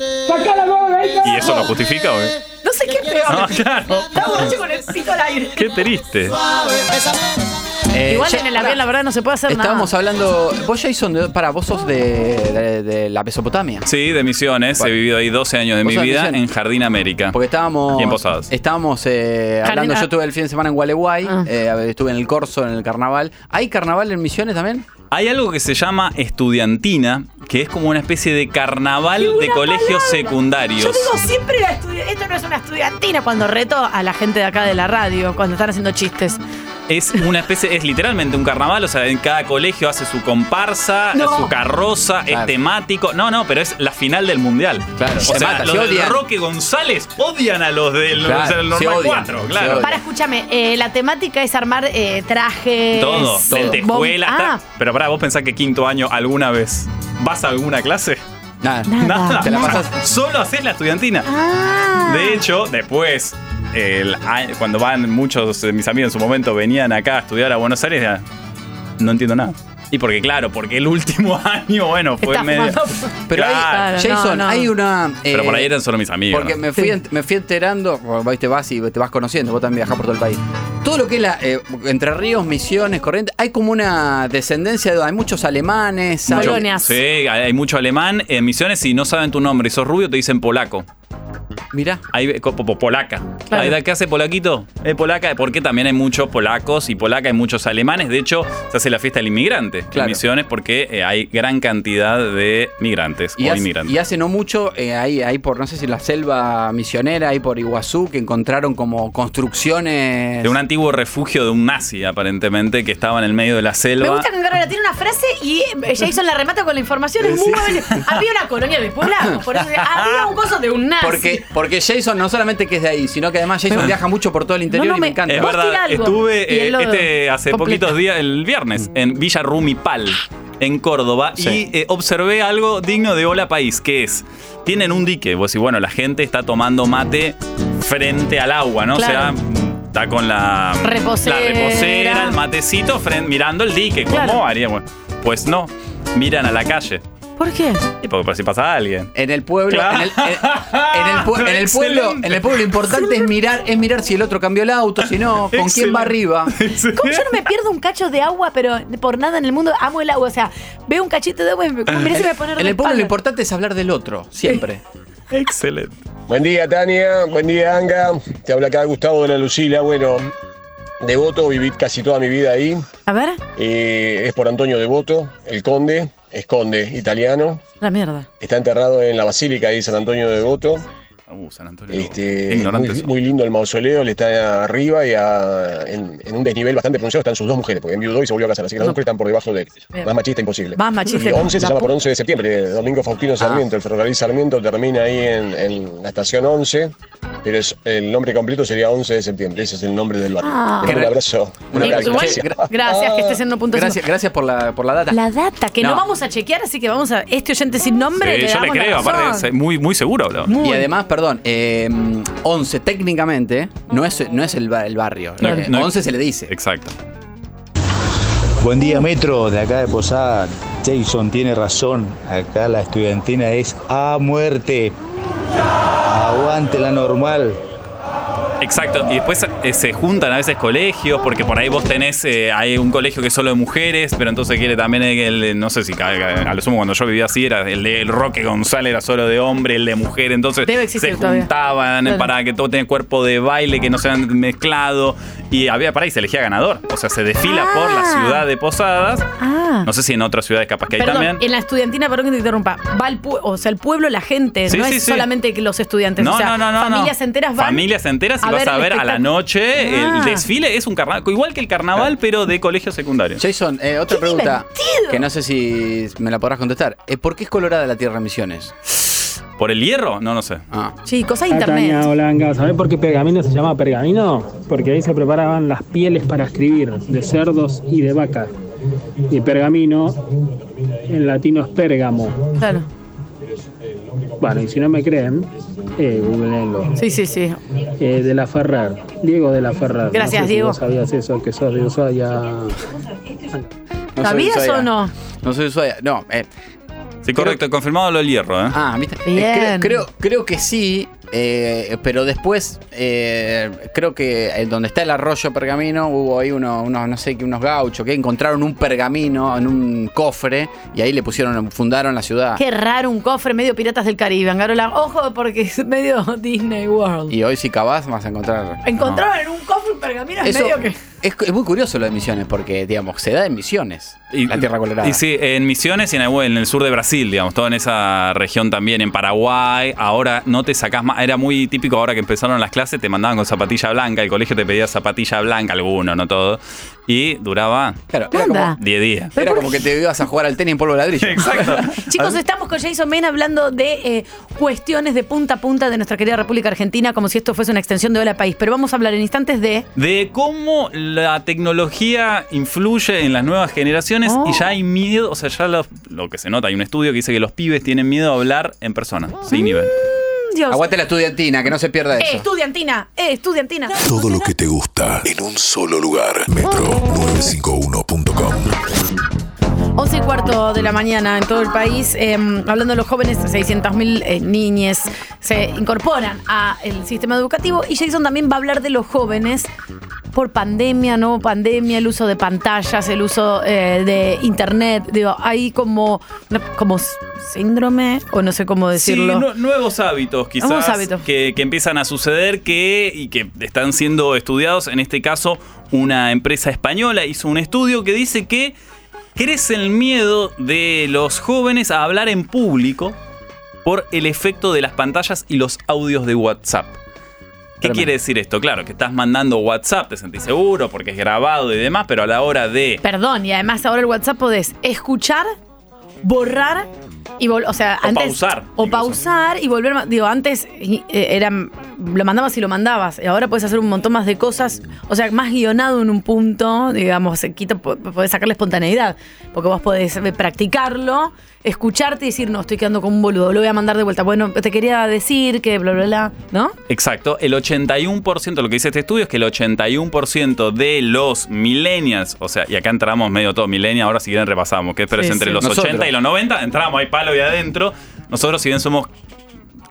Speaker 18: ¿Y eso lo justifica o qué?
Speaker 7: No sé qué es peor.
Speaker 18: No, claro.
Speaker 7: Está borracho con el pito al aire.
Speaker 18: Qué triste.
Speaker 6: Eh,
Speaker 7: Igual
Speaker 6: che,
Speaker 7: en el avión, la verdad, no se puede hacer
Speaker 6: Estábamos hablando. Vos, Jason, de, para, vos sos de, de- de la Mesopotamia.
Speaker 18: Sí, de Misiones. He vivido ahí 12 años de
Speaker 6: ¿Vos
Speaker 18: mi
Speaker 6: sos de
Speaker 18: vida
Speaker 6: Misiones?
Speaker 18: en Jardín América.
Speaker 6: Porque estábamos.
Speaker 18: Y en Posadas.
Speaker 6: Estábamos eh,
Speaker 18: Jardín-
Speaker 6: hablando.
Speaker 18: ah.
Speaker 6: Yo estuve el fin de semana en Gualeguay. eh, estuve en el Corso, en el carnaval. ¿Hay carnaval en Misiones también?
Speaker 18: Hay algo que se llama estudiantina, que es como una especie de carnaval de colegios secundarios.
Speaker 7: Yo digo siempre la estudi- esto no es una estudiantina cuando reto a la gente de acá de la radio cuando están haciendo chistes.
Speaker 18: Es una especie, es literalmente un carnaval, o sea, en cada colegio hace su comparsa,
Speaker 7: No.
Speaker 18: su carroza, es temático. No, no, pero es la final del mundial. Claro, o
Speaker 6: se
Speaker 18: sea,
Speaker 6: mata,
Speaker 18: los
Speaker 6: se
Speaker 18: del
Speaker 6: odian.
Speaker 18: Roque González odian a los del
Speaker 6: Claro,
Speaker 18: o sea, el
Speaker 6: se
Speaker 18: normal
Speaker 6: odian,
Speaker 18: 4,
Speaker 6: se
Speaker 18: claro.
Speaker 7: Para, escúchame, eh, la temática es armar eh, trajes.
Speaker 18: Todo, lentejuelas,
Speaker 7: bom-
Speaker 18: ta-
Speaker 7: Ah,
Speaker 18: Pero pará, vos pensás que quinto año alguna vez vas a alguna clase?
Speaker 6: Nada.
Speaker 18: Nada.
Speaker 6: Te la
Speaker 18: O sea,
Speaker 6: pasás-
Speaker 18: Solo haces la estudiantina. De hecho, después, el a- cuando van muchos de mis amigos en su momento venían acá a estudiar a Buenos Aires, ya, no entiendo nada. Y porque, claro, porque el último <laughs> año, bueno, fue
Speaker 6: Estás
Speaker 18: medio.
Speaker 6: fumando. Pero hay-
Speaker 18: Claro.
Speaker 6: Jason, hay una.
Speaker 18: Pero por ahí
Speaker 6: eh,
Speaker 18: eran solo mis amigos.
Speaker 6: Porque
Speaker 18: ¿no?
Speaker 6: me fui, ent- me fui enterando, bueno, ahí te vas y te vas conociendo, vos también viajás por todo el país. Todo lo que es la, eh, Entre Ríos, Misiones, Corrientes, hay como una descendencia, de- hay muchos alemanes, hay-
Speaker 18: Mucho- Sí, hay- hay mucho alemán en misiones. Si no saben tu nombre y sos rubio, te dicen polaco.
Speaker 6: Mira.
Speaker 18: Hay, co- po- polaca.
Speaker 6: Claro.
Speaker 18: Ahí da, ¿Qué hace polaquito? Es polaca, porque también hay muchos polacos y polaca, hay muchos alemanes. De hecho, se hace la fiesta del inmigrante en misiones porque eh, hay gran cantidad de migrantes
Speaker 6: Y
Speaker 18: o
Speaker 6: hace,
Speaker 18: inmigrantes.
Speaker 6: y hace no mucho, eh, ahí, ahí por, no sé si la selva misionera, ahí por Iguazú, que encontraron como construcciones.
Speaker 18: De un antiguo refugio de un nazi, aparentemente, que estaba en el medio de la
Speaker 7: me
Speaker 18: selva.
Speaker 7: gusta que Carolina tiene una frase y eh, Jason la remata con la información. Es muy bueno. Había una colonia de polacos, por
Speaker 18: <laughs>
Speaker 7: eso había un coso de un nazi.
Speaker 6: Porque, porque Jason no solamente que es de ahí, sino que además Jason viaja mucho por todo el interior
Speaker 7: No, no,
Speaker 6: y me
Speaker 7: me-
Speaker 6: encanta.
Speaker 18: Es verdad, estuve eh, este, hace poquitos días, el viernes,
Speaker 7: Mm.
Speaker 18: en Villa Rumipal, en Córdoba,
Speaker 6: Sí.
Speaker 18: y eh, observé algo digno de Hola País, que es, tienen un dique, vos y bueno, la gente está tomando mate frente al agua, ¿no?
Speaker 7: Claro.
Speaker 18: O sea, está con la
Speaker 7: Reposera.
Speaker 18: la reposera, el matecito, fren- mirando el dique, ¿cómo
Speaker 7: Claro.
Speaker 18: haríamos? Pues no, miran a la calle.
Speaker 7: ¿Por qué?
Speaker 18: Y porque si pasa alguien.
Speaker 6: En el pueblo,
Speaker 18: Claro.
Speaker 6: en el, eh, en- en el pue-
Speaker 18: <laughs>
Speaker 6: en el pueblo, en el pueblo lo importante es mirar, es mirar si el otro cambió el auto, si no, con quién va
Speaker 18: <laughs>
Speaker 6: arriba.
Speaker 7: ¿Cómo yo no me pierdo un cacho de agua, pero por nada en el mundo amo el agua? O sea, veo un cachito de agua y me, me hace poner
Speaker 6: Ah. En
Speaker 7: de
Speaker 6: el pueblo lo
Speaker 7: espalda.
Speaker 6: importante es hablar del otro,
Speaker 7: <laughs>
Speaker 6: siempre.
Speaker 18: Excelente.
Speaker 4: Buen día, Tania. Buen día, Anga. Te habla acá Gustavo de la Lucila. Bueno, Devoto, viví casi toda mi vida ahí.
Speaker 7: A ver,
Speaker 4: Eh, es por Antonio Devoto, el conde, es conde italiano.
Speaker 7: la mierda.
Speaker 4: Está enterrado en la Basílica de San Antonio de Devoto.
Speaker 7: Uh,
Speaker 4: Este,
Speaker 18: Ignorante
Speaker 4: muy,
Speaker 18: eso.
Speaker 4: muy lindo el mausoleo, le está arriba y a- en, en un desnivel bastante pronunciado están sus dos mujeres, porque enviudó y se volvió a casar, así que las dos mujeres están por debajo de él.
Speaker 7: Bien.
Speaker 4: Más machista imposible.
Speaker 7: Más machista
Speaker 4: Y 11 se
Speaker 7: imposible. Ah.
Speaker 4: llama por 11 de septiembre, eh, Domingo Faustino Sarmiento, el ferrocarril Sarmiento termina ahí en, en la estación 11, pero es- el nombre completo sería 11 de septiembre, ese es el nombre del barrio.
Speaker 7: Ah.
Speaker 4: Te mando Un abrazo.
Speaker 6: Un
Speaker 4: Una
Speaker 6: abrazo.
Speaker 4: gracia.
Speaker 6: Gra-
Speaker 7: Gracias, que estés en 1.5.
Speaker 6: Gracias, gracias por la, por la data.
Speaker 7: La data, que no.
Speaker 6: No.
Speaker 7: vamos a chequear, así que vamos a. Este oyente sin nombre.
Speaker 18: Sí, yo le
Speaker 7: damos la
Speaker 18: creo,
Speaker 7: razón.
Speaker 18: aparte, es muy, muy seguro hablaba.
Speaker 6: Y además, perdón, eh, 11 técnicamente no es, no es el, ba- el barrio.
Speaker 18: No,
Speaker 6: Eh,
Speaker 18: no-
Speaker 6: 11 se le dice.
Speaker 18: Exacto.
Speaker 3: Buen día, Metro, de acá de Posada. Jason tiene razón. Acá la estudiantina es a muerte. Aguante la normal.
Speaker 18: Exacto, y después eh, se juntan a veces colegios, porque por ahí vos tenés, eh, hay un colegio que es solo de mujeres, pero entonces quiere también el, el- no sé si, ca- ca- a lo sumo cuando yo vivía así, era el de el Roque González era solo de hombre, el de mujer, entonces
Speaker 9: Debe existir
Speaker 18: se
Speaker 9: todavía.
Speaker 18: juntaban
Speaker 9: Claro.
Speaker 18: para que todo tenga cuerpo de baile, que no se han mezclado, y había para ahí, se elegía ganador, o sea, se desfila por
Speaker 7: Ah.
Speaker 18: la ciudad de Posadas,
Speaker 9: Ah.
Speaker 18: no sé si en otras ciudades capaz que hay
Speaker 7: Perdón,
Speaker 18: también.
Speaker 7: en la estudiantina, perdón que te interrumpa, va el pue- o sea, el pueblo, la gente,
Speaker 18: Sí,
Speaker 7: no
Speaker 18: sí,
Speaker 7: es
Speaker 18: sí.
Speaker 7: solamente que los estudiantes,
Speaker 18: No,
Speaker 7: o sea,
Speaker 18: no, no, no, no.
Speaker 7: familias enteras van.
Speaker 18: Familias enteras y
Speaker 7: a
Speaker 18: vas
Speaker 7: ver
Speaker 18: a
Speaker 7: el
Speaker 18: ver a la
Speaker 7: espectáculo.
Speaker 18: noche.
Speaker 7: Ah.
Speaker 18: El desfile es un carnaval, igual que el carnaval, pero de colegio secundario.
Speaker 6: Jason, eh, otra pregunta que no sé si me la podrás contestar. Eh, ¿Por qué es colorada la Tierra en Misiones?
Speaker 18: ¿Por el hierro? No, no sé.
Speaker 6: Ah.
Speaker 7: Chicos, hay
Speaker 5: Tania
Speaker 7: internet.
Speaker 5: Olanga, ¿sabés por qué pergamino se llama pergamino? Porque ahí se preparaban las pieles para escribir, de cerdos y de vaca. Y pergamino, en latino es pérgamo.
Speaker 7: Claro.
Speaker 5: Bueno, y si no me creen, eh, googleenlo.
Speaker 7: Sí, sí, sí.
Speaker 5: Eh, de la Ferrer, Diego de la Ferrer.
Speaker 7: Gracias,
Speaker 5: No sé si
Speaker 7: Diego.
Speaker 5: vos sabías eso, que sos de Ushuaia.
Speaker 6: No soy
Speaker 7: ¿Sabías
Speaker 6: Ushuaia.
Speaker 7: o no?
Speaker 6: No soy Ushuaia. No, eh,
Speaker 18: Sí, correcto, confirmado lo del hierro, ¿eh?
Speaker 6: Ah, ¿viste? Eh, Creo,
Speaker 7: Bien.
Speaker 6: creo, creo que sí, eh, pero después eh, creo que eh, donde está el arroyo pergamino hubo ahí uno- unos, no sé, qué, unos gauchos que encontraron un pergamino en un cofre y ahí le pusieron, fundaron la ciudad.
Speaker 7: Qué raro un cofre medio Piratas del Caribe, Angarola. Ojo, porque es medio <laughs> Disney World.
Speaker 6: Y hoy si cavás vas a encontrar...
Speaker 7: Encontraron en un cofre un pergamino en
Speaker 6: Eso-
Speaker 7: medio que.
Speaker 6: Es, cu- es muy curioso lo de Misiones porque, digamos, se da en Misiones la Tierra Colorada.
Speaker 18: Y sí, en Misiones y en, Aihue, en el sur de Brasil, digamos, todo en esa región también, en Paraguay. Ahora no te sacás más. Era muy típico ahora que empezaron las clases, te mandaban con zapatilla blanca, el colegio te pedía zapatilla blanca, alguno, no todo. Y duraba
Speaker 6: Claro, era como,
Speaker 18: 10 días.
Speaker 6: era como que te ibas a jugar al tenis en polvo de ladrillo.
Speaker 18: Exacto.
Speaker 6: <laughs>
Speaker 7: Chicos, estamos con Jason Main hablando de eh, cuestiones de punta a punta de nuestra querida República Argentina, como si esto fuese una extensión de Hola País. Pero vamos a hablar en instantes de.
Speaker 18: de cómo la tecnología influye en las nuevas generaciones y ya hay miedo, o sea, ya los- lo que se nota, hay un estudio que dice que los pibes tienen miedo a hablar en persona, sin nivel.
Speaker 7: Dios.
Speaker 6: Aguante la estudiantina, que no se pierda
Speaker 7: Eh,
Speaker 6: eso.
Speaker 7: estudiantina, eh, estudiantina.
Speaker 10: Todo lo que te gusta en un solo lugar. Metro951.com
Speaker 7: 11 y cuarto de la mañana en todo el país, eh, hablando de los jóvenes, 600.000 eh, niñes se incorporan al sistema educativo y Jason también va a hablar de los jóvenes por pandemia, no pandemia, el uso de pantallas, el uso eh, de internet, digo, hay como, como síndrome, o no sé cómo decirlo.
Speaker 18: Sí, no- nuevos hábitos quizás
Speaker 7: Nuevos hábitos.
Speaker 18: Que, que empiezan a suceder que, y que están siendo estudiados. En este caso, una empresa española hizo un estudio que dice que crece el miedo de los jóvenes a hablar en público por el efecto de las pantallas y los audios de WhatsApp. ¿Qué quiere decir esto? Claro, que estás mandando WhatsApp, te sentís seguro porque es grabado y demás, pero a la hora de
Speaker 7: Perdón, y además ahora el WhatsApp podés escuchar, borrar y vol- o sea,
Speaker 18: O
Speaker 7: antes
Speaker 18: pausar,
Speaker 7: o pausar y volver, ma- digo, antes eh, eran lo mandabas y lo mandabas, y ahora puedes hacer un montón más de cosas, o sea, más guionado en un punto, digamos, se quita po- podés sacar la espontaneidad, porque vos podés eh, practicarlo, escucharte y decir, "No, estoy quedando como un boludo, lo voy a mandar de vuelta." Bueno, te quería decir que bla bla bla, ¿no?
Speaker 18: Exacto, el 81%, lo que dice este estudio es que el 81% de los millennials, o sea, y acá entramos medio todo millennial, ahora si quieren repasamos, que pero
Speaker 3: Sí,
Speaker 18: es entre
Speaker 3: sí.
Speaker 18: los
Speaker 3: Nosotros.
Speaker 18: 80 y los 90, entramos, hay palo y adentro. Nosotros si bien somos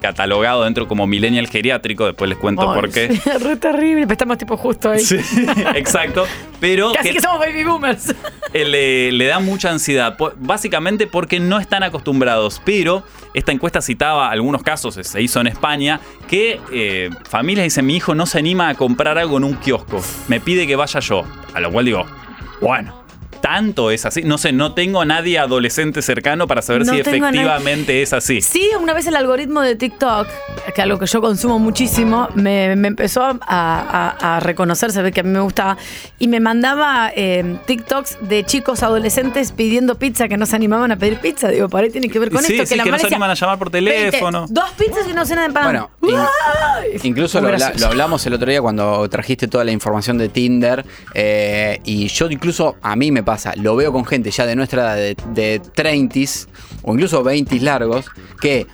Speaker 18: catalogados dentro como millennial geriátrico, después les cuento
Speaker 7: Ay,
Speaker 18: por qué.
Speaker 7: sí, <laughs> re terrible, pero estamos tipo justo ahí. <laughs>
Speaker 18: Sí, <laughs> exacto, pero
Speaker 7: Casi
Speaker 18: que-
Speaker 7: que somos baby boomers.
Speaker 18: eh, le, le da mucha ansiedad, po- básicamente porque no están acostumbrados. Pero esta encuesta citaba algunos casos, se hizo en España, que eh, familias dicen, mi hijo no se anima a comprar algo en un kiosco, me pide que vaya yo. A lo cual digo, bueno. Tanto es así. No sé, no tengo a nadie adolescente cercano para saber
Speaker 7: No
Speaker 18: si
Speaker 7: tengo a nadie.
Speaker 18: efectivamente es así.
Speaker 7: Sí, una vez el algoritmo de TikTok, que algo que yo consumo muchísimo, me, me empezó a, a- a reconocer, se ve que a mí me gustaba, y me mandaba eh, TikToks de chicos adolescentes pidiendo pizza que no se animaban a pedir pizza. Digo, por ahí tiene que ver con
Speaker 18: Sí,
Speaker 7: esto.
Speaker 18: sí, que no
Speaker 7: madre
Speaker 18: se
Speaker 7: decía,
Speaker 18: animan a llamar por
Speaker 7: "Pedite
Speaker 18: teléfono.
Speaker 7: Dos pizzas y una cena de pan.
Speaker 6: Bueno,
Speaker 7: ¡Ay!
Speaker 6: Incluso
Speaker 7: Muy
Speaker 6: lo, habla-
Speaker 7: gracioso.
Speaker 6: lo hablamos el otro día cuando trajiste toda la información de Tinder. eh, y yo incluso, a mí me pasa, lo veo con gente ya de nuestra edad, de, de 30s o incluso 20s largos, que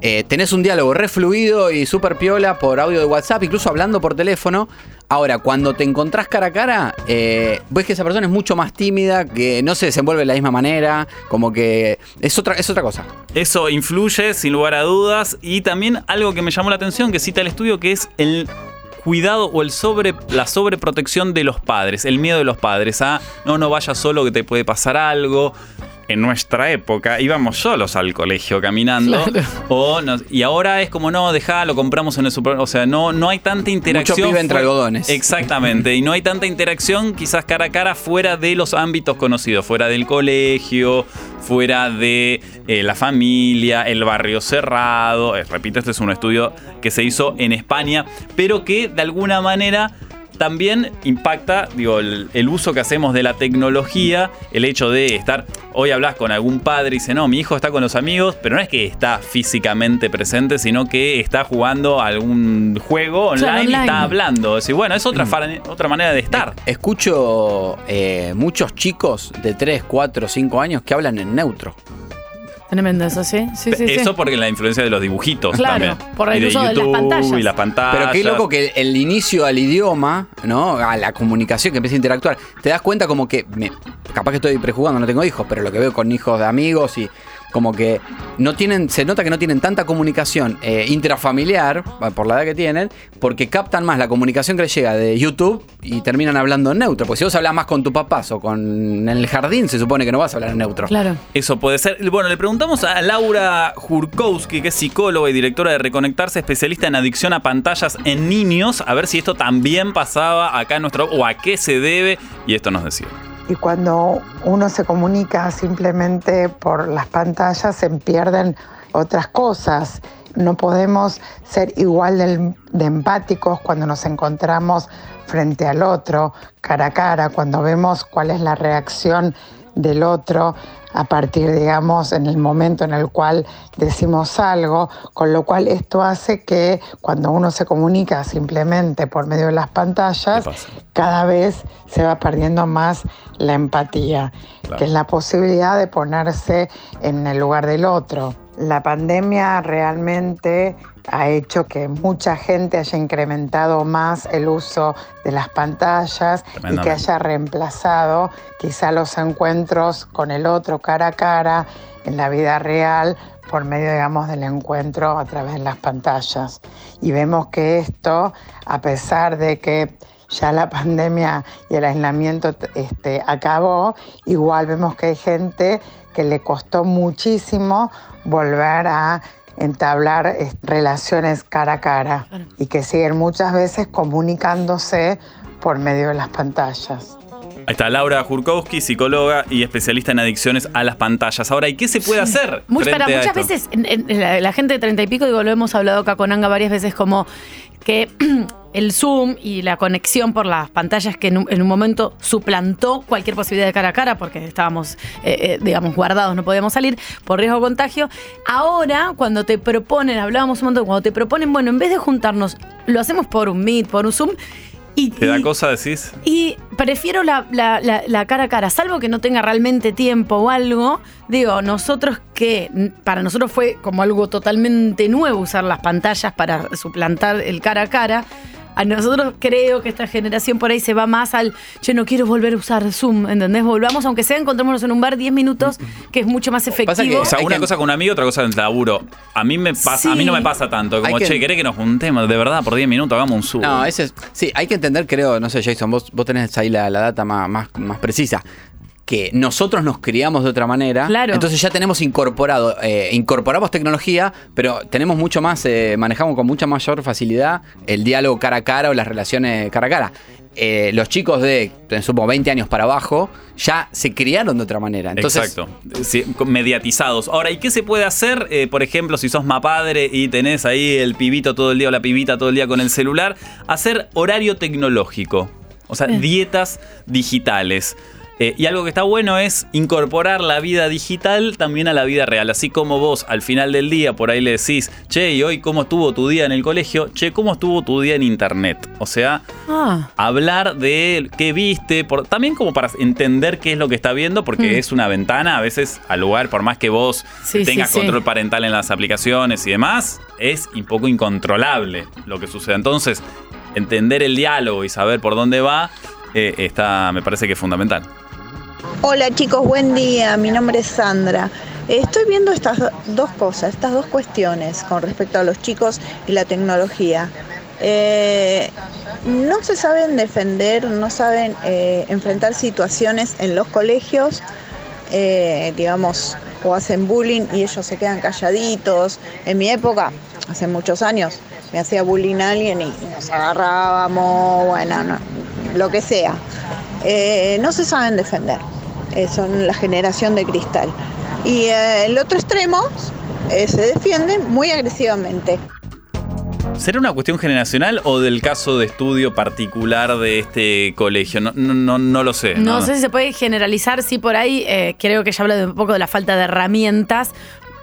Speaker 6: eh, tenés un diálogo refluido y súper piola por audio de WhatsApp, incluso hablando por teléfono. Ahora, cuando te encontrás cara a cara, eh, ves que esa persona es mucho más tímida, que no se desenvuelve de la misma manera, como que es otra, es otra cosa.
Speaker 18: Eso influye, sin lugar a dudas. Y también algo que me llamó la atención, que cita el estudio, que es el cuidado o el sobre, la sobreprotección de los padres, el miedo de los padres a no, no vayas solo que te puede pasar algo. En nuestra época íbamos solos al colegio caminando. O nos- y ahora es como, no, dejá, lo compramos en el super. O sea, no, no hay tanta interacción.
Speaker 6: pibe entre
Speaker 18: fue-
Speaker 6: algodones.
Speaker 18: Exactamente. Y no hay tanta interacción quizás cara a cara fuera de los ámbitos conocidos, fuera del colegio, fuera de eh, la familia, el barrio cerrado. Eh, repito, este es un estudio que se hizo en España, pero que de alguna manera también impacta digo, el, el uso que hacemos de la tecnología, el hecho de estar, hoy hablas con algún padre y dice, no, mi hijo está con los amigos, pero no es que está físicamente presente, sino que está jugando a algún juego online,
Speaker 6: Claro,
Speaker 18: y está
Speaker 6: online.
Speaker 18: hablando. Sí, bueno, es otra, fara- otra manera de estar.
Speaker 6: Escucho eh, muchos chicos de 3, 4, 5 años que hablan en neutro.
Speaker 9: Tremendo eso, sí. Sí, sí, sí.
Speaker 18: Eso porque la influencia de los dibujitos
Speaker 9: Claro,
Speaker 18: también.
Speaker 9: por el
Speaker 18: y de
Speaker 9: uso de las
Speaker 18: YouTube
Speaker 9: pantallas.
Speaker 18: y las pantallas.
Speaker 6: Pero qué loco que el, el inicio al idioma, ¿no? A la comunicación que empieza a interactuar. Te das cuenta como que. me- capaz que estoy prejugando, no tengo hijos, pero lo que veo con hijos de amigos y. Como que no tienen, se nota que no tienen tanta comunicación eh, intrafamiliar, por la edad que tienen, porque captan más la comunicación que les llega de YouTube y terminan hablando en neutro. Porque si vos hablas más con tu papás o con en el jardín, se supone que no vas a hablar en neutro.
Speaker 9: Claro.
Speaker 18: Eso puede ser. Bueno, le preguntamos a Laura Jurkowski, que es psicóloga y directora de Reconectarse, especialista en adicción a pantallas en niños, a ver si esto también pasaba acá en nuestro. o a qué se debe, y esto nos decía.
Speaker 8: Y cuando uno se comunica simplemente por las pantallas, se pierden otras cosas. No podemos ser igual del- de, empáticos cuando nos encontramos frente al otro, cara a cara, cuando vemos cuál es la reacción del otro a partir, digamos, en el momento en el cual decimos algo, con lo cual esto hace que cuando uno se comunica simplemente por medio de las pantallas, cada vez se va perdiendo más la empatía, que es la posibilidad de ponerse en el lugar del otro. La pandemia realmente ha hecho que mucha gente haya incrementado más el uso de las pantallas y que
Speaker 18: Tremendamente.
Speaker 8: haya reemplazado quizá los encuentros con el otro cara a cara en la vida real por medio, digamos, del encuentro a través de las pantallas. Y vemos que esto, a pesar de que ya la <laughs> pandemia y el aislamiento t- este, acabó, igual vemos que hay gente que le costó muchísimo volver a entablar eh, relaciones cara a cara y que siguen muchas veces comunicándose por medio de las pantallas.
Speaker 18: Ahí está Laura Jurkowski, psicóloga y especialista en adicciones a las pantallas. Ahora, ¿y qué se puede hacer?
Speaker 9: Muy-
Speaker 18: frente
Speaker 9: para
Speaker 18: a
Speaker 9: muchas
Speaker 18: esto?
Speaker 9: veces, en- en la, la gente de treinta y pico, digo, lo hemos hablado acá con Anga varias veces, como que <clears throat> el Zoom y la conexión por las pantallas que en un, en un momento suplantó cualquier posibilidad de cara a cara porque estábamos, eh, eh, digamos, guardados, no podíamos salir por riesgo de contagio. Ahora, cuando te proponen, hablábamos un montón, cuando te proponen, bueno, en vez de juntarnos, lo hacemos por un Meet, por un Zoom, y,
Speaker 18: ¿Te da cosa, decís?
Speaker 9: y prefiero la, la- la- la cara a cara, salvo que no tenga realmente tiempo o algo. Digo, nosotros que, n- para nosotros fue como algo totalmente nuevo usar las pantallas para suplantar el cara a cara. A nosotros creo que esta generación por ahí se va más al, che, no quiero volver a usar Zoom, ¿entendés? Volvamos, aunque sea, encontrémonos en un bar 10 minutos, que es mucho más efectivo.
Speaker 18: O sea, una cosa con un amigo, otra cosa en el laburo. A mí, me pasa, a mí no me pasa tanto. Como,
Speaker 6: Hay que-
Speaker 18: che, ¿querés que nos juntemos? De verdad, por 10 minutos hagamos un sub.
Speaker 6: No, ese es- Sí, hay que entender, creo, no sé, Jason, vos, vos tenés ahí la, la data más, más, más precisa. Que nosotros nos criamos de otra manera.
Speaker 9: Claro.
Speaker 6: Entonces ya tenemos incorporado, eh, incorporamos tecnología, pero tenemos mucho más, eh, manejamos con mucha mayor facilidad el diálogo cara a cara o las relaciones cara a cara. Eh, los chicos de, supongo, 20 años para abajo, ya se criaron de otra manera. Entonces,
Speaker 18: Exacto. Sí, con- mediatizados. Ahora, ¿y qué se puede hacer? Eh, por ejemplo, si sos mapadre y tenés ahí el pibito todo el día o la pibita todo el día con el celular, hacer horario tecnológico. O sea,
Speaker 9: Bien.
Speaker 18: dietas digitales. Eh, y algo que está bueno es incorporar la vida digital también a la vida real. Así como vos al final del día por ahí le decís, che, ¿y hoy cómo estuvo tu día en el colegio? Che, ¿cómo estuvo tu día en internet? O sea,
Speaker 7: Ah.
Speaker 18: hablar de qué viste, por- también como para entender qué es lo que está viendo, porque
Speaker 7: Mm.
Speaker 18: es una ventana a veces al lugar, por más que vos
Speaker 7: Sí,
Speaker 18: tengas
Speaker 7: sí, sí.
Speaker 18: control parental en las aplicaciones y demás, es un poco incontrolable lo que sucede. Entonces, entender el diálogo y saber por dónde va, eh, está, me parece que es fundamental.
Speaker 11: Hola chicos, buen día. Mi nombre es Sandra. Estoy viendo estas do- dos cosas, estas dos cuestiones con respecto a los chicos y la tecnología. Eh, no se saben defender, no saben eh, enfrentar situaciones en los colegios, eh, digamos, o hacen bullying y ellos se quedan calladitos. En mi época, hace muchos años, me hacía bullying alguien y nos agarrábamos, bueno, no, lo que sea. Eh, no se saben defender, Eh, son la generación de cristal. Y eh, el otro extremo eh, se defienden muy agresivamente.
Speaker 18: ¿Será una cuestión generacional o del caso de estudio particular de este colegio? No, no, no, no lo sé.
Speaker 7: No, sé si se puede generalizar, sí, por ahí eh, creo que ya habla de un poco de la falta de herramientas.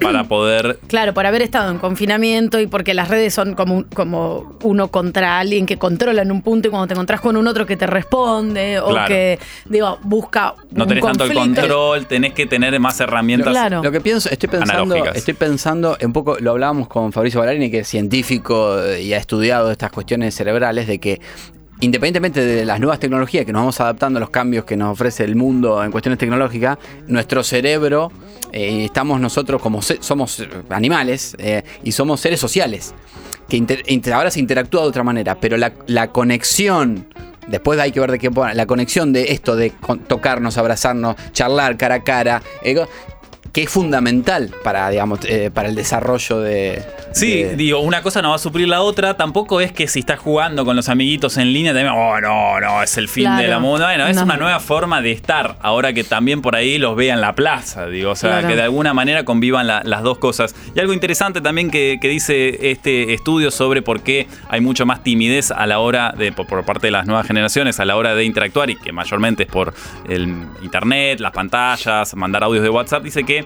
Speaker 18: Para poder
Speaker 7: Claro, por haber estado en confinamiento y porque las redes son como, un- como uno contra alguien que controla en un punto y cuando te encontrás con un otro que te responde o
Speaker 18: Claro.
Speaker 7: que, digo, busca
Speaker 18: No
Speaker 7: un
Speaker 18: tenés tanto el
Speaker 7: conflicto.
Speaker 18: control, tenés que tener más herramientas.
Speaker 7: Claro.
Speaker 6: Lo que pienso, estoy pensando,
Speaker 18: Analógicas.
Speaker 6: estoy pensando un poco, lo hablábamos con Fabricio Ballarini, que es científico eh, y ha estudiado estas cuestiones cerebrales, de que independientemente de las nuevas tecnologías que nos vamos adaptando a los cambios que nos ofrece el mundo en cuestiones tecnológicas, nuestro cerebro, eh, estamos nosotros como se- somos eh, animales eh, y somos seres sociales, que inter- inter- ahora se interactúa de otra manera, pero la, la conexión... Después hay que ver de qué pone- la conexión de esto de con- tocarnos, abrazarnos, charlar cara a cara, eh, que es fundamental para, digamos, eh, para el desarrollo de...
Speaker 18: Sí, digo, una cosa no va a suplir la otra. Tampoco es que si estás jugando con los amiguitos en línea, también, oh, no, no, es el fin
Speaker 6: Claro.
Speaker 18: de la moda. Bueno, es
Speaker 6: No.
Speaker 18: una nueva forma de estar. Ahora que también por ahí los vea en la plaza, digo, o sea,
Speaker 6: Claro.
Speaker 18: que de alguna manera convivan la- las dos cosas. Y algo interesante también que, que dice este estudio sobre por qué hay mucho más timidez a la hora de, por, por parte de las nuevas generaciones, a la hora de interactuar y que mayormente es por el internet, las pantallas, mandar audios de WhatsApp, dice que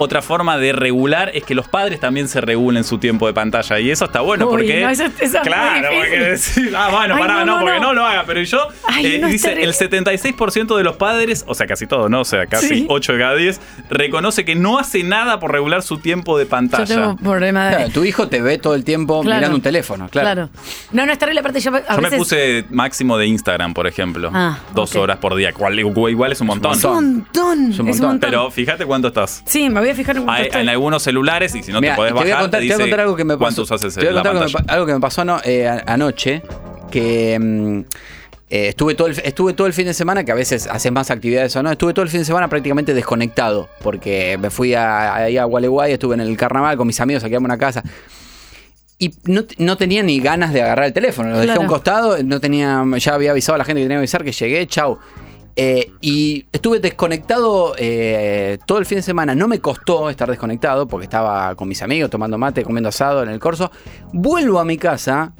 Speaker 18: otra forma de regular es que los padres también se regulen su tiempo de pantalla. Y eso está bueno
Speaker 7: Uy,
Speaker 18: porque.
Speaker 7: no, eso- eso es muy
Speaker 18: claro,
Speaker 7: difícil.
Speaker 18: porque decís, ah, bueno,
Speaker 7: Ay,
Speaker 18: pará,
Speaker 7: no,
Speaker 18: no,
Speaker 7: no,
Speaker 18: porque
Speaker 7: no.
Speaker 18: no. lo haga. Pero yo.
Speaker 7: Ay,
Speaker 18: eh,
Speaker 7: no, es
Speaker 18: dice
Speaker 7: terrible.
Speaker 18: el 76% de los padres, o sea, casi todo, ¿no? O sea, casi
Speaker 7: Sí.
Speaker 18: 8 de cada 10, reconoce que no hace nada por regular su tiempo de
Speaker 7: Yo tengo
Speaker 18: pantalla.
Speaker 7: un problema de...
Speaker 6: Claro, tu hijo te ve todo el tiempo
Speaker 7: Claro.
Speaker 6: mirando un teléfono, claro.
Speaker 7: Claro. No, no, es terrible. Aparte, yo a
Speaker 18: Yo me
Speaker 7: veces-
Speaker 18: puse máximo de Instagram, por ejemplo.
Speaker 7: Ah,
Speaker 18: dos horas por día. cual- igual es un montón.
Speaker 7: Es un montón. Es un montón.
Speaker 18: Pero fíjate cuánto estás.
Speaker 7: Sí, me voy a fijar en un
Speaker 18: Hay-
Speaker 7: montón.
Speaker 18: en algunos celulares y si no
Speaker 6: Mirá,
Speaker 18: te podés
Speaker 6: y te voy a
Speaker 18: bajar,
Speaker 6: contar- te
Speaker 18: te
Speaker 6: voy a
Speaker 18: dice
Speaker 6: contar algo que me pasó.
Speaker 18: ¿Cuánto usás ese-
Speaker 6: Te voy a
Speaker 18: la
Speaker 6: contar algo que,
Speaker 18: pantalla?
Speaker 6: me, pa- algo que me pasó no, eh, a- anoche, que mm, eh, estuve, todo el, estuve todo el fin de semana, que a veces haces más actividades o no, estuve todo el fin de semana prácticamente desconectado, porque me fui a, ahí a Gualeguay, estuve en el carnaval con mis amigos, alquilamos una casa. Y no, te- no tenía ni ganas de agarrar el teléfono, lo dejé a un
Speaker 4: Claro.
Speaker 6: costado, no tenía, ya había avisado a la gente que tenía que avisar que llegué, chau. Eh, y estuve desconectado eh, todo el fin de semana. No me costó estar desconectado porque estaba con mis amigos tomando mate, comiendo asado en el corso. Vuelvo a mi casa,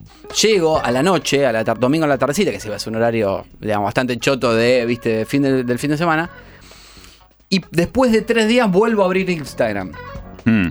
Speaker 6: llego a la noche, a la tar- domingo a la tardecita, que se va a un horario digamos, bastante choto de, viste, fin del- del fin de semana. Y después de tres días vuelvo a abrir Instagram. Mm,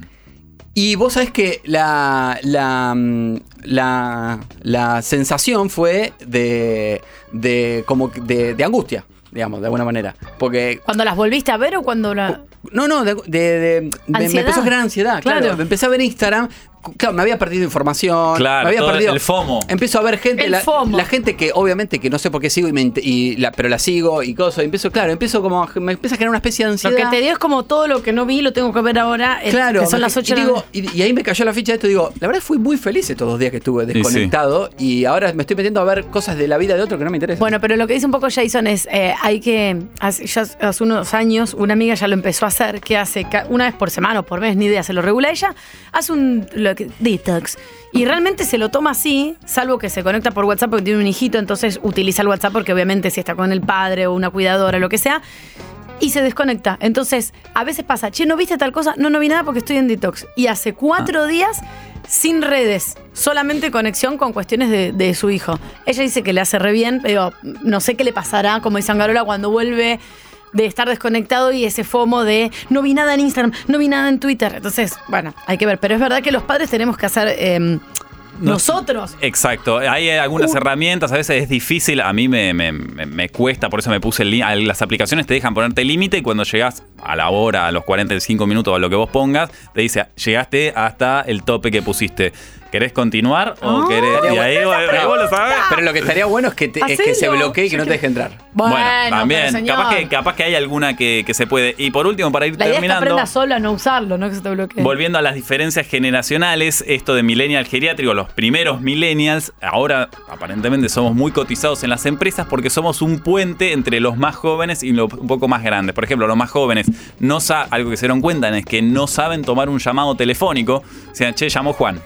Speaker 6: Y vos sabés que la, la, mm, la, la sensación fue de, de, como que de, de angustia, digamos, de alguna manera. Porque...
Speaker 7: ¿Cuando las volviste a ver o cuando la...?
Speaker 6: No, no, de, de- de- me- me
Speaker 7: Ansiedad.
Speaker 6: empezó a generar ansiedad, claro.
Speaker 7: Claro.
Speaker 6: Me empecé a ver Instagram, cu- claro, me había perdido información,
Speaker 18: Claro,
Speaker 6: me había
Speaker 18: todo
Speaker 6: perdido
Speaker 18: el FOMO.
Speaker 6: Empiezo a ver gente,
Speaker 18: El
Speaker 6: la, la gente que obviamente que no sé por qué sigo, y me inte- y la- pero la sigo y cosas. y Empiezo, claro, empiezo como, a- me empieza a generar una especie de ansiedad.
Speaker 7: Lo que te dio es como todo lo que no vi lo tengo que ver ahora. eh,
Speaker 6: Claro,
Speaker 7: que son
Speaker 6: me-
Speaker 7: las 8
Speaker 6: y, digo- y- y ahí me cayó la ficha de esto. Digo, la verdad fui muy feliz estos dos días que estuve
Speaker 18: sí.
Speaker 6: desconectado y ahora me estoy metiendo a ver cosas de la vida de otro que no me interesan.
Speaker 7: Bueno, pero lo que dice un poco Jason es, eh, hay que, hace, ya hace unos años, una amiga ya lo empezó a hacer, que hace ca- una vez por semana o por mes, ni idea, se lo regula ella, hace un lo que- detox. Y realmente se lo toma así, salvo que se conecta por WhatsApp porque tiene un hijito, entonces utiliza el WhatsApp porque obviamente si está con el padre o una cuidadora, lo que sea, y se desconecta. Entonces, a veces pasa, che, ¿no viste tal cosa? No, no vi nada porque estoy en detox. Y hace
Speaker 18: Ah.
Speaker 7: cuatro días sin redes, solamente conexión con cuestiones de, de su hijo. Ella dice que le hace re bien, pero no sé qué le pasará, como dice Angarola, cuando vuelve de estar desconectado y ese FOMO de no vi nada en Instagram, no vi nada en Twitter. Entonces, bueno, hay que ver. Pero es verdad que los padres tenemos que hacer em,
Speaker 18: No-
Speaker 7: nosotros
Speaker 18: Exacto, hay algunas
Speaker 7: Un-
Speaker 18: herramientas, a veces es difícil, a mí me, me- me- me cuesta, por eso me puse el lí- Las aplicaciones te dejan ponerte límite y cuando llegas a la hora, a los 45 minutos, a lo que vos pongas, te dice, llegaste hasta el tope que pusiste. ¿Querés continuar
Speaker 6: Ah,
Speaker 18: o querés...? Y ahí vos- ahí vos lo sabés.
Speaker 6: Pero lo que estaría bueno es que, te- es que se
Speaker 7: Hacelo.
Speaker 6: bloquee y que no te deje entrar.
Speaker 7: Bueno,
Speaker 18: también,
Speaker 7: pero señor.
Speaker 18: capaz, que, capaz que hay alguna que, que se puede. Y por último, para ir
Speaker 7: La idea es que
Speaker 18: terminando...
Speaker 7: aprendas solo a no usarlo, no que se te bloquee.
Speaker 18: Volviendo a las diferencias generacionales, esto de millennial geriátrico, los primeros millennials, ahora aparentemente somos muy cotizados en las empresas porque somos un puente entre los más jóvenes y los un poco más grandes. Por ejemplo, los más jóvenes, no sa- algo que se dieron cuenta es que no saben tomar un llamado telefónico. O sea, che, llamó Juan.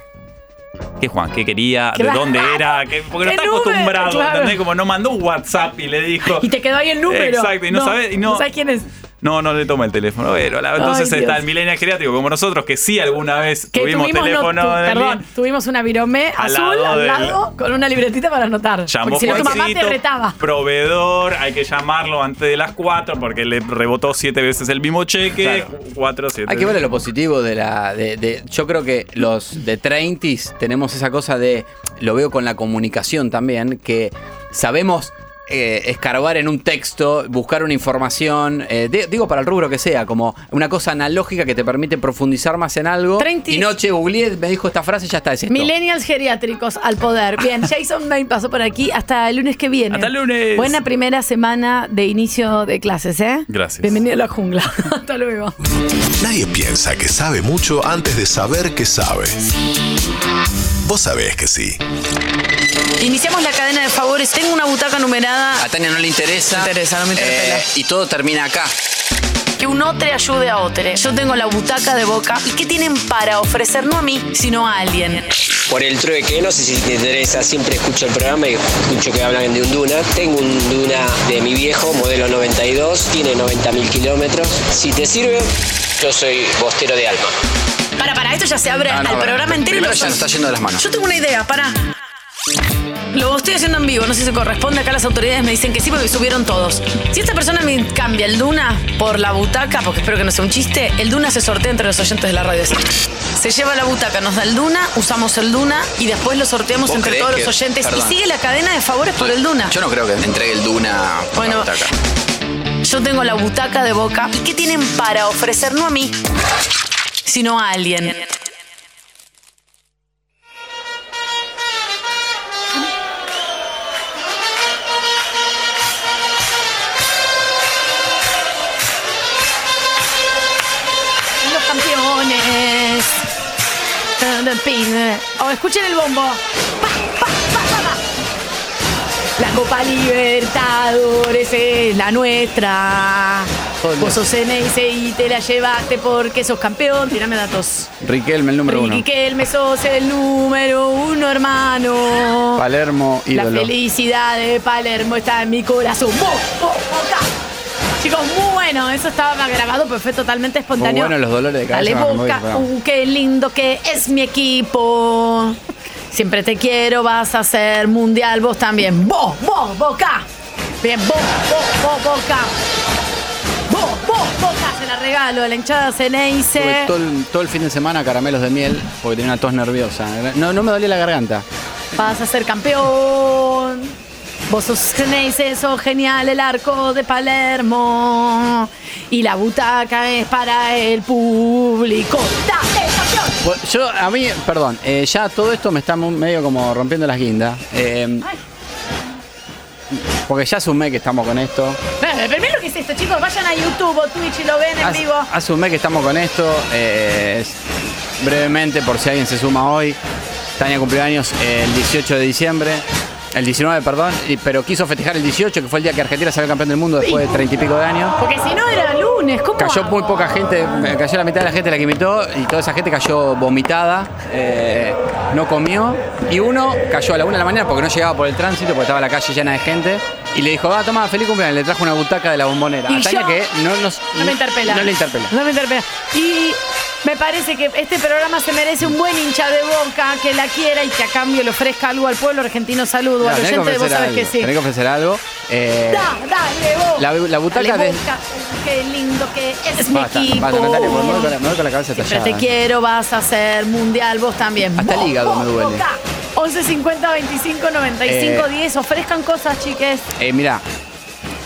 Speaker 18: ¿Qué Juan? ¿Qué quería?
Speaker 7: Claro.
Speaker 18: ¿De dónde era? ¿Qué- porque
Speaker 7: <laughs>
Speaker 18: no
Speaker 7: El
Speaker 18: está
Speaker 7: número,
Speaker 18: acostumbrado,
Speaker 7: claro.
Speaker 18: ¿entendés? Como no mandó un WhatsApp y le dijo...
Speaker 7: <laughs> Y te quedó ahí el número.
Speaker 18: Exacto, y no, sabe- y no-
Speaker 7: sabes quién es.
Speaker 18: no, no le toma el teléfono. Pero la-
Speaker 7: Ay,
Speaker 18: entonces
Speaker 7: Dios.
Speaker 18: está el milenio geriátrico como nosotros, que sí alguna vez
Speaker 7: Que
Speaker 18: tuvimos,
Speaker 7: tuvimos, no-
Speaker 18: teléfono.
Speaker 7: tu-
Speaker 18: de
Speaker 7: perdón,
Speaker 18: línea.
Speaker 7: tuvimos una virome
Speaker 18: Al
Speaker 7: azul
Speaker 18: lado
Speaker 7: al
Speaker 18: del-
Speaker 7: lado con una libretita para anotar.
Speaker 18: Llamó
Speaker 7: porque si no tu mamá te
Speaker 18: Juancito,
Speaker 7: retaba.
Speaker 18: proveedor, hay que llamarlo antes de las 4 porque le rebotó siete veces el mismo cheque.
Speaker 6: Claro.
Speaker 18: Cuatro, siete.
Speaker 6: Hay que ver lo positivo de la. De, de- yo creo que los de 30 tenemos esa cosa de. Lo veo con la comunicación también, que sabemos. eh, escarbar en un texto, buscar una información, eh, de- digo para el rubro que sea, como una cosa analógica que te permite profundizar más en algo.
Speaker 7: Treintis.
Speaker 6: Y noche googleé, me dijo esta frase, ya está, es esto.
Speaker 7: Millennials geriátricos al poder. Bien, Jason May pasó por aquí hasta el lunes que viene.
Speaker 6: Hasta el lunes.
Speaker 7: Buena primera semana de inicio de clases, ¿eh?
Speaker 10: Gracias.
Speaker 7: Bienvenido a la jungla. <laughs> hasta luego.
Speaker 10: Nadie piensa que sabe mucho antes de saber que sabe. Vos sabés que sí.
Speaker 7: Iniciamos la cadena de favores. Tengo una butaca numerada
Speaker 6: A Tania no le interesa. eh, y todo termina acá.
Speaker 7: que un otre ayude a otre. Yo tengo la butaca de boca. ¿Y qué tienen para ofrecer? No a mí, sino a alguien.
Speaker 12: Por el trueque, no sé si te interesa, siempre escucho el programa y escucho que hablan de un Duna. Tengo un Duna de mi viejo, modelo 92, tiene 90.000 kilómetros. Si te sirve, yo soy bostero de alma.
Speaker 7: Para, para, esto ya se abre
Speaker 6: Ah,
Speaker 12: no,
Speaker 7: al
Speaker 12: para.
Speaker 7: programa entero. y
Speaker 12: Primero
Speaker 7: lo
Speaker 12: ya
Speaker 7: son-
Speaker 12: nos está yendo de las manos.
Speaker 7: Yo tengo una idea, para. Lo estoy haciendo en vivo, no sé si corresponde. Acá las autoridades me dicen que sí porque subieron todos. Si esta persona me cambia el Duna por la butaca, porque espero que no sea un chiste, el Duna se sortea entre los oyentes de la radio. Así. Se lleva la butaca, nos da el Duna, usamos el Duna y después lo sorteamos
Speaker 6: ¿Vos
Speaker 7: entre
Speaker 6: creés
Speaker 7: todos
Speaker 6: que-
Speaker 7: los oyentes.
Speaker 6: perdón.
Speaker 7: Y sigue la cadena de favores por el Duna.
Speaker 6: Yo no creo que entregue el Duna. a
Speaker 7: Bueno.
Speaker 6: la butaca.
Speaker 7: Yo tengo la butaca de boca. ¿Y qué tienen para ofrecer? No a mí, sino a alguien. Los campeones. Tan, tan, pin. Oh, escuchen el bombo. Pa, pa, pa, pa, pa. La Copa Libertadores es la nuestra. Vos sos NICI, te la llevaste porque sos campeón. Tirame datos.
Speaker 6: Riquelme, el número uno.
Speaker 7: Riquelme, sos el número uno, hermano.
Speaker 6: Palermo, ídolo.
Speaker 7: La felicidad de Palermo está en mi corazón. ¡Bo, bo, boca! Chicos, muy bueno. Eso estaba grabado, pero fue totalmente
Speaker 6: Muy
Speaker 7: espontáneo.
Speaker 6: bueno los dolores de cabeza.
Speaker 7: Dale
Speaker 6: me voy,
Speaker 7: boca,
Speaker 6: perdón.
Speaker 7: uh, qué lindo que es mi equipo. Siempre te quiero, vas a ser mundial, vos también. Vos, vos, boca. Bien, vos, vos, vos, boca. Vos, vos, boca. Se la regalo a la hinchada
Speaker 6: Tuve
Speaker 7: Ceneice.
Speaker 6: todo, el, todo el fin de semana caramelos de miel porque tenía una tos nerviosa. No, no me dolía la garganta.
Speaker 7: Vas a ser campeón. Vos sos Ceneice, sos genial, el arco de Palermo. Y la butaca es para el público. Dale, campeón.
Speaker 6: Bueno, Yo, a mí, perdón, eh, ya todo esto me está mu- medio como rompiendo las guindas. eh, porque ya asumé que estamos con esto.
Speaker 7: Bueno, Primero que es esto, chicos, vayan a YouTube o Twitch y lo ven en
Speaker 6: As-
Speaker 7: vivo.
Speaker 6: Asumé que estamos con esto. eh, es- brevemente, por si alguien se suma hoy. Tania cumplió años el 18 de diciembre. El 19, perdón. y- Pero quiso festejar el 18, que fue el día que Argentina salió campeón del mundo después de 30 y pico de años.
Speaker 7: Porque si no era lunes, ¿cómo?
Speaker 6: Cayó muy poca gente, eh, cayó la mitad de la gente la que invitó y toda esa gente cayó vomitada, eh, no comió. Y uno cayó a la una de la mañana porque no llegaba por el tránsito, porque estaba la calle llena de gente. Y le dijo, ah, toma, feliz cumpleaños. Le trajo una butaca de la bombonera.
Speaker 7: Y
Speaker 6: A Tania
Speaker 7: yo-
Speaker 6: que no, nos-
Speaker 7: No me interpela.
Speaker 6: No le interpela.
Speaker 7: No me interpela. Y me parece que este programa se merece un buen hincha de boca que la quiera y que a cambio le ofrezca algo al pueblo argentino. Saludo
Speaker 6: No,
Speaker 7: al
Speaker 6: tenés que
Speaker 7: oyente de vos
Speaker 6: ofrecer
Speaker 7: sabes
Speaker 6: algo,
Speaker 7: que sí.
Speaker 6: tenés que ofrecer algo. eh,
Speaker 7: Da, dale, boca.
Speaker 6: La, la butaca
Speaker 7: Dale,
Speaker 6: de.
Speaker 7: boca, Qué lindo que es
Speaker 6: Basta,
Speaker 7: México.
Speaker 6: basta, Natalia, me voy con la- me voy con la cabeza
Speaker 7: Siempre te
Speaker 6: tallada.
Speaker 7: quiero, vas a ser mundial, vos también.
Speaker 6: Hasta el hígado me duele.
Speaker 7: 11 50 25 95
Speaker 6: Eh.
Speaker 7: 10. Ofrezcan cosas, chiques.
Speaker 6: Eh, mirá.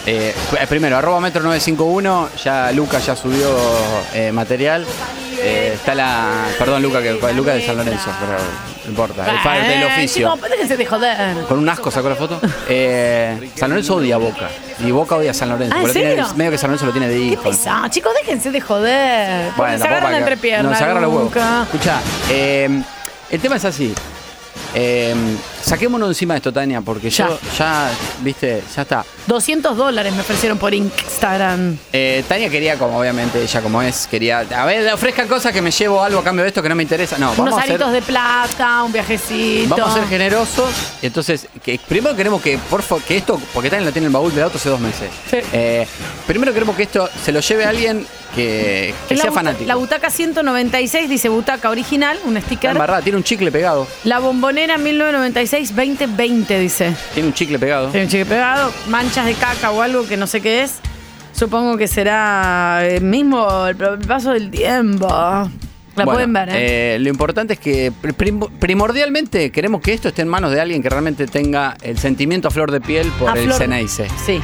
Speaker 6: eh, eh, primero, arroba metro 951. Ya Luca ya subió eh, material. Eh, está la. Perdón, Luca, que Luca de San Lorenzo, pero no importa. El padre del
Speaker 7: Eh,
Speaker 6: oficio.
Speaker 7: chicos, déjense de joder.
Speaker 6: Con un asco sacó la foto. Eh, San Lorenzo odia a Boca. Y Boca odia a San Lorenzo.
Speaker 7: Ah, ¿en
Speaker 6: porque lo tiene-
Speaker 7: serio?
Speaker 6: medio que San Lorenzo lo tiene de hijo.
Speaker 7: Pesado, Ah, chicos, déjense de joder. Porque se
Speaker 6: tampoco
Speaker 7: agarran
Speaker 6: para que-
Speaker 7: entre piernas.
Speaker 6: No, se agarran los huevos.
Speaker 7: nunca.
Speaker 6: Escucha, eh, el tema es así. Eh, saquémonos encima de esto, Tania, porque ya, yo, ya, viste, ya está.
Speaker 7: 200 dólares me ofrecieron por Instagram.
Speaker 6: Eh, Tania quería, como obviamente ella como es, quería, a ver, ofrezcan cosas que me llevo algo a cambio de esto que no me interesa. No, vamos
Speaker 7: Unos
Speaker 6: a ser,
Speaker 7: aritos de plata, un viajecito.
Speaker 6: vamos a ser generosos. Entonces, que, primero queremos que, por favor, que esto, porque Tania lo tiene en el baúl del auto hace dos meses. Eh, primero queremos que esto se lo lleve a alguien que, que
Speaker 7: La
Speaker 6: sea
Speaker 7: buta-
Speaker 6: fanático.
Speaker 7: La butaca 196 dice butaca original, un
Speaker 6: Está
Speaker 7: sticker.
Speaker 6: embarrada, tiene un chicle pegado.
Speaker 7: La bombonera 1996-2020 dice.
Speaker 6: Tiene un chicle pegado.
Speaker 7: Tiene un chicle pegado, manchas de caca o algo que no sé qué es. Supongo que será el mismo el pro- el paso del tiempo. La
Speaker 6: Bueno,
Speaker 7: pueden ver, ¿eh?
Speaker 6: eh, lo importante es que prim- primordialmente queremos que esto esté en manos de alguien que realmente tenga el sentimiento a flor de piel por
Speaker 7: A
Speaker 6: el
Speaker 7: flor-
Speaker 6: Ceneice.
Speaker 7: Sí.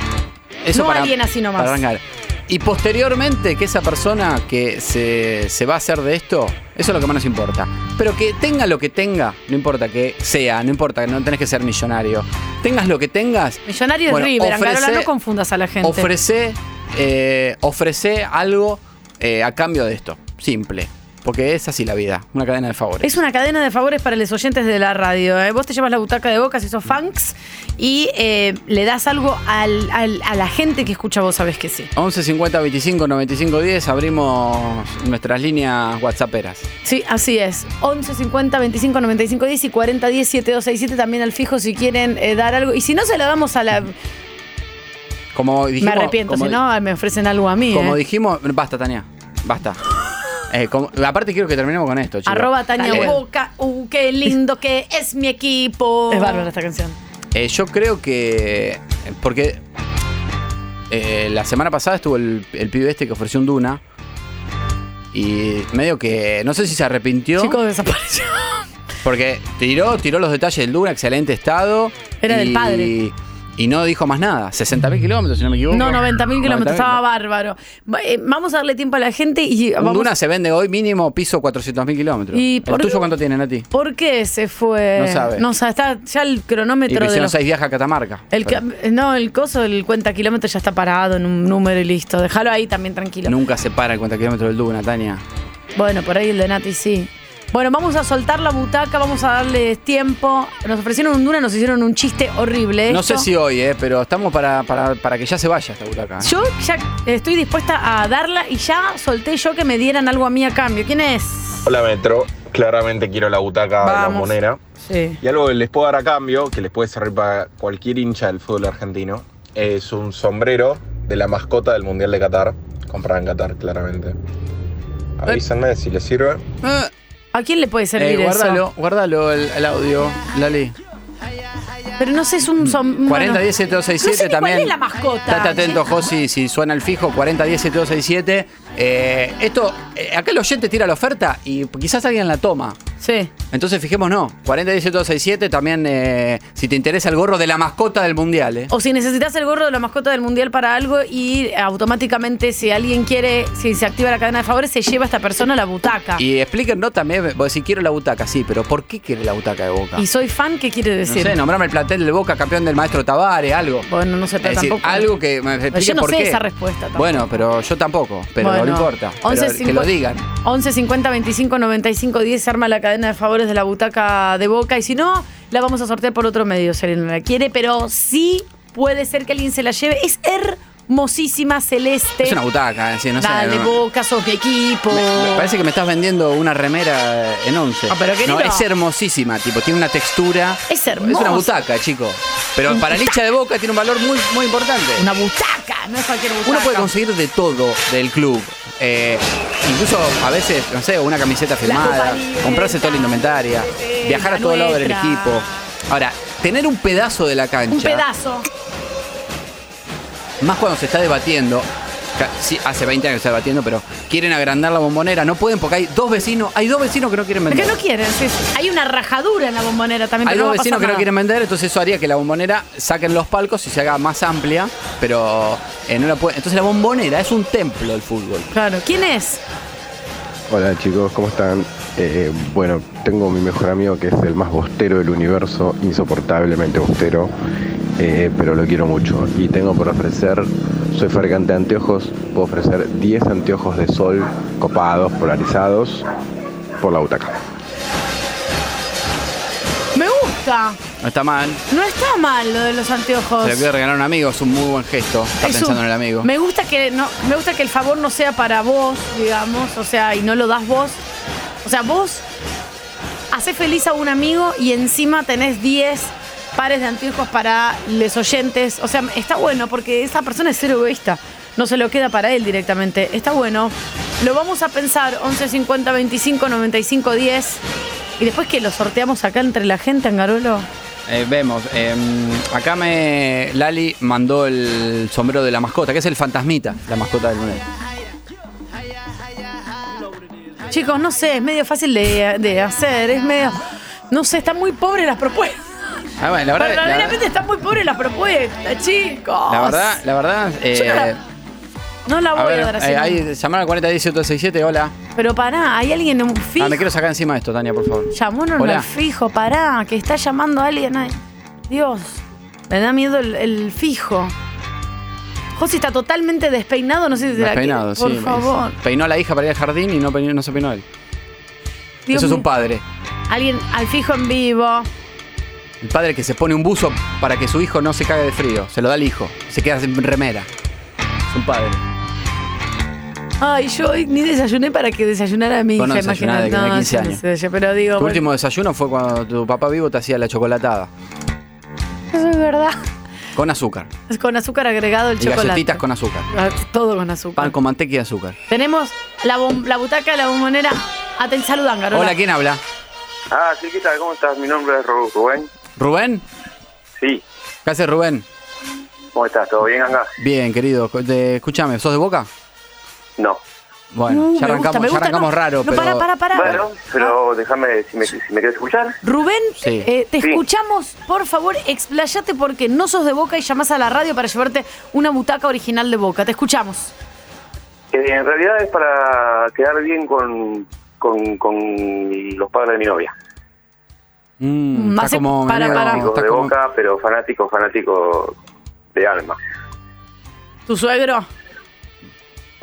Speaker 6: Eso
Speaker 7: No
Speaker 6: para,
Speaker 7: alguien así nomás.
Speaker 6: para arrancar. Y posteriormente que esa persona que se, se va a hacer de esto, eso es lo que más nos importa. Pero que tenga lo que tenga, no importa que sea, no importa, no tenés que ser millonario. Tengas lo que tengas.
Speaker 7: Millonario de
Speaker 6: Bueno,
Speaker 7: River, Angarola,
Speaker 6: ofrece-
Speaker 7: no confundas a la gente.
Speaker 6: Ofrece, eh, ofrece algo eh, a cambio de esto. Simple. Porque es así la vida, una cadena de favores.
Speaker 7: Es una cadena de favores para los oyentes de la radio. ¿eh? Vos te llevas la butaca de boca si sos fanks y eh, le das algo al- al- a la gente que escucha vos, sabés que sí.
Speaker 6: 11 50 25 95 10 abrimos nuestras líneas whatsapperas.
Speaker 7: Sí, así es. 11 50 25 95 10 y 40 10 7267 también al fijo si quieren eh, dar algo. Y si no, se la damos a la.
Speaker 6: Como dijimos,
Speaker 7: me arrepiento,
Speaker 6: como
Speaker 7: si no, me ofrecen algo a mí.
Speaker 6: Como
Speaker 7: eh.
Speaker 6: dijimos, basta, Tania.
Speaker 7: <laughs>
Speaker 6: Basta. Eh, como- aparte, quiero que terminemos con esto, chicos.
Speaker 7: Arroba Tania
Speaker 6: Eh,
Speaker 7: Boca. Uh, qué lindo que es mi equipo. Es bárbara esta canción.
Speaker 6: eh, yo creo que. Porque. eh, la semana pasada estuvo el, el pibe este que ofreció un Duna. Y medio que. No sé si se arrepintió.
Speaker 7: Chicos, desapareció.
Speaker 6: Porque tiró, tiró los detalles del Duna, excelente estado.
Speaker 7: Era del padre.
Speaker 6: Y no dijo más nada. 60.000 kilómetros, si no me equivoco.
Speaker 7: No, 90 mil kilómetros,
Speaker 6: 90.000.
Speaker 7: estaba bárbaro. Va- eh, vamos a darle tiempo a la gente y
Speaker 6: Un
Speaker 7: vamos.
Speaker 6: Duna se vende hoy mínimo piso 400.000 kilómetros.
Speaker 7: ¿Y
Speaker 6: ¿El
Speaker 7: por
Speaker 6: tuyo
Speaker 7: qué?
Speaker 6: cuánto tiene, Nati?
Speaker 7: ¿Por qué se fue?
Speaker 6: No sabe.
Speaker 7: No sabe, está ya el
Speaker 6: Y
Speaker 7: cronómetro de
Speaker 6: hicieron
Speaker 7: los-
Speaker 6: seis viajes a Catamarca.
Speaker 7: el ca- no, el coso, el cuenta kilómetros ya está parado en un número y listo. Déjalo ahí también tranquilo.
Speaker 6: Nunca se para el cuenta kilómetros del Duna, Tania.
Speaker 7: Bueno, por ahí el de Nati sí. Bueno, vamos a soltar la butaca, vamos a darles tiempo. Nos ofrecieron un duna, nos hicieron un chiste horrible.
Speaker 6: No
Speaker 7: esto.
Speaker 6: sé si hoy, eh, pero estamos para, para, para que ya se vaya esta butaca. ¿eh?
Speaker 7: Yo ya estoy dispuesta a darla y ya solté yo que me dieran algo a mí a cambio. ¿Quién es?
Speaker 13: Hola Metro, claramente quiero la butaca de la
Speaker 7: Vamos.
Speaker 13: monera.
Speaker 7: Sí.
Speaker 13: Y algo que les puedo dar a cambio, que les puede servir para cualquier hincha del fútbol argentino, es un sombrero de la mascota del Mundial de Qatar, comprada en Qatar claramente. Avísenme si les sirve.
Speaker 7: ¿A quién le puede
Speaker 6: Eh,
Speaker 7: servir
Speaker 6: guárdalo,
Speaker 7: eso?
Speaker 6: guárdalo el, el audio, Lali.
Speaker 7: Pero no sé, es un... som-
Speaker 6: 40 10
Speaker 7: No sé
Speaker 6: 7267
Speaker 7: ni
Speaker 6: también.
Speaker 7: ¿Cuál es la mascota?
Speaker 6: Estate atento, Josi, si suena el fijo, 40 10 7267. Eh, esto, eh, acá el oyente tira la oferta y quizás alguien la toma.
Speaker 7: Sí.
Speaker 6: Entonces fijémonos, 40 10 7267 también, eh, si te interesa el gorro de la mascota del mundial. eh.
Speaker 7: O si necesitas el gorro de la mascota del mundial para algo y automáticamente si alguien quiere, si se activa la cadena de favores, se lleva a esta persona a la butaca. Y,
Speaker 6: Y explíquenos también, vos si quiero la butaca, sí, pero ¿por qué quiere la butaca de Boca?
Speaker 7: soy fan, ¿qué quiere
Speaker 6: No
Speaker 7: decir?
Speaker 6: sé, nombrame el plantel de Boca, campeón del maestro Tavares, algo.
Speaker 7: Bueno, no sé, pero
Speaker 6: Es decir,
Speaker 7: tampoco-
Speaker 6: algo que me explique
Speaker 7: yo no
Speaker 6: por
Speaker 7: sé
Speaker 6: qué.
Speaker 7: esa respuesta. tampoco.
Speaker 6: Bueno, pero yo tampoco, pero
Speaker 7: Bueno,
Speaker 6: no importa. Pero
Speaker 7: 11,
Speaker 6: que lo
Speaker 7: 50,
Speaker 6: digan.
Speaker 7: 11 50 25 95 10 se arma la cadena de favores de la butaca de Boca y si no, la vamos a sortear por otro medio si alguien no la quiere, pero sí puede ser que alguien se la lleve. Es hermosísima celeste.
Speaker 6: Es una butaca, es decir, no sé.
Speaker 7: Dale,
Speaker 6: no-
Speaker 7: Boca, sos mi equipo.
Speaker 6: me parece que me estás vendiendo una remera eh, en 11.
Speaker 7: Ah, pero qué
Speaker 6: no,
Speaker 7: lindo.
Speaker 6: es hermosísima, tipo, tiene una textura.
Speaker 7: Es hermosa.
Speaker 6: Es una butaca, chico. Pero para el hincha de Boca tiene un valor muy, muy importante.
Speaker 7: Una butaca, no es cualquier butaca.
Speaker 6: Uno puede conseguir de todo del club. Eh, incluso a veces, no sé, una camiseta firmada, comprarse toda la indumentaria, viajar a
Speaker 7: la
Speaker 6: todo lado del
Speaker 7: nuestra.
Speaker 6: equipo. Ahora, tener un pedazo de la cancha.
Speaker 7: Un pedazo.
Speaker 6: más cuando se está debatiendo. ca- Sí, hace 20 años que se está debatiendo, pero quieren agrandar la bombonera. No pueden porque hay dos vecinos. Hay dos vecinos que no quieren
Speaker 7: Es
Speaker 6: vender.
Speaker 7: que no quieren. sí, sí. Hay una rajadura en la bombonera también.
Speaker 6: Hay
Speaker 7: pero
Speaker 6: dos
Speaker 7: no va a
Speaker 6: vecinos
Speaker 7: pasar
Speaker 6: que no
Speaker 7: nada.
Speaker 6: quieren vender, entonces eso haría que la bombonera saquen los palcos y se haga más amplia, pero eh, no la pueden. Entonces la bombonera es un templo del fútbol.
Speaker 7: Claro. ¿Quién es?
Speaker 14: Hola chicos, ¿cómo están? Eh, bueno, tengo mi mejor amigo que es el más bostero del universo, insoportablemente bostero, eh, pero lo quiero mucho. Y tengo por ofrecer, soy fabricante de anteojos, puedo ofrecer 10 anteojos de sol copados, polarizados, por la butaca.
Speaker 7: Me gusta.
Speaker 6: No está mal.
Speaker 7: No está mal lo de los anteojos.
Speaker 6: Se lo quiero regalar a un amigo, es un muy buen gesto. Está
Speaker 7: Es
Speaker 6: pensando
Speaker 7: un-
Speaker 6: en el amigo.
Speaker 7: Me gusta que no, me gusta que el favor no sea para vos, digamos, o sea, y no lo das vos. O sea, vos haces feliz a un amigo y encima tenés 10 pares de anteojos para los oyentes. O sea, está bueno porque esa persona es cero egoísta. No se lo queda para él directamente. Está bueno. Lo vamos a pensar 11 50 25 95 10. Y después que lo sorteamos acá entre la gente, Angarolo.
Speaker 6: Eh, vemos, eh, acá me Lali mandó el sombrero de la mascota, que es el fantasmita, la mascota del lunes.
Speaker 7: Chicos, no sé, es medio fácil de, de hacer, es medio. No sé, están muy pobres las propuestas.
Speaker 6: Ah, bueno, la verdad, la,
Speaker 7: Verdaderamente están muy pobres las propuestas, chicos.
Speaker 6: la verdad, la verdad, eh,
Speaker 7: Yo no la- No la
Speaker 6: a
Speaker 7: voy a,
Speaker 6: ver,
Speaker 7: dar así.
Speaker 6: eh, ahí, llamar al 40 18 67, hola.
Speaker 7: Pero pará, hay alguien en un fijo.
Speaker 6: Ah, me quiero sacar encima de esto, Tania, por favor.
Speaker 7: Llamó uno en
Speaker 6: Hola.
Speaker 7: el fijo, pará, que está llamando a alguien. ay. Dios, me da miedo el, el fijo. José está totalmente despeinado, no sé si será que-
Speaker 6: Despeinado, sí.
Speaker 7: Por
Speaker 6: me
Speaker 7: favor.
Speaker 6: dice. Peinó a la hija para ir al jardín y no, peinó- no se peinó él.
Speaker 7: Dios
Speaker 6: Eso es
Speaker 7: mío.
Speaker 6: un padre.
Speaker 7: Alguien al fijo en vivo.
Speaker 6: El padre que se pone un buzo para que su hijo no se cague de frío. Se lo da al hijo. Se queda sin remera. Es un padre.
Speaker 7: Ay, yo hoy ni desayuné para que desayunara mi
Speaker 6: Vos no
Speaker 7: hija,
Speaker 6: desayunás
Speaker 7: imagínate.
Speaker 6: de que tenés 15
Speaker 7: yo no
Speaker 6: años.
Speaker 7: sé, yo- pero digo,
Speaker 6: Tu
Speaker 7: bueno,
Speaker 6: último desayuno fue cuando tu papá vivo te hacía la chocolatada.
Speaker 7: eso es verdad.
Speaker 6: Con azúcar.
Speaker 7: Es con azúcar agregado el
Speaker 6: y
Speaker 7: chocolate.
Speaker 6: galletitas con azúcar.
Speaker 7: Ah, Todo con azúcar.
Speaker 6: Pan con manteca y azúcar.
Speaker 7: Tenemos la, bom- la butaca de la bombonera. Aten, saludan, Garola.
Speaker 6: Hola, ¿quién habla?
Speaker 15: Ah, sí, ¿qué tal? ¿Cómo estás? Mi nombre es Ru- Rubén.
Speaker 6: ¿Rubén?
Speaker 15: Sí.
Speaker 6: ¿Qué haces, Rubén?
Speaker 15: ¿Cómo estás? ¿Todo bien, Ganga?
Speaker 6: Bien, querido. Co- te- Escúchame, ¿sos de boca?
Speaker 15: No.
Speaker 6: Bueno, ya
Speaker 15: Uh, me gusta,
Speaker 6: arrancamos,
Speaker 15: me
Speaker 6: ya
Speaker 15: gusta,
Speaker 6: arrancamos
Speaker 15: no.
Speaker 6: raro,
Speaker 15: No,
Speaker 6: pero.
Speaker 15: para, para,
Speaker 7: para.
Speaker 15: Bueno, pero déjame, si me, si me querés escuchar.
Speaker 7: Rubén,
Speaker 15: Sí.
Speaker 7: eh, te
Speaker 15: Sí.
Speaker 7: escuchamos. Por favor, explayate porque no sos de Boca y llamás a la radio para llevarte una butaca original de Boca. Te escuchamos.
Speaker 15: Eh, en realidad es para quedar bien con, con, con los padres de mi novia.
Speaker 6: Mm, está
Speaker 7: Hace-
Speaker 6: como.
Speaker 7: para,
Speaker 6: medio-
Speaker 7: para.
Speaker 6: está
Speaker 15: Fanáticos de
Speaker 6: como-
Speaker 15: boca, pero fanático, fanático de alma.
Speaker 7: ¿Tu suegro?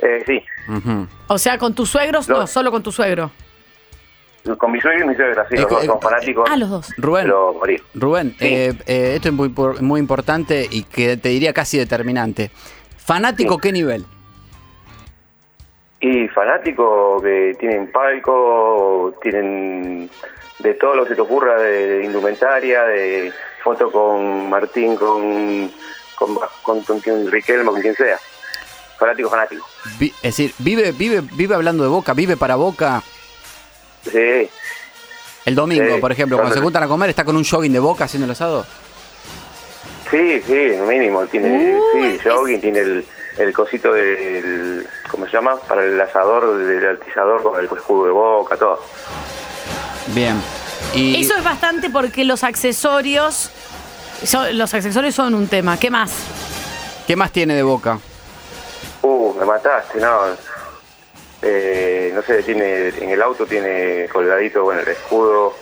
Speaker 15: Eh, sí,
Speaker 7: O sea, con tus suegros, no, solo con tu suegro.
Speaker 15: con mi suegro y mi suegra, sí, los dos son fanáticos.
Speaker 7: Ah, los dos.
Speaker 6: eh, Rubén.
Speaker 15: Pero morir.
Speaker 6: Rubén, eh, eh, esto es muy, por- muy importante y que te diría casi determinante. ¿Fanático qué nivel?
Speaker 15: Y fanáticos que tienen palco, tienen de todo lo que se te ocurra, de, de indumentaria, de foto con Martín, con, con, con, con quien- Riquelme, con quien sea. Fanático, fanático.
Speaker 6: Vi- es decir, vive, vive, vive hablando de boca, vive para boca.
Speaker 15: Sí,
Speaker 6: El domingo,
Speaker 15: Sí,
Speaker 6: por ejemplo, cuando se
Speaker 15: totalmente.
Speaker 6: juntan a comer, está con un jogging de boca haciendo el asado.
Speaker 15: sí, sí, mínimo. Tiene sí, jogging, tiene el, el cosito del, ¿cómo se llama? Para el asador, del altizador con el escudo de boca, todo.
Speaker 6: Bien. Y
Speaker 7: Eso es bastante porque los accesorios. son- los accesorios son un tema. ¿Qué más?
Speaker 6: ¿Qué más tiene de boca?
Speaker 15: Uh, me mataste, no. Eh, no sé, tiene en el auto tiene colgadito, bueno, el escudo,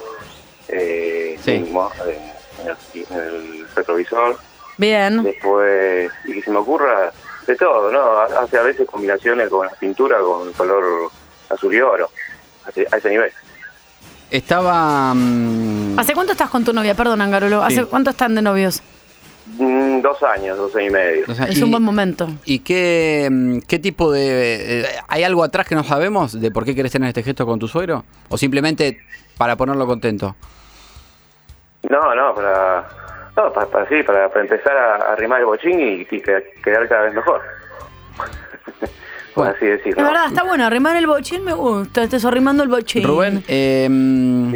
Speaker 15: eh, mínimo, eh, en, el, en el retrovisor.
Speaker 7: Bien.
Speaker 15: Después, y que se me ocurra de todo, ¿no? Hace a veces combinaciones con la pintura, con el color azul y oro, Hace- a ese nivel.
Speaker 6: Estaba. mm,
Speaker 7: ¿Hace cuánto estás con tu novia? Perdón, Angarolo.
Speaker 6: Sí.
Speaker 7: ¿Hace cuánto están de novios?
Speaker 15: Mm, dos años, dos años y medio.
Speaker 6: o sea,
Speaker 7: Es
Speaker 6: y-
Speaker 7: un buen momento.
Speaker 6: ¿Y qué, mm, qué tipo de... eh, ¿Hay algo atrás que no sabemos de por qué querés tener este gesto con tu suegro? ¿O simplemente para ponerlo contento?
Speaker 15: No, no, para... No, para, para- sí, para, para empezar a arrimar el bochín y, y que- quedar cada vez mejor. <laughs> Por así decirlo.
Speaker 7: La verdad, está bueno. Arrimar el bochín me gusta. Estás arrimando el bochín.
Speaker 6: Rubén, eh, mm,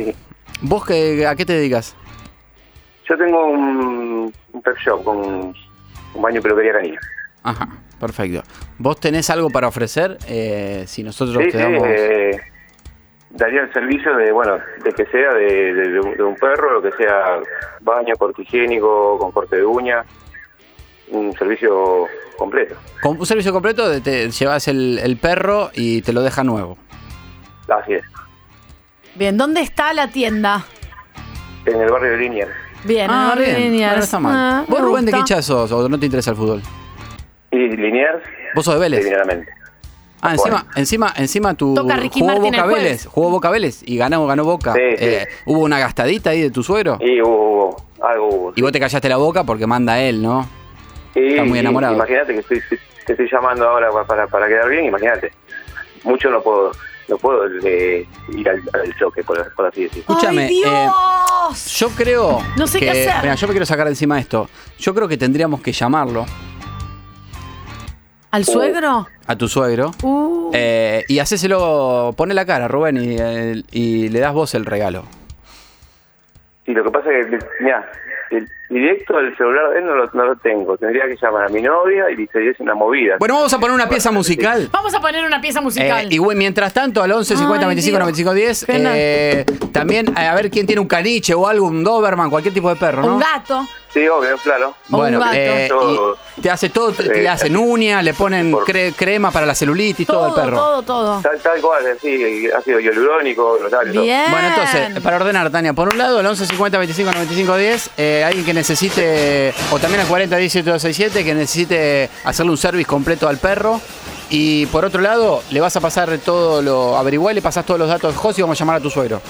Speaker 6: ¿vos qué- a qué te dedicas?
Speaker 15: Yo tengo un, un pet shop con un baño y peluquería canina.
Speaker 6: Ajá, perfecto. ¿Vos tenés algo para ofrecer? Eh, si nosotros
Speaker 15: Sí,
Speaker 6: te
Speaker 15: sí,
Speaker 6: damos...
Speaker 15: eh, daría el servicio de, bueno, de que sea de, de- de un- de un perro, lo que sea baño, corte higiénico, con corte de uña, un servicio completo.
Speaker 6: Con un servicio completo de- te llevas el, el perro y te lo deja nuevo.
Speaker 15: Así es,
Speaker 7: Bien, ¿dónde está la tienda?
Speaker 15: en el barrio de Liniers.
Speaker 7: Bien,
Speaker 6: Ah,
Speaker 7: en Barrio
Speaker 6: bien.
Speaker 7: Liniers.
Speaker 6: No, no está mal.
Speaker 7: Ah,
Speaker 6: ¿Vos,
Speaker 7: me
Speaker 6: Rubén, de qué
Speaker 7: gusta.
Speaker 6: hincha sos? ¿O no te interesa el fútbol?
Speaker 15: ¿Y Liniers?
Speaker 6: ¿Vos sos de Vélez? Ah,
Speaker 15: Bueno.
Speaker 6: encima, encima, encima tu
Speaker 7: Toca Ricky
Speaker 6: jugó
Speaker 7: Martin el
Speaker 6: Boca
Speaker 7: jueves.
Speaker 6: Vélez, jugó Boca Vélez y ganó, ganó Boca.
Speaker 15: Sí, sí.
Speaker 6: Eh, hubo una gastadita ahí de tu suegro.
Speaker 15: Y hubo, hubo, algo hubo.
Speaker 6: Y vos te callaste la boca porque manda él, ¿no?
Speaker 15: Y-
Speaker 6: Está muy
Speaker 15: y
Speaker 6: enamorado.
Speaker 15: Imagínate que estoy, te estoy llamando ahora pa- para, para quedar bien, imagínate. Mucho no puedo, no puedo eh, ir al, al choque, por, por así decirlo.
Speaker 6: Escúchame, eh, yo creo.
Speaker 7: No sé
Speaker 6: que,
Speaker 7: qué hacer.
Speaker 6: Mirá, yo me quiero sacar de encima esto. Yo creo que tendríamos que llamarlo
Speaker 7: ¿Al suegro?
Speaker 6: a tu suegro
Speaker 7: Uh,
Speaker 6: eh, y hacéselo. Pone la cara, Rubén, y, eh, y le das vos el regalo.
Speaker 15: Y lo que pasa es que, mira, el directo del celular de él no lo, no lo tengo. Tendría que llamar a mi novia y sería una movida.
Speaker 6: Bueno, vamos a poner una pieza musical.
Speaker 7: Vamos a poner una pieza musical.
Speaker 6: Eh, y bueno, mientras tanto, al 11 50 25 95 10, eh, también eh, a ver quién tiene un caniche o algo, un Doberman, cualquier tipo de perro, ¿no?
Speaker 7: Un gato.
Speaker 15: Sí, obvio, claro.
Speaker 6: Bueno, eh,
Speaker 15: Yo-
Speaker 6: y te hace todo, te, le hacen uña, le ponen cre- crema para la celulitis, todo, al perro.
Speaker 7: Todo, todo.
Speaker 15: Tal, tal cual, así, ácido hialurónico, notable. todo.
Speaker 6: Bueno, entonces, para ordenar, Tania, por un lado, el 11 50 25 95 10, eh, alguien que necesite, o también al 40 17 267, que necesite hacerle un service completo al perro. Y por otro lado, le vas a pasar todo lo averiguá, y le pasás todos los datos de Jos y vamos a llamar a tu suegro.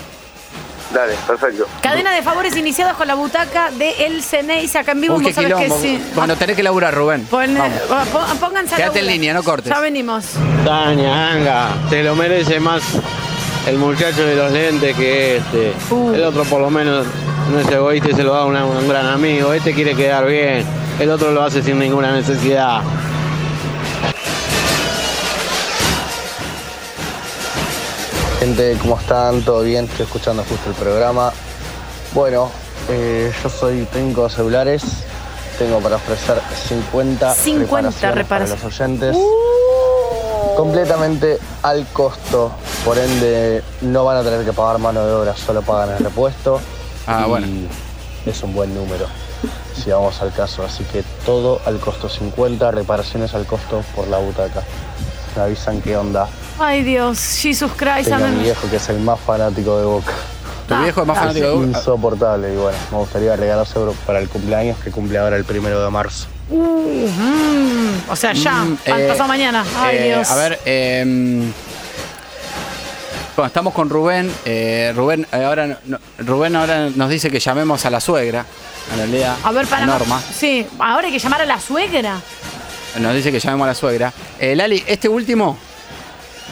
Speaker 15: Dale, perfecto.
Speaker 7: Cadena de favores iniciados con la butaca de El Ceneis acá en vivo.
Speaker 6: Uy,
Speaker 7: Vos
Speaker 6: qué
Speaker 7: sabés que
Speaker 6: quilombo.
Speaker 7: sí.
Speaker 6: Bueno, tenés que laburar, Rubén. Vamos.
Speaker 7: Ah, pon- Pónganse a
Speaker 6: Quédate en
Speaker 7: laburar.
Speaker 6: línea, no cortes.
Speaker 7: Ya venimos.
Speaker 20: Tania, Anga, te lo merece más el muchacho de los lentes que este. El otro por lo menos no es egoísta y se lo da a una- un gran amigo. Este quiere quedar bien. El otro lo hace sin ninguna necesidad.
Speaker 19: Gente, ¿cómo están? ¿Todo bien? Estoy escuchando justo el programa. Bueno, eh, yo soy técnico de celulares. Tengo para ofrecer 50,
Speaker 7: 50
Speaker 19: reparaciones para
Speaker 7: reparaciones.
Speaker 19: los oyentes. Completamente al costo. Por ende, no van a tener que pagar mano de obra, solo pagan el repuesto.
Speaker 6: Ah,
Speaker 19: Y
Speaker 6: bueno.
Speaker 19: Es un buen número, si vamos al caso. Así que todo al costo 50, reparaciones al costo por la butaca. Me avisan qué onda.
Speaker 7: Ay, Dios. Jesus Christ,
Speaker 19: Tengo a mi
Speaker 7: amén.
Speaker 19: viejo que es el más fanático de Boca.
Speaker 6: ¿Tu viejo es más fanático de Boca?
Speaker 19: Insoportable y bueno, me gustaría regalárselo para el cumpleaños que cumple ahora el primero de marzo.
Speaker 7: Uh, mm, o sea, ya.
Speaker 6: Mm,
Speaker 7: al
Speaker 6: eh,
Speaker 7: pasado mañana. Ay,
Speaker 6: Eh,
Speaker 7: Dios.
Speaker 6: A ver, eh, bueno, estamos con Rubén. eh, Rubén, eh, ahora, no- no- Rubén ahora nos dice que llamemos a la suegra, a la aldea
Speaker 7: A ver, para.
Speaker 6: Norma.
Speaker 7: Sí, ahora hay que llamar a la suegra.
Speaker 6: Nos dice que llamemos a la suegra. Eh, Lali, este último,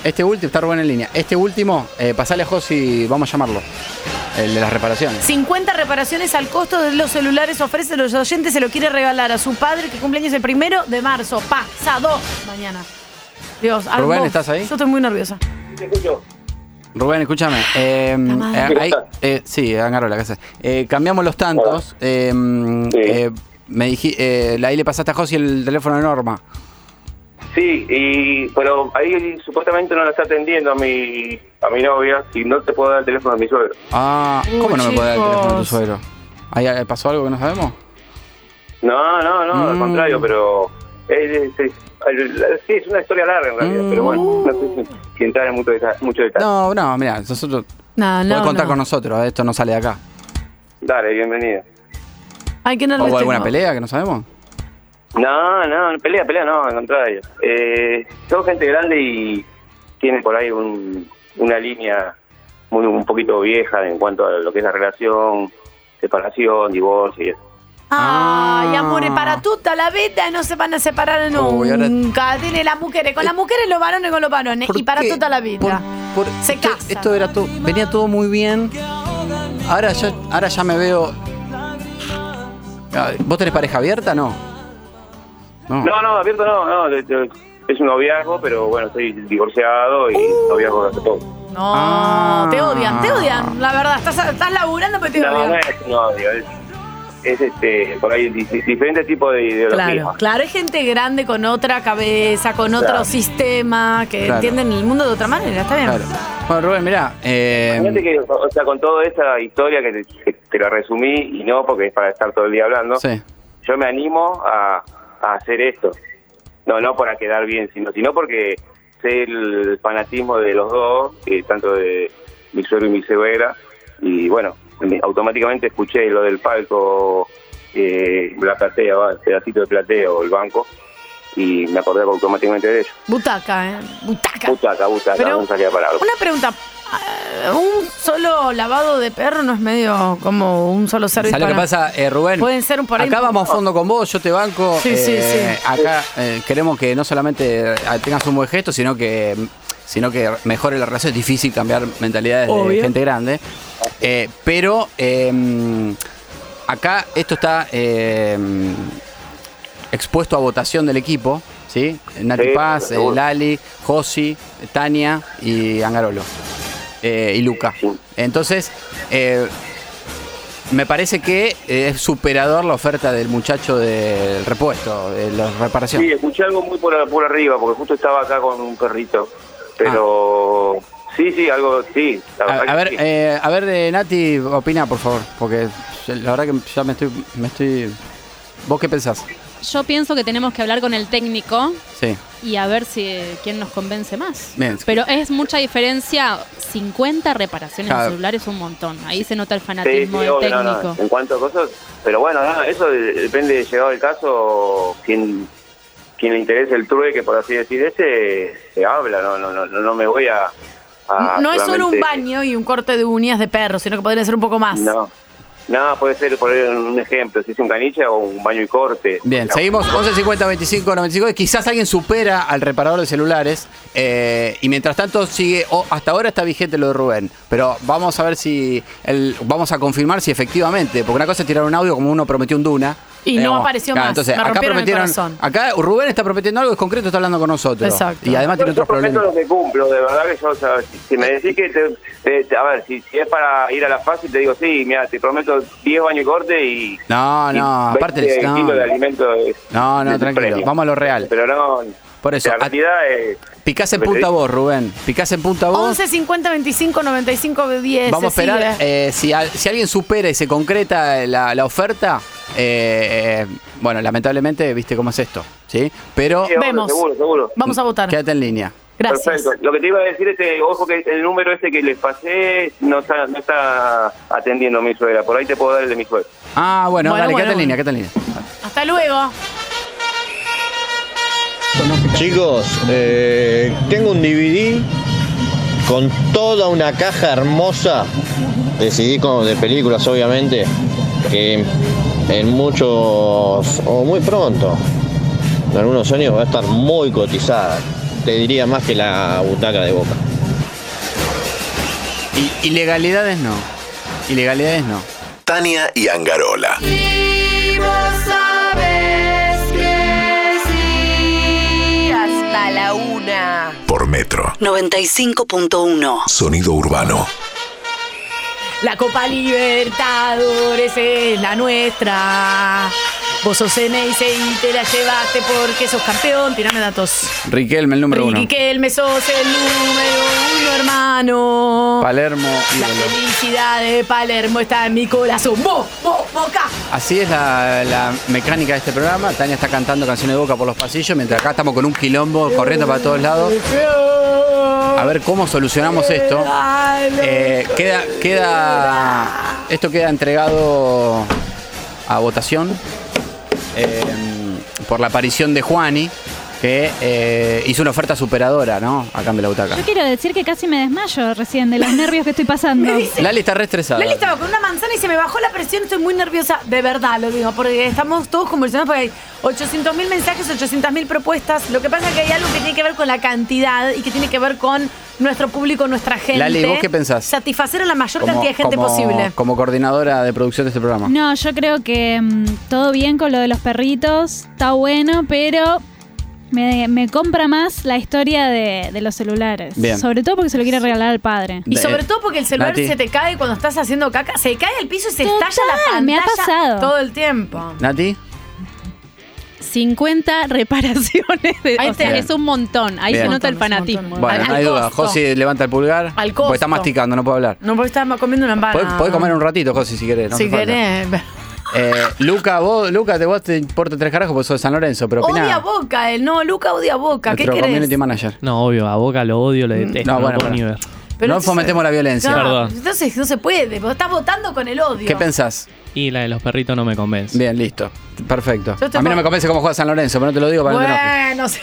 Speaker 6: este último, está Rubén en línea. Este último, eh, pasale a Jos y vamos a llamarlo. El de las reparaciones.
Speaker 7: 50 reparaciones al costo de los celulares ofrece los oyentes, se lo quiere regalar a su padre que cumpleaños el primero de marzo, pasado mañana. Dios, algo-
Speaker 6: Rubén, ¿estás ahí?
Speaker 7: Yo estoy muy nerviosa.
Speaker 6: Rubén, escúchame. eh,
Speaker 7: madre.
Speaker 6: eh, ahí- eh, sí, agarro la casa. Eh, cambiamos los tantos. eh, eh, me dije, eh, ahí le pasaste a Jos y el teléfono de Norma.
Speaker 15: Sí, y, pero ahí supuestamente no lo está atendiendo a mi, a mi novia y no te puedo dar el teléfono de mi suegro.
Speaker 6: Ah, ¿cómo no me puede dar el teléfono de tu
Speaker 15: chicos.
Speaker 6: suegro? ¿Ahí eh, pasó algo que no sabemos?
Speaker 15: No, no, no,
Speaker 7: Mm.
Speaker 15: al contrario, pero es, es- es- al- sí, es una historia larga en realidad, pero
Speaker 7: Mm.
Speaker 15: bueno, no sé si- si entrar en mucho detalle. Mucho detalle.
Speaker 6: No, no, mira, nosotros.
Speaker 7: No,
Speaker 6: podés
Speaker 7: no,
Speaker 6: contar
Speaker 7: no.
Speaker 6: con nosotros, eh, esto no sale de acá.
Speaker 15: Dale, bienvenido.
Speaker 7: Hay que
Speaker 6: ¿Hubo
Speaker 7: nervios.
Speaker 6: alguna
Speaker 7: tengo.
Speaker 6: pelea que no sabemos?
Speaker 15: No, no, pelea, pelea, no, al contrario. Eh, son gente grande y tienen por ahí un- una línea muy, un poquito vieja en cuanto a lo que es la relación, separación, divorcio y eso.
Speaker 7: Ay, amore, para tutta la vita no se van a separar
Speaker 6: Ah. Uy, ahora- Eh,
Speaker 7: nunca. Tiene las mujeres, con las mujeres los varones con los varones. Y para tutta la vita. se casan.
Speaker 6: Esto era todo, venía todo muy bien. Ahora ya, ahora ya me veo. Ah, ¿Vos tenés pareja abierta? No. No,
Speaker 15: no, abierto no, no, de- de- es un noviazgo, pero bueno, estoy divorciado y
Speaker 6: Uh.
Speaker 15: noviazgo de hace poco.
Speaker 7: No,
Speaker 6: Ah.
Speaker 7: te odian, te odian. La verdad, estás, estás laburando, pero te
Speaker 15: No, no
Speaker 7: odian.
Speaker 15: es un novio, es es este, por ahí di- diferente tipo de ideología.
Speaker 7: Claro, claro, hay gente grande con otra cabeza, con otro
Speaker 15: Claro.
Speaker 7: sistema, que
Speaker 6: Claro.
Speaker 7: entienden el mundo de otra manera, está bien.
Speaker 6: Claro. Bueno, Rubén, mirá. eh,
Speaker 15: Imagínate que, o sea, con toda esa historia que te, que te la resumí, y no porque es para estar todo el día hablando,
Speaker 6: Sí.
Speaker 15: yo me animo a, a hacer esto. No, no para quedar bien, sino, sino porque sé el fanatismo de los dos, eh, tanto de mi suegro y mi suegra, y bueno, me- automáticamente escuché lo del palco, eh, la platea, va, el pedacito de platea o el banco, y me acordé automáticamente de ellos.
Speaker 7: Butaca, ¿eh? Butaca.
Speaker 15: Butaca, butaca,
Speaker 7: Pero
Speaker 15: no salía para algo.
Speaker 7: Una pregunta. ah, ¿Un solo lavado de perro no es medio como un solo servicio?
Speaker 6: ¿Sabes lo que pasa, eh, Rubén?
Speaker 7: Pueden ser un por ahí-
Speaker 6: Acá vamos a fondo con vos, yo te banco.
Speaker 7: Sí, sí,
Speaker 6: Eh,
Speaker 7: sí.
Speaker 6: Acá eh, queremos que no solamente eh, tengas un buen gesto, sino que sino que mejore la relación. Es difícil cambiar mentalidades de
Speaker 2: Obvio.
Speaker 6: gente grande. Eh, pero eh, acá esto está eh, expuesto a votación del equipo. ¿Sí? Nati
Speaker 2: Sí,
Speaker 6: Paz, eh,
Speaker 2: seguro.
Speaker 6: Lali, Josi, Tania y Angarolo. Eh, y Luca. Entonces, eh, me parece que eh, es superador la oferta del muchacho del repuesto, de la reparación.
Speaker 15: Sí, escuché algo muy por, por arriba, porque justo estaba acá con un perrito. Pero
Speaker 7: Ah.
Speaker 15: sí, sí, algo, sí. la
Speaker 6: A,
Speaker 15: verdad que
Speaker 6: a ver,
Speaker 15: sí.
Speaker 6: eh, a ver eh, Nati, opina, por favor, porque la verdad que ya me estoy... Me estoy... ¿Vos qué pensás?
Speaker 21: Yo pienso que tenemos que hablar con el técnico
Speaker 6: Sí.
Speaker 21: y a ver si quién nos convence más.
Speaker 6: Bien.
Speaker 21: Pero es mucha diferencia. 50 reparaciones
Speaker 15: Claro.
Speaker 21: de celular es un montón. Ahí se nota el
Speaker 15: Sí, sí,
Speaker 21: fanatismo del
Speaker 15: obvio, no, no,
Speaker 21: técnico.
Speaker 15: En cuanto a cosas, pero bueno, nada, eso de- depende de llegado el caso, quien, quien le interese el trueque, por así decir, ese se habla, no, no, no, no no me voy a... a
Speaker 7: no es solo un
Speaker 15: solamente-
Speaker 7: baño y un corte de uñas de perro, sino que podría ser un poco más.
Speaker 15: No. No, puede ser, por un ejemplo, si es un caniche o un baño y corte.
Speaker 6: Bien,
Speaker 15: No.
Speaker 6: seguimos 11 50 25 95. Quizás alguien supera al reparador de celulares. eh, y mientras tanto sigue. o hasta ahora está vigente lo de Rubén. Pero vamos a ver si. el- vamos a confirmar si efectivamente. Porque una cosa es tirar un audio como uno prometió un Duna.
Speaker 7: Y no apareció más,
Speaker 6: Entonces,
Speaker 7: me
Speaker 6: acá
Speaker 7: rompieron el
Speaker 6: prometieron.
Speaker 7: corazón.
Speaker 6: Acá Rubén está prometiendo algo, es concreto, está hablando con nosotros.
Speaker 15: Exacto.
Speaker 6: Y además tiene
Speaker 15: Yo
Speaker 6: otros
Speaker 15: prometo
Speaker 6: problemas.
Speaker 15: lo que cumplo, de verdad que yo, o sea, si, si me decís que, te- te- te- a ver, si, si es para ir a la fácil, te digo, sí, mira, te prometo 10 baños y corte y...
Speaker 6: No, no,
Speaker 15: y
Speaker 6: aparte.
Speaker 15: 20
Speaker 6: no.
Speaker 15: kilos de alimento es-
Speaker 6: No, no,
Speaker 15: es
Speaker 6: tranquilo.
Speaker 15: premio.
Speaker 6: Vamos a lo real.
Speaker 15: Pero no,
Speaker 6: Por eso,
Speaker 15: la
Speaker 6: a-
Speaker 15: realidad es...
Speaker 6: Picás en punta vos, Rubén. Picás en punta vos.
Speaker 7: 11, 50, 25, 95, 10.
Speaker 6: Vamos a esperar. eh, si, al- si alguien supera y se concreta la, la oferta, eh, eh, bueno, lamentablemente, viste camos es esto, ¿sí? Pero.
Speaker 15: Sí, vamos, Vemos. seguro, seguro. Vamos a
Speaker 7: votar.
Speaker 6: Quédate en línea.
Speaker 15: Perfecto. Lo que te iba a decir es que, ojo, que el número este que les pasé no está, no está atendiendo mi suegra. Por ahí te puedo dar el de mi suegra.
Speaker 6: Ah, bueno,
Speaker 15: Bueno,
Speaker 6: dale,
Speaker 15: bueno,
Speaker 6: quédate en
Speaker 15: bueno.
Speaker 6: línea, quédate en línea.
Speaker 7: Hasta luego.
Speaker 2: Chicos, eh, tengo un DVD con toda una caja hermosa de CD con- de películas, obviamente, que en muchos, o muy pronto, en algunos años va a estar muy cotizada. Te diría más que la butaca de boca.
Speaker 6: Y- ilegalidades no. Ilegalidades no.
Speaker 10: Tania y Angarola.
Speaker 9: Y vos sabés que sí. Hasta la una.
Speaker 10: Por metro.
Speaker 24: 95.1.
Speaker 10: Sonido urbano.
Speaker 7: La Copa Libertadores es la nuestra. Vos sos NIC y te la llevaste porque sos campeón. Tirame datos.
Speaker 6: Riquelme, el número uno.
Speaker 7: Ricky Kelme sos el número uno, hermano.
Speaker 6: Palermo, ídolo.
Speaker 7: Felicidad de Palermo está en mi corazón. ¡Bo, bo, boca!
Speaker 6: Así es la, la mecánica de este programa. Tania está cantando canciones de boca por los pasillos, mientras acá estamos con un quilombo corriendo para todos lados. A ver cómo solucionamos esto. Eh, queda, queda, esto queda entregado a votación eh, por la aparición de Juani, que eh, hizo una oferta superadora, ¿no? Acá en la butaca.
Speaker 21: Yo quiero decir que casi me desmayo recién de los nervios que estoy pasando.
Speaker 6: Lali está re estresada.
Speaker 7: Lali estaba con una manzana y se me bajó la presión. Estoy muy nerviosa, de verdad lo digo, porque estamos todos conversando porque hay 800.000 mensajes, 800.000 propuestas. Lo que pasa es que hay algo que tiene que ver con la cantidad y que tiene que ver con nuestro público, nuestra gente.
Speaker 6: Lali, ¿vos qué pensás?
Speaker 7: Satisfacer a la mayor
Speaker 6: Como-
Speaker 7: cantidad de gente
Speaker 6: como-
Speaker 7: posible.
Speaker 6: Como coordinadora de producción de este programa.
Speaker 21: No, yo creo que mm, todo bien con lo de los perritos, está bueno, pero
Speaker 3: Me, me compra más la historia de, de los celulares.
Speaker 6: Bien.
Speaker 3: Sobre todo porque se lo quiere regalar al padre.
Speaker 7: Y sobre todo porque el celular
Speaker 6: eh, Nati.
Speaker 7: se te cae cuando estás haciendo caca, se cae al piso y se estalla la
Speaker 3: Total,
Speaker 7: pantalla
Speaker 3: me ha pasado.
Speaker 7: todo el tiempo.
Speaker 6: Nati.
Speaker 26: 50 <laughs> reparaciones. de-
Speaker 7: Ahí
Speaker 26: o sea,
Speaker 6: está.
Speaker 26: es un montón. Ahí
Speaker 6: Bien.
Speaker 26: se nota
Speaker 6: Un
Speaker 26: el fanatismo.
Speaker 6: Bueno, no hay duda. Josi levanta el pulgar.
Speaker 26: Al
Speaker 6: Porque
Speaker 26: costo.
Speaker 6: está masticando, no puede hablar.
Speaker 7: No, porque estás comiendo una
Speaker 6: Podés,
Speaker 7: empanada.
Speaker 6: podés comer un ratito, Josi, si querés. no
Speaker 7: si
Speaker 6: hace falta.
Speaker 7: querés.
Speaker 6: Eh, Luca, vos, Luca, te vos te importa tres carajos porque sos de San Lorenzo, pero
Speaker 7: Odia
Speaker 6: opiná.
Speaker 7: boca, él. No, Luca odia boca. ¿Qué
Speaker 6: Nuestro
Speaker 7: querés? Mm.
Speaker 6: community manager.
Speaker 27: No, obvio, a Boca lo odio, lo detesto, no,
Speaker 6: No, bueno,
Speaker 27: lo puedo ni
Speaker 6: pará.
Speaker 27: ver.
Speaker 7: Pero
Speaker 6: no
Speaker 7: entonces-
Speaker 6: fomentemos la violencia.
Speaker 7: No,
Speaker 27: Perdón.
Speaker 7: Entonces no se puede, vos estás votando con el odio.
Speaker 6: pensás?
Speaker 27: Y la de los perritos no me convence.
Speaker 6: Bien, listo. Perfecto.
Speaker 7: Yo te
Speaker 6: A mí
Speaker 7: pongo-
Speaker 6: no me convence cómo juega San Lorenzo, pero no te lo digo para que no te enojes.
Speaker 7: Bueno, sí.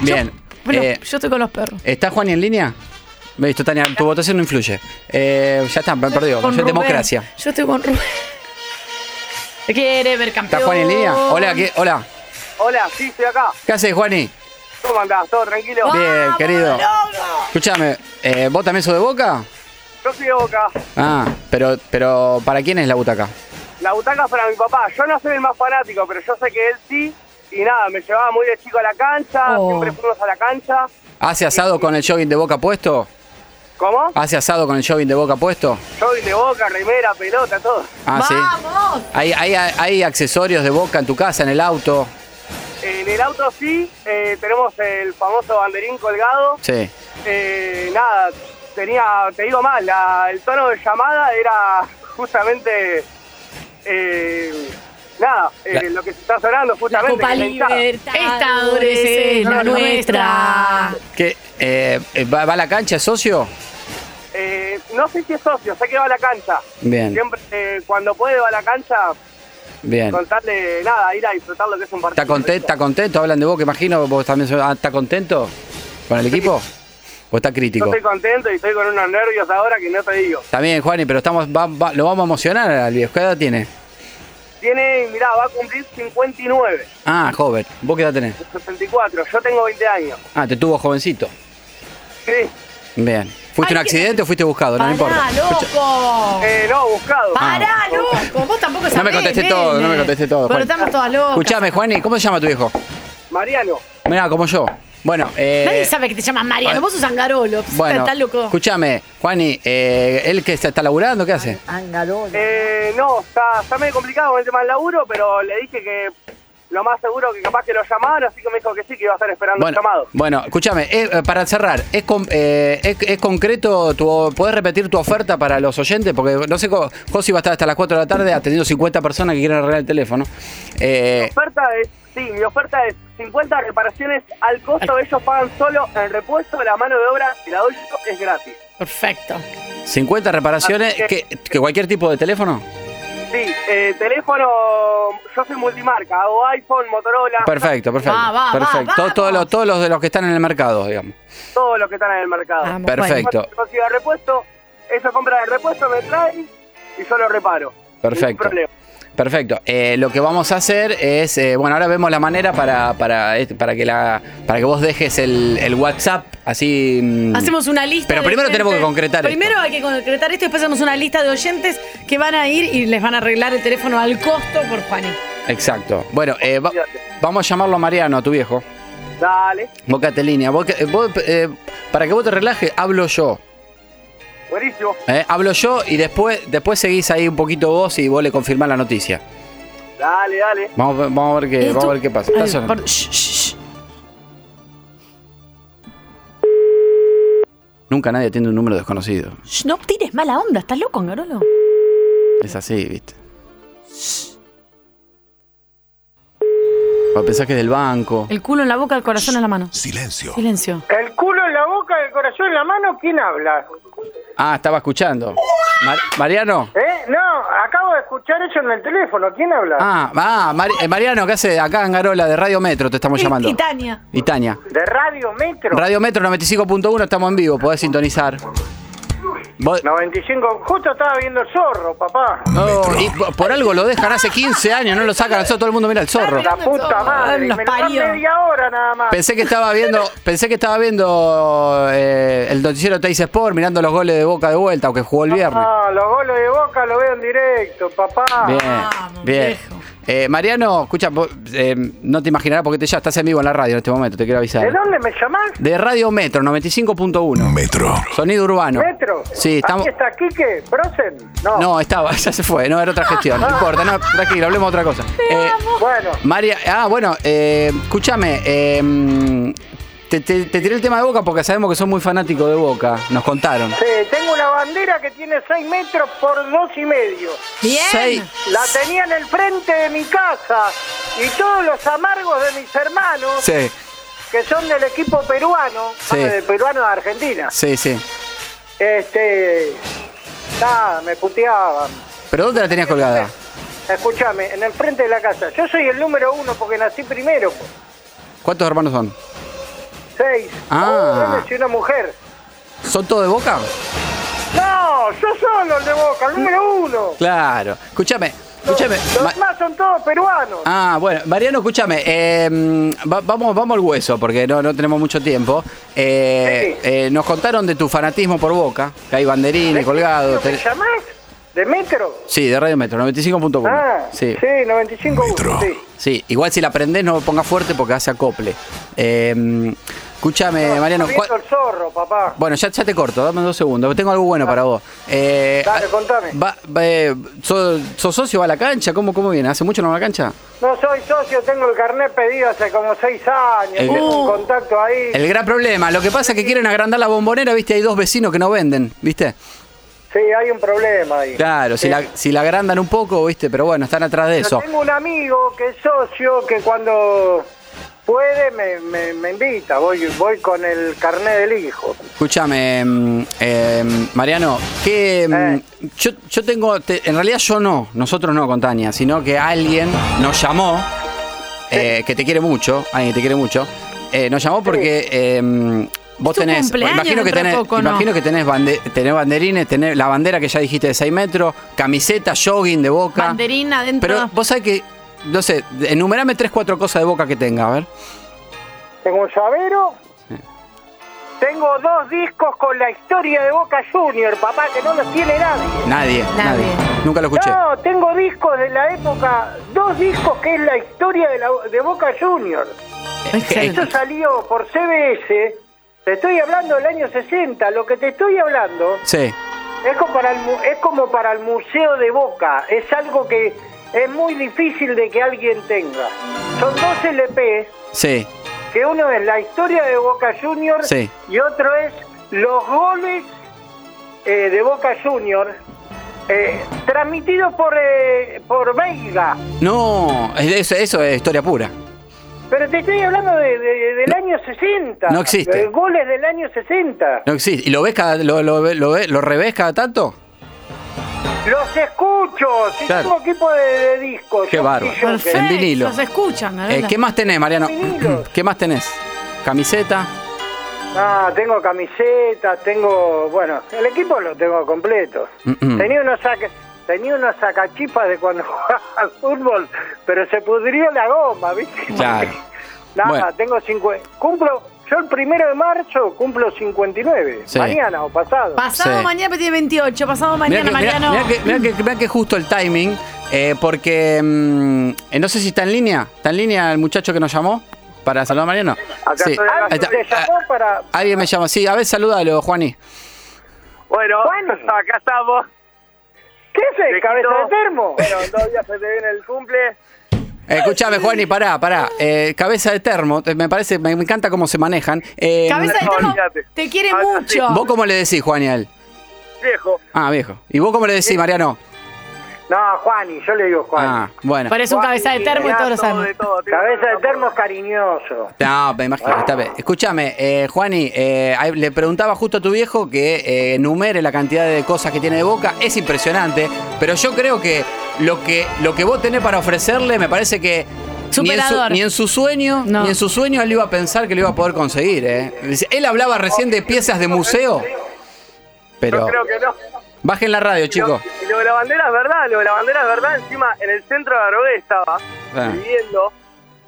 Speaker 6: Bien.
Speaker 7: Bueno, <laughs>
Speaker 6: Eh,
Speaker 7: yo estoy con los perros.
Speaker 6: ¿Está Juan en línea? Listo, Tania, tu votación no influye. Eh, ya está, me perdió.
Speaker 7: Con
Speaker 6: Es
Speaker 7: Rubén.
Speaker 6: democracia.
Speaker 7: Yo estoy con Rubén. ¿Te quiere ver campeón?
Speaker 6: ¿Está Juan en línea? Hola, ¿qué, hola.
Speaker 1: Hola, sí, estoy acá.
Speaker 6: ¿Qué haces, Juani?
Speaker 1: ¿Cómo andás? ¿Todo tranquilo?
Speaker 6: Bien, querido. Escúchame, eh, ¿vos también sos de Boca?
Speaker 1: Yo soy de Boca.
Speaker 6: Ah, pero, pero ¿para quién es la butaca?
Speaker 1: La butaca es para mi papá. Yo no soy el más fanático, pero yo sé que él sí. Y nada, me llevaba muy de chico a la cancha.
Speaker 6: Oh.
Speaker 1: Siempre fuimos a la cancha.
Speaker 6: ¿Hace asado con el jogging de Boca puesto?
Speaker 1: ¿Cómo?
Speaker 6: ¿Hace asado con el jogging de Boca puesto?
Speaker 1: Jogging de Boca, remera, pelota, todo.
Speaker 6: Ah, sí.
Speaker 1: ¡Vamos!
Speaker 6: ¿Hay, hay, hay accesorios de Boca en tu casa, en el auto?
Speaker 1: En el auto sí. eh, tenemos el famoso banderín colgado.
Speaker 6: Sí.
Speaker 1: Eh, nada, tenía, te digo más, la- el tono de llamada era justamente, eh, nada, eh,
Speaker 6: La-
Speaker 1: lo que se está sonando justamente.
Speaker 7: Copa
Speaker 1: que está-
Speaker 7: Libertadores es la nuestra.
Speaker 6: ¿Qué, eh, eh, ¿va, va a la cancha, es socio?
Speaker 1: Eh, no sé si es socio, sé que va a la cancha.
Speaker 6: Bien.
Speaker 1: Siempre, eh, cuando puede va a la cancha,
Speaker 6: Bien.
Speaker 1: contarle nada, ir a disfrutar lo que es un partido.
Speaker 6: ¿Está contento? ¿Está contento? Hablan de Boca, imagino. ¿Vos también sos- ah, ¿Está contento con el equipo? ¿O está
Speaker 1: Yo
Speaker 6: crítico?
Speaker 1: estoy contento y estoy con unos nervios ahora que no te digo.
Speaker 6: Está bien, Juani, pero estamos, va- va- lo vamos a emocionar al viejo. ¿Qué edad tiene?
Speaker 1: Tiene, mirá, va a cumplir 59,
Speaker 6: Ah, joven. ¿Vos qué edad tenés?
Speaker 1: 64, yo tengo 20 años.
Speaker 6: Ah, te tuvo jovencito.
Speaker 1: Sí.
Speaker 6: Bien. ¿Fuiste un accidente o fuiste buscado? No, me importa. Ah.
Speaker 7: loco!
Speaker 1: Eh, no, buscado.
Speaker 7: ¡Pará, loco! Vos tampoco sabés.
Speaker 6: No me contesté
Speaker 7: nene.
Speaker 6: todo, no me contesté todo.
Speaker 7: Pero
Speaker 6: Juani.
Speaker 7: estamos todas locas.
Speaker 6: Escuchame, Juani, ¿cómo se llama tu viejo?
Speaker 1: Mariano.
Speaker 6: Mirá, como yo. Bueno, eh.
Speaker 7: Nadie sabe que te llamas Mariano. Vos sos Angarolo.
Speaker 6: Bueno,
Speaker 7: estás loco.
Speaker 6: escúchame, Juani, eh, ¿él que está, está laburando? ¿Qué hace?
Speaker 1: Eh, no, está, está medio complicado con el tema del laburo, pero le dije que lo más seguro que capaz que lo llamaron, así que me dijo que sí, que iba a estar esperando
Speaker 6: Bueno,
Speaker 1: el llamado.
Speaker 6: bueno escúchame, eh, eh, para cerrar, ¿es, con- eh, es, es concreto? Tu, ¿Podés repetir tu oferta para los oyentes? Porque no sé, cómo- Josi va a estar hasta las 4 de la tarde atendiendo 50 personas que quieren arreglar el teléfono. Eh,
Speaker 1: Mi oferta es, sí, mi oferta es 50 reparaciones al costo, ellos pagan solo el repuesto, la mano de obra, y la doy yo, es gratis.
Speaker 7: Perfecto.
Speaker 6: 50 reparaciones,
Speaker 1: Así
Speaker 6: que,
Speaker 1: que-
Speaker 6: que cualquier tipo de teléfono.
Speaker 1: Sí, eh, teléfono, yo soy multimarca, hago iPhone, Motorola.
Speaker 6: Perfecto, perfecto. perfecto. Todos- todos, los, todos los de los que están en el mercado, digamos.
Speaker 1: Todos los que están en el mercado.
Speaker 6: Perfecto.
Speaker 1: Yo consigo el repuesto, ellos compran el repuesto, me traen y yo lo reparo. Ningún
Speaker 6: Perfecto.
Speaker 1: problema.
Speaker 6: Perfecto. Eh, lo que vamos a hacer es, eh, bueno, ahora vemos la manera para, para, este- para que la para que vos dejes el, el WhatsApp así. mm,
Speaker 7: Hacemos una lista.
Speaker 6: Pero
Speaker 7: de
Speaker 6: primero tenemos que
Speaker 7: oyentes.
Speaker 6: concretar esto.
Speaker 7: Primero hay que concretar esto y después hacemos una lista de oyentes que van a ir y les van a arreglar el teléfono al costo por Juani.
Speaker 6: Exacto. Bueno, eh, va- vamos a llamarlo a Mariano, a tu viejo.
Speaker 1: Dale,
Speaker 6: Bocate línea. Vos que- vos, eh, para que vos te relajes, hablo yo.
Speaker 1: buenísimo.
Speaker 6: eh. hablo yo y después, después seguís ahí un poquito vos y vos le confirmás la noticia.
Speaker 1: Dale, dale.
Speaker 6: Vamos, a ver- vamos a ver qué,
Speaker 1: ¿Y
Speaker 6: vamos a
Speaker 1: tú?
Speaker 6: ver qué pasa. Está
Speaker 1: Ay,
Speaker 6: sonando.
Speaker 1: perdón.
Speaker 6: Nunca nadie atiende un número desconocido.
Speaker 7: Shh, no tires mala onda, ¿estás loco, Angarolo?
Speaker 6: Es así, viste. O pensás que es del banco.
Speaker 7: El culo en la boca, el corazón en la mano.
Speaker 6: Silencio.
Speaker 7: Silencio.
Speaker 1: El culo en la boca, el corazón en la mano, ¿quién habla?
Speaker 6: Ah, estaba escuchando. Mar- Mariano.
Speaker 1: ¿Eh? No, acabo de escuchar eso en el teléfono, ¿quién habla?
Speaker 6: Ah, ah Mar- eh, Mariano, ¿qué hace? Acá en Garola, de Radio Metro, te estamos llamando.
Speaker 1: Y Tania.
Speaker 6: Y Tania.
Speaker 1: De Radio Metro.
Speaker 6: Radio Metro 95.1, estamos en vivo, podés sintonizar. Vos-
Speaker 1: 95, justo estaba viendo el zorro, papá.
Speaker 6: Oh, y po- por algo lo dejan hace 15 años, no lo sacan al zorro, todo el mundo mira el zorro.
Speaker 1: La puta madre,
Speaker 7: Los
Speaker 1: me lo dan
Speaker 7: parió.
Speaker 1: media hora nada más.
Speaker 6: Pensé que estaba viendo, pensé que estaba viendo eh, el noticiero Teis Sport mirando los goles de Boca de vuelta, aunque jugó el viernes.
Speaker 1: Ah, los goles de Boca los veo en directo, papá.
Speaker 6: Bien, bien. Eh, Mariano, escucha, vos, eh, no te imaginarás porque te ya estás en vivo en la radio en este momento, te quiero avisar.
Speaker 25: ¿De dónde me llamás?
Speaker 6: De Radio Metro 95.1.
Speaker 10: Metro.
Speaker 6: Sonido urbano.
Speaker 25: ¿Metro?
Speaker 6: Sí, estamos.
Speaker 25: Aquí está Quique, Brosen. No.
Speaker 6: No, estaba, <laughs> ya se fue, no, era otra gestión. No importa, no, tranquilo, hablemos de otra cosa. Eh,
Speaker 25: Bueno,
Speaker 6: María, ah, bueno, eh, escúchame, eh, te, te- te tiré el tema de Boca porque sabemos que sos muy fanático de Boca, nos contaron.
Speaker 25: sí, tengo una bandera que tiene 6 metros por dos y medio.
Speaker 6: Bien. Seis.
Speaker 25: La tenía en el frente de mi casa y todos los amargos de mis hermanos,
Speaker 6: Sí,
Speaker 25: que son del equipo peruano,
Speaker 6: Sí.
Speaker 25: ah, del peruano de Argentina,
Speaker 6: sí, sí.
Speaker 25: este, nada, me puteaban.
Speaker 6: ¿Pero dónde la tenías colgada?
Speaker 25: Escúchame, en el frente de la casa. Yo soy el número uno porque nací primero. po.
Speaker 6: ¿Cuántos hermanos son?
Speaker 25: Seis.
Speaker 6: Ah.
Speaker 25: Un hombre y una mujer.
Speaker 6: ¿Son todos de Boca?
Speaker 25: No, yo solo el de Boca, el número uno.
Speaker 6: Claro. Escúchame, escúchame.
Speaker 25: Los
Speaker 6: Ma-
Speaker 25: demás son todos peruanos.
Speaker 6: Ah, bueno, Mariano, escúchame. eh, va- vamos, vamos al hueso, porque no, no tenemos mucho tiempo. Eh, eh, nos contaron de tu fanatismo por Boca, que hay banderines colgados.
Speaker 25: ¿Me
Speaker 6: tenés-
Speaker 25: llamás? ¿De metro?
Speaker 6: Sí, de Radio Metro, 95.1.
Speaker 25: Ah,
Speaker 6: sí.
Speaker 25: Sí, 95 sí.
Speaker 6: Sí, igual si la prendés no pongas fuerte porque hace acople. Eh, escúchame, Mariano.
Speaker 25: Está viendo
Speaker 6: ¿cuál-
Speaker 25: el zorro, papá.
Speaker 6: Bueno, ya, ya te corto, dame dos segundos, tengo algo bueno para vos. Eh,
Speaker 25: Dale,
Speaker 6: ah,
Speaker 25: contame.
Speaker 6: va- va- eh, ¿sos, sos socio? ¿Va a la cancha? ¿Cómo, ¿Cómo viene? ¿Hace mucho no va a la cancha?
Speaker 25: No soy socio, tengo el carnet pedido hace como seis años.
Speaker 6: El-
Speaker 25: tengo un
Speaker 6: Uh.
Speaker 25: contacto ahí.
Speaker 6: El gran problema, lo que pasa es que quieren agrandar la bombonera, viste, hay dos vecinos que no venden, viste.
Speaker 25: Sí, hay un problema ahí.
Speaker 6: Claro, si
Speaker 25: Sí.
Speaker 6: la, si la agrandan un poco, viste, pero bueno, están atrás de
Speaker 25: Yo
Speaker 6: eso.
Speaker 25: tengo un amigo que es socio que cuando puede me, me- me invita. Voy, voy con el carnet del hijo.
Speaker 6: Escúchame, mm, eh, Mariano, que mm,
Speaker 9: Eh.
Speaker 6: yo, yo tengo, te- en realidad yo no, nosotros no con Tania, sino que alguien nos llamó, eh, que te quiere mucho, alguien que te quiere mucho, eh, nos llamó porque eh, mm, vos
Speaker 9: tu
Speaker 6: tenés,
Speaker 9: cumpleaños
Speaker 6: imagino que
Speaker 9: dentro de
Speaker 6: tenés,
Speaker 9: poco, ¿no?
Speaker 6: imagino que tenés, bande- tenés banderines, tenés la bandera que ya dijiste de 6 metros, camiseta, jogging de boca.
Speaker 9: Banderina dentro.
Speaker 6: Pero vos sabés que, no sé, enumerame 3, 4 cosas de boca que tenga, a ver.
Speaker 25: Tengo un llavero. Tengo dos discos con la historia de Boca Junior, papá, que no los tiene nadie.
Speaker 6: Nadie, nadie. Nunca lo escuché.
Speaker 25: No, tengo discos de la época, dos discos que es la historia de, la- de Boca Junior. Esto salió por CBS, te estoy hablando del año 60, lo que te estoy hablando
Speaker 6: Sí.
Speaker 25: es como para el, mu- es como para el Museo de Boca, es algo que es muy difícil de que alguien tenga. Son dos LP,
Speaker 6: Sí,
Speaker 25: que uno es la historia de Boca Junior
Speaker 6: Sí.
Speaker 25: y otro es los goles eh, de Boca Junior eh, transmitidos por, eh, por Veiga.
Speaker 6: No, eso, eso es historia pura.
Speaker 25: Pero te estoy hablando de- de- del año 60.
Speaker 6: no existe.
Speaker 25: De goles del año 60.
Speaker 6: No existe. ¿Y lo ves cada, lo, lo, ve- lo, ve- lo revés cada tanto?
Speaker 25: Los escucho. Si
Speaker 6: Claro.
Speaker 25: tengo equipo de, de discos.
Speaker 6: Qué
Speaker 25: Yo-
Speaker 6: bárbaro.
Speaker 25: yo-
Speaker 6: Perfecto. En vinilo.
Speaker 9: Los escuchan,
Speaker 6: Eh,
Speaker 9: Gabriela.
Speaker 6: ¿Qué más tenés, Mariano? <clears throat> ¿Qué más tenés? Camiseta.
Speaker 25: Ah, tengo camisetas, tengo. Bueno, el equipo lo tengo completo.
Speaker 6: Mm, mm.
Speaker 25: Tenía unos saca, tenía unos sacachipas de cuando <laughs> jugaba al fútbol, pero se pudrió la goma, ¿viste?
Speaker 6: Claro.
Speaker 25: Nada,
Speaker 6: Bueno.
Speaker 25: tengo 50. Cumplo. Yo el primero de marzo cumplo 59.
Speaker 6: Sí.
Speaker 25: Mañana o pasado.
Speaker 9: Pasado
Speaker 6: Sí.
Speaker 9: mañana, pero tiene 28. Pasado mañana,
Speaker 6: Mirá que, mirá-
Speaker 9: Mariano.
Speaker 6: mirá que- mirá que- mirá que justo el timing, eh, porque mm, eh, no sé si está en línea. ¿Está en línea el muchacho que nos llamó para saludar a Mariano?
Speaker 1: Acá
Speaker 6: Sí.
Speaker 1: estoy, acá
Speaker 6: Ahí está.
Speaker 1: estoy.
Speaker 6: Ah,
Speaker 25: para...
Speaker 6: Alguien me llama. Sí, a ver, saludalo, Juani. Eh,
Speaker 1: Bueno, <laughs> acá estamos.
Speaker 25: ¿Qué es el cabeza de termo?
Speaker 1: Bueno, en dos días se te viene el cumple.
Speaker 6: Eh, Escuchame, Juani, pará, pará. Eh, cabeza de termo, te- me parece, me, me encanta cómo se manejan. Eh,
Speaker 9: Cabeza de
Speaker 6: no,
Speaker 9: termo,
Speaker 6: olvídate.
Speaker 9: te quiere
Speaker 1: Ah,
Speaker 9: mucho.
Speaker 6: ¿Vos cómo le decís, Juani, a él?
Speaker 1: Viejo.
Speaker 6: Ah, viejo. ¿Y vos cómo le decís, Mariano?
Speaker 25: No, Juani, yo le digo Juani.
Speaker 6: Ah, bueno.
Speaker 9: Parece un cabeza de termo y todos lo saben.
Speaker 25: Cabeza de termo es cariñoso.
Speaker 6: No, me imagino, está bien. Escúchame, eh, Juani, eh, ahí le preguntaba justo a tu viejo que eh, enumere la cantidad de cosas que tiene de boca. Es impresionante, pero yo creo que lo que, lo que vos tenés para ofrecerle me parece que. Ni en, su,
Speaker 9: Superador.
Speaker 6: ni en su sueño, ni en su sueño él iba a pensar que lo iba a poder conseguir. ¿eh? Dice, Él hablaba recién de piezas de museo, pero
Speaker 1: Yo creo que no.
Speaker 6: bajen la radio, chicos.
Speaker 1: Y lo de la bandera es verdad, lo de la bandera es verdad. Encima, en el centro de Aroé estaba
Speaker 6: Ah.
Speaker 1: viviendo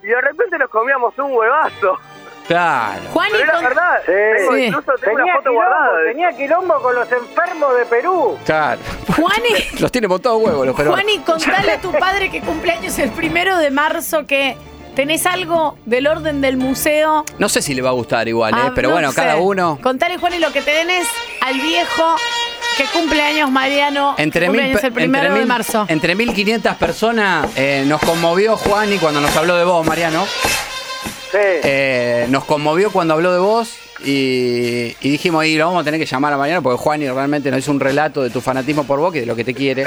Speaker 1: y de repente nos comíamos un huevazo.
Speaker 6: Claro.
Speaker 25: Juan era verdad. Tengo-
Speaker 1: Sí.
Speaker 25: incluso tengo
Speaker 1: Tenía
Speaker 25: una foto
Speaker 1: quilombo,
Speaker 25: guardada. Tenía quilombo con los enfermos de Perú.
Speaker 6: Claro.
Speaker 7: Juani,
Speaker 6: Los tiene montados huevos los peruanos.
Speaker 7: Juani, contale a tu padre que cumpleaños el primero de marzo que tenés algo del orden del museo.
Speaker 6: No sé si le va a gustar igual,
Speaker 7: Ah,
Speaker 6: ¿eh? Pero
Speaker 7: no
Speaker 6: bueno,
Speaker 7: sé.
Speaker 6: cada uno.
Speaker 7: Contale, Juani, lo que tenés al viejo que cumpleaños Mariano. que
Speaker 6: Entre, mil,
Speaker 7: cumpleaños el
Speaker 6: entre,
Speaker 7: primero de
Speaker 6: mil-
Speaker 7: marzo.
Speaker 6: entre 1500 personas eh, nos conmovió Juan y cuando nos habló de vos, Mariano. Eh, nos conmovió cuando habló de vos y, y dijimos, y lo vamos a tener que llamar a Mariano porque Juani realmente nos hizo un relato de tu fanatismo por vos y de lo que te quiere.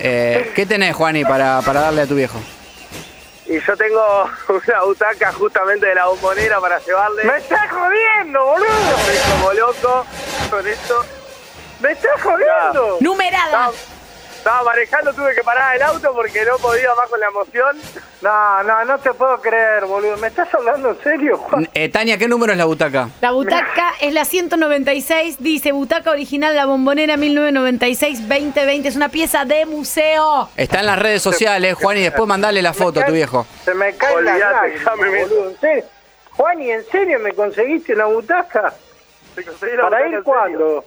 Speaker 6: Eh, ¿Qué tenés, Juani, para, para darle a tu viejo?
Speaker 1: Y yo tengo <laughs> una butaca justamente de la bombonera para llevarle. ¡Me estás jodiendo, boludo! Estoy como loco con esto. ¡Me estás jodiendo!
Speaker 7: Numerada.
Speaker 1: Estaba, estaba manejando, tuve que parar el auto porque no podía más con la emoción. No, no, no te puedo creer, boludo. ¿Me estás hablando en serio, Juan?
Speaker 6: Eh, Tania, ¿qué número es la butaca?
Speaker 7: La butaca es la 196, dice butaca original La Bombonera 1996-2020. Es una pieza de museo.
Speaker 6: Está en las redes sociales, Eh, Juan, y después mandale la foto a tu viejo.
Speaker 25: Se me cae
Speaker 1: Olvídate,
Speaker 25: la
Speaker 1: ya me meto.
Speaker 25: boludo. ¿En serio? Juan, ¿y en serio me conseguiste una butaca? ¿Para ir cuándo?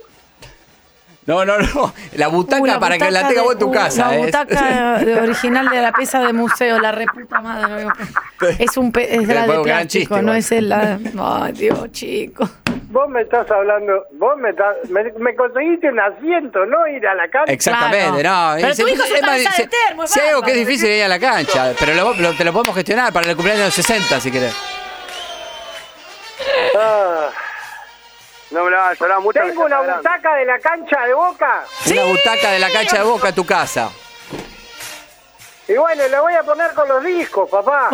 Speaker 6: No, no, no. La butaca
Speaker 7: Uh,
Speaker 6: para que la
Speaker 7: butaca
Speaker 6: tenga
Speaker 7: de-
Speaker 6: vos en tu
Speaker 7: uh,
Speaker 6: casa.
Speaker 7: La
Speaker 6: ¿eh? <laughs>
Speaker 7: butaca de- original de la pieza de museo, la reputa madre.
Speaker 6: <laughs>
Speaker 7: Es un pe- es
Speaker 6: Fue
Speaker 7: la
Speaker 6: un
Speaker 7: de
Speaker 6: gran
Speaker 7: plástico,
Speaker 6: chiste,
Speaker 7: no
Speaker 6: igual.
Speaker 7: es el
Speaker 6: <laughs>
Speaker 7: la- Ay, Dios, chico.
Speaker 25: Vos me estás hablando, vos me, estás- me, me conseguiste un asiento, no ir a la cancha.
Speaker 6: Exactamente, no.
Speaker 25: Pero
Speaker 6: Y se-
Speaker 25: tu hijo es un
Speaker 6: más,
Speaker 25: cabeza de
Speaker 6: se-
Speaker 25: termo, es
Speaker 6: si hay algo que
Speaker 25: bárbaro.
Speaker 6: es difícil es ir a la
Speaker 25: <laughs>
Speaker 6: cancha, pero lo- lo- te lo podemos gestionar para el cumpleaños de los 60, si querés.
Speaker 1: Ah, no me la van a llorar mucho.
Speaker 25: Tengo una butaca de la cancha de Boca.
Speaker 6: Una butaca de la cancha de boca a tu casa.
Speaker 25: Y bueno, la voy a poner con los discos, papá.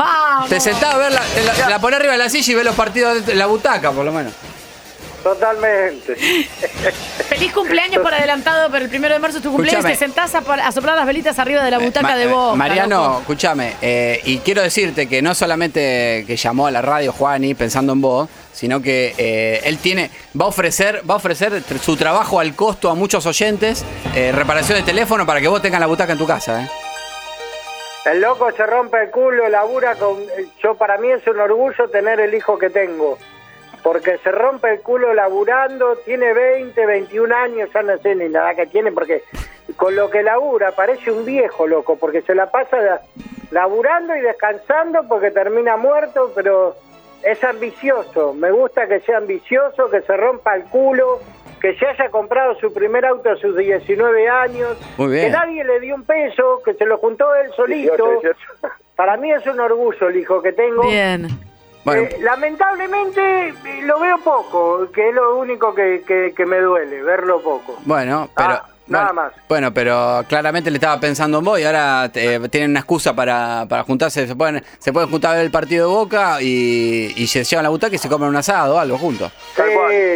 Speaker 6: Te sentás a verla, te la, te la ponés arriba de la silla y ves los partidos dentro de la butaca, por lo menos.
Speaker 25: Totalmente.
Speaker 7: Feliz cumpleaños por adelantado, pero el primero de marzo es tu cumpleaños.
Speaker 6: Escuchame.
Speaker 7: Te sentás a, por- a soplar las velitas arriba de la butaca
Speaker 6: Ma- eh,
Speaker 7: de vos.
Speaker 6: Mariano, escúchame, eh, y quiero decirte que no solamente que llamó a la radio Juani pensando en vos, sino que eh, él tiene, va a ofrecer, va a ofrecer tr- su trabajo al costo a muchos oyentes, eh, reparación de teléfono para que vos tengas la butaca en tu casa, ¿eh?
Speaker 25: El loco se rompe el culo, labura con... Yo para mí es un orgullo tener el hijo que tengo. Porque se rompe el culo laburando, tiene 20, 21 años, ya no sé ni la edad que tiene, porque con lo que labura parece un viejo loco, porque se la pasa la- laburando y descansando porque termina muerto, pero es ambicioso. Me gusta que sea ambicioso, que se rompa el culo, que se haya comprado su primer auto a sus 19 años,
Speaker 6: Muy bien.
Speaker 25: que nadie le dio un peso, que se lo juntó él solito.
Speaker 1: 18,
Speaker 25: <laughs> Para mí es un orgullo el hijo que tengo.
Speaker 7: Bien.
Speaker 6: Bueno.
Speaker 25: Eh, lamentablemente eh, lo veo poco, que es lo único que, que- que me duele, verlo poco.
Speaker 6: Bueno, pero.
Speaker 25: nada
Speaker 6: bueno,
Speaker 25: más.
Speaker 6: Bueno, pero claramente le estaba pensando en vos y ahora eh, tienen una excusa para, para juntarse. Se pueden, se pueden juntar a ver el partido de Boca y, y se llevan la butaca y se comen un asado o algo juntos.
Speaker 25: Sí,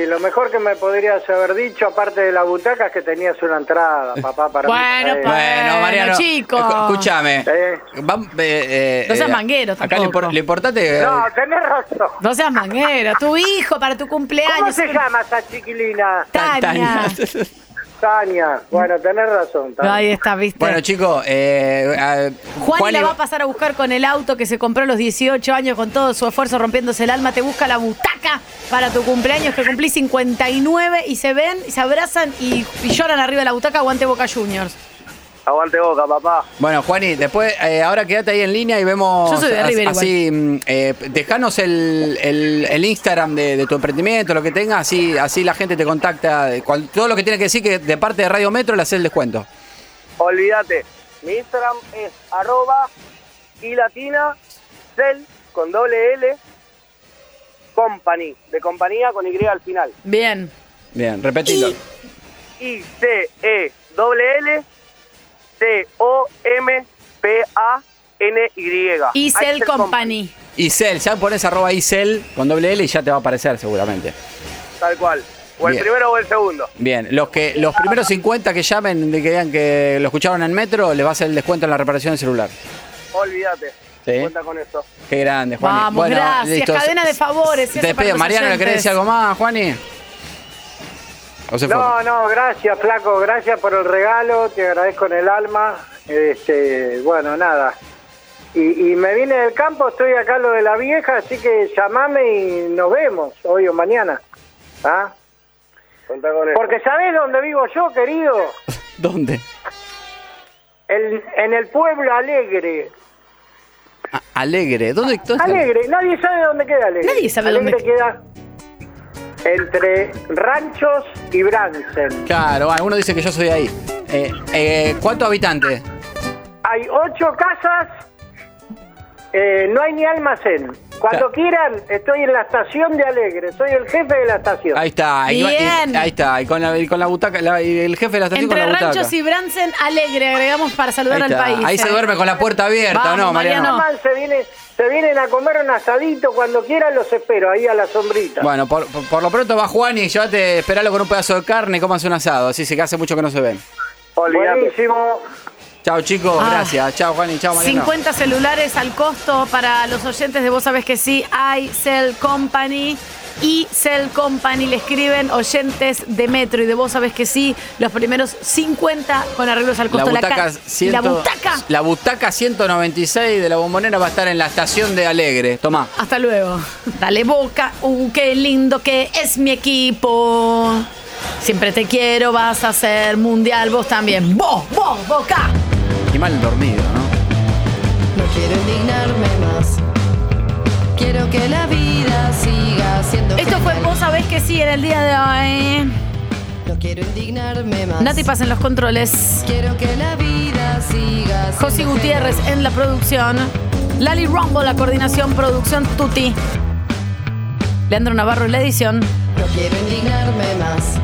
Speaker 25: lo mejor que me podrías haber dicho, aparte de la butaca, es que tenías una entrada, papá, para
Speaker 7: Bueno,
Speaker 25: mí. eh,
Speaker 7: Bueno, Mariano, chico.
Speaker 6: escu- Escúchame. Vam- eh, eh,
Speaker 7: No seas
Speaker 6: eh,
Speaker 7: manguero
Speaker 6: Acá lo, impor-
Speaker 7: tampoco.
Speaker 6: lo importante es.
Speaker 25: No, tenés razón.
Speaker 7: No seas manguero. Tu hijo para tu cumpleaños.
Speaker 25: ¿Cómo se llama esa chiquilina?
Speaker 7: Tania. Tania.
Speaker 25: Tania. Bueno, tenés razón. Tania.
Speaker 7: Ahí está, viste.
Speaker 6: Bueno, chicos, eh, ah,
Speaker 7: Juan,
Speaker 6: Juan
Speaker 7: la
Speaker 6: y-
Speaker 7: va a pasar a buscar con el auto que se compró a los 18 años con todo su esfuerzo rompiéndose el alma. Te busca la butaca para tu cumpleaños que cumplí 59 y se ven, y se abrazan y, y lloran arriba de la butaca. Aguante Boca Juniors.
Speaker 1: Aguante boca, papá.
Speaker 6: Bueno, Juani, después, eh, ahora quédate ahí en línea y vemos.
Speaker 7: Yo soy de
Speaker 6: as-
Speaker 7: River igual.
Speaker 6: así, mm, eh, dejanos el, el- el Instagram de, de tu emprendimiento, lo que tengas, así, así la gente te contacta. de cual- todo lo que tiene que decir que de parte de Radio Metro le haces el descuento.
Speaker 1: Olvídate. Mi Instagram es arroba y latina cel con doble L company. De compañía con Y al final.
Speaker 7: Bien.
Speaker 6: Bien, repetilo.
Speaker 1: I C E doble L C O M P A N Y.
Speaker 7: Y
Speaker 6: E
Speaker 7: Cell
Speaker 1: Axel
Speaker 7: Company.
Speaker 6: Isel, ya pones arroba Isel con doble L y ya te va a aparecer seguramente.
Speaker 1: Tal cual. O el
Speaker 6: Bien.
Speaker 1: primero o el segundo.
Speaker 6: Bien, los que los primeros 50 que llamen y que digan que lo escucharon en Metro, le va a hacer el descuento en la reparación del celular.
Speaker 1: Olvídate.
Speaker 6: Sí.
Speaker 1: Cuenta con eso.
Speaker 6: Qué grande, Eh, Juani.
Speaker 7: Vamos, gracias. Cadena de favores.
Speaker 6: Te
Speaker 7: Eso para
Speaker 6: pido,
Speaker 7: los
Speaker 6: Mariano, ¿le querés
Speaker 7: oyentes.
Speaker 6: decir algo más, Juani? ¿O se fue?
Speaker 25: No, no, gracias, flaco, gracias por el regalo, te agradezco en el alma. Este, bueno, nada. Y, y me vine del campo, estoy acá lo de la vieja, así que llamame y nos vemos hoy o mañana. ¿Ah? Porque ¿sabés dónde vivo yo, querido?
Speaker 6: ¿Dónde?
Speaker 25: El- en el pueblo Alegre.
Speaker 6: A- Alegre. ¿Dónde dónde está?
Speaker 25: Alegre, nadie sabe dónde queda Alegre.
Speaker 6: Nadie sabe
Speaker 25: Alegre
Speaker 6: dónde
Speaker 25: queda. Entre Ranchos y Bransen.
Speaker 6: Claro, ah, uno dice que yo soy ahí. Eh, eh, ¿Cuántos habitantes?
Speaker 25: Hay ocho casas, eh, no hay ni almacén. Cuando quieran, estoy en la estación de Alegre, soy el jefe de la estación.
Speaker 6: Ahí está. y va- y-
Speaker 7: Bien.
Speaker 6: ahí está. Y con la, y con la butaca. la- y el jefe de la estación
Speaker 7: Entre
Speaker 6: con la butaca.
Speaker 7: Ranchos y Bransen, alegre, agregamos para saludar
Speaker 6: Ahí
Speaker 7: al
Speaker 6: está.
Speaker 7: país.
Speaker 6: Ahí se duerme con la puerta abierta, ¿o no, Mariano?
Speaker 25: Román, Se, viene, se vienen a comer un asadito, cuando quieran los espero, ahí a la sombrita.
Speaker 6: Bueno, por, por- por lo pronto va Juan y llévate, esperalo con un pedazo de carne y comas un asado. Así se que hace mucho que no se ven.
Speaker 25: Buenísimo.
Speaker 6: Chao, chicos.
Speaker 7: Ah.
Speaker 6: Gracias. Chao, Juan y chao, Mariano.
Speaker 7: 50 celulares al costo para los oyentes de Vos Sabés Que Sí, hay Cell Company y Cell Company. Le escriben oyentes de Metro y de Vos Sabés Que Sí, los primeros 50 con arreglos al
Speaker 6: La
Speaker 7: costo.
Speaker 6: butaca,
Speaker 7: ca-
Speaker 6: 100
Speaker 7: la butaca.
Speaker 6: la butaca 196 de la bombonera va a estar en la estación de Alegre. Tomá.
Speaker 7: Hasta luego. Dale boca, uh, qué lindo que es mi equipo. Siempre te quiero, vas a ser mundial, vos también. Vos, vos, Oh, boca.
Speaker 6: Y mal dormido, ¿no?
Speaker 3: No quiero indignarme más. Quiero que la vida siga siendo.
Speaker 7: Esto fue Vos sabés que sí en el día de hoy.
Speaker 3: No quiero indignarme más.
Speaker 7: Nati Paz en los controles.
Speaker 3: Quiero que la vida siga.
Speaker 7: José
Speaker 3: siendo
Speaker 7: Gutiérrez en la producción. Lali Rombo, la coordinación, producción Tuti. Leandro Navarro en la edición.
Speaker 3: No quiero indignarme más.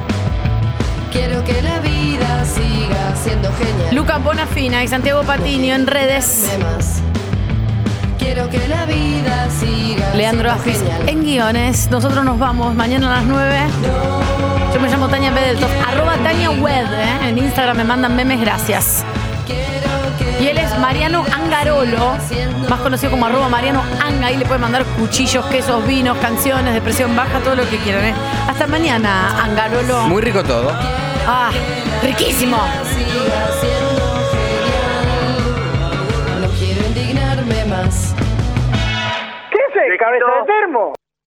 Speaker 3: Quiero que la vida siga siendo genial.
Speaker 7: Luca Bonafina y Santiago Patiño en redes.
Speaker 3: Quiero que la vida siga.
Speaker 7: Leandro
Speaker 3: siendo
Speaker 7: Afis
Speaker 3: genial.
Speaker 7: en guiones. Nosotros nos vamos mañana a las 9. Yo me llamo Tania Bedeltoff. Arroba Tania Web. ¿eh? En Instagram me mandan memes, gracias. Y él es Mariano Angarolo, más conocido como arroba Mariano Anga. Ahí le pueden mandar cuchillos, quesos, vinos, canciones, de presión baja, todo lo que quieran. ¿eh? Hasta mañana, Angarolo.
Speaker 6: Muy rico todo.
Speaker 7: Ah, riquísimo.
Speaker 3: siga siendo genial. No quiero indignarme más.
Speaker 25: ¿Qué es el cabeza de termo?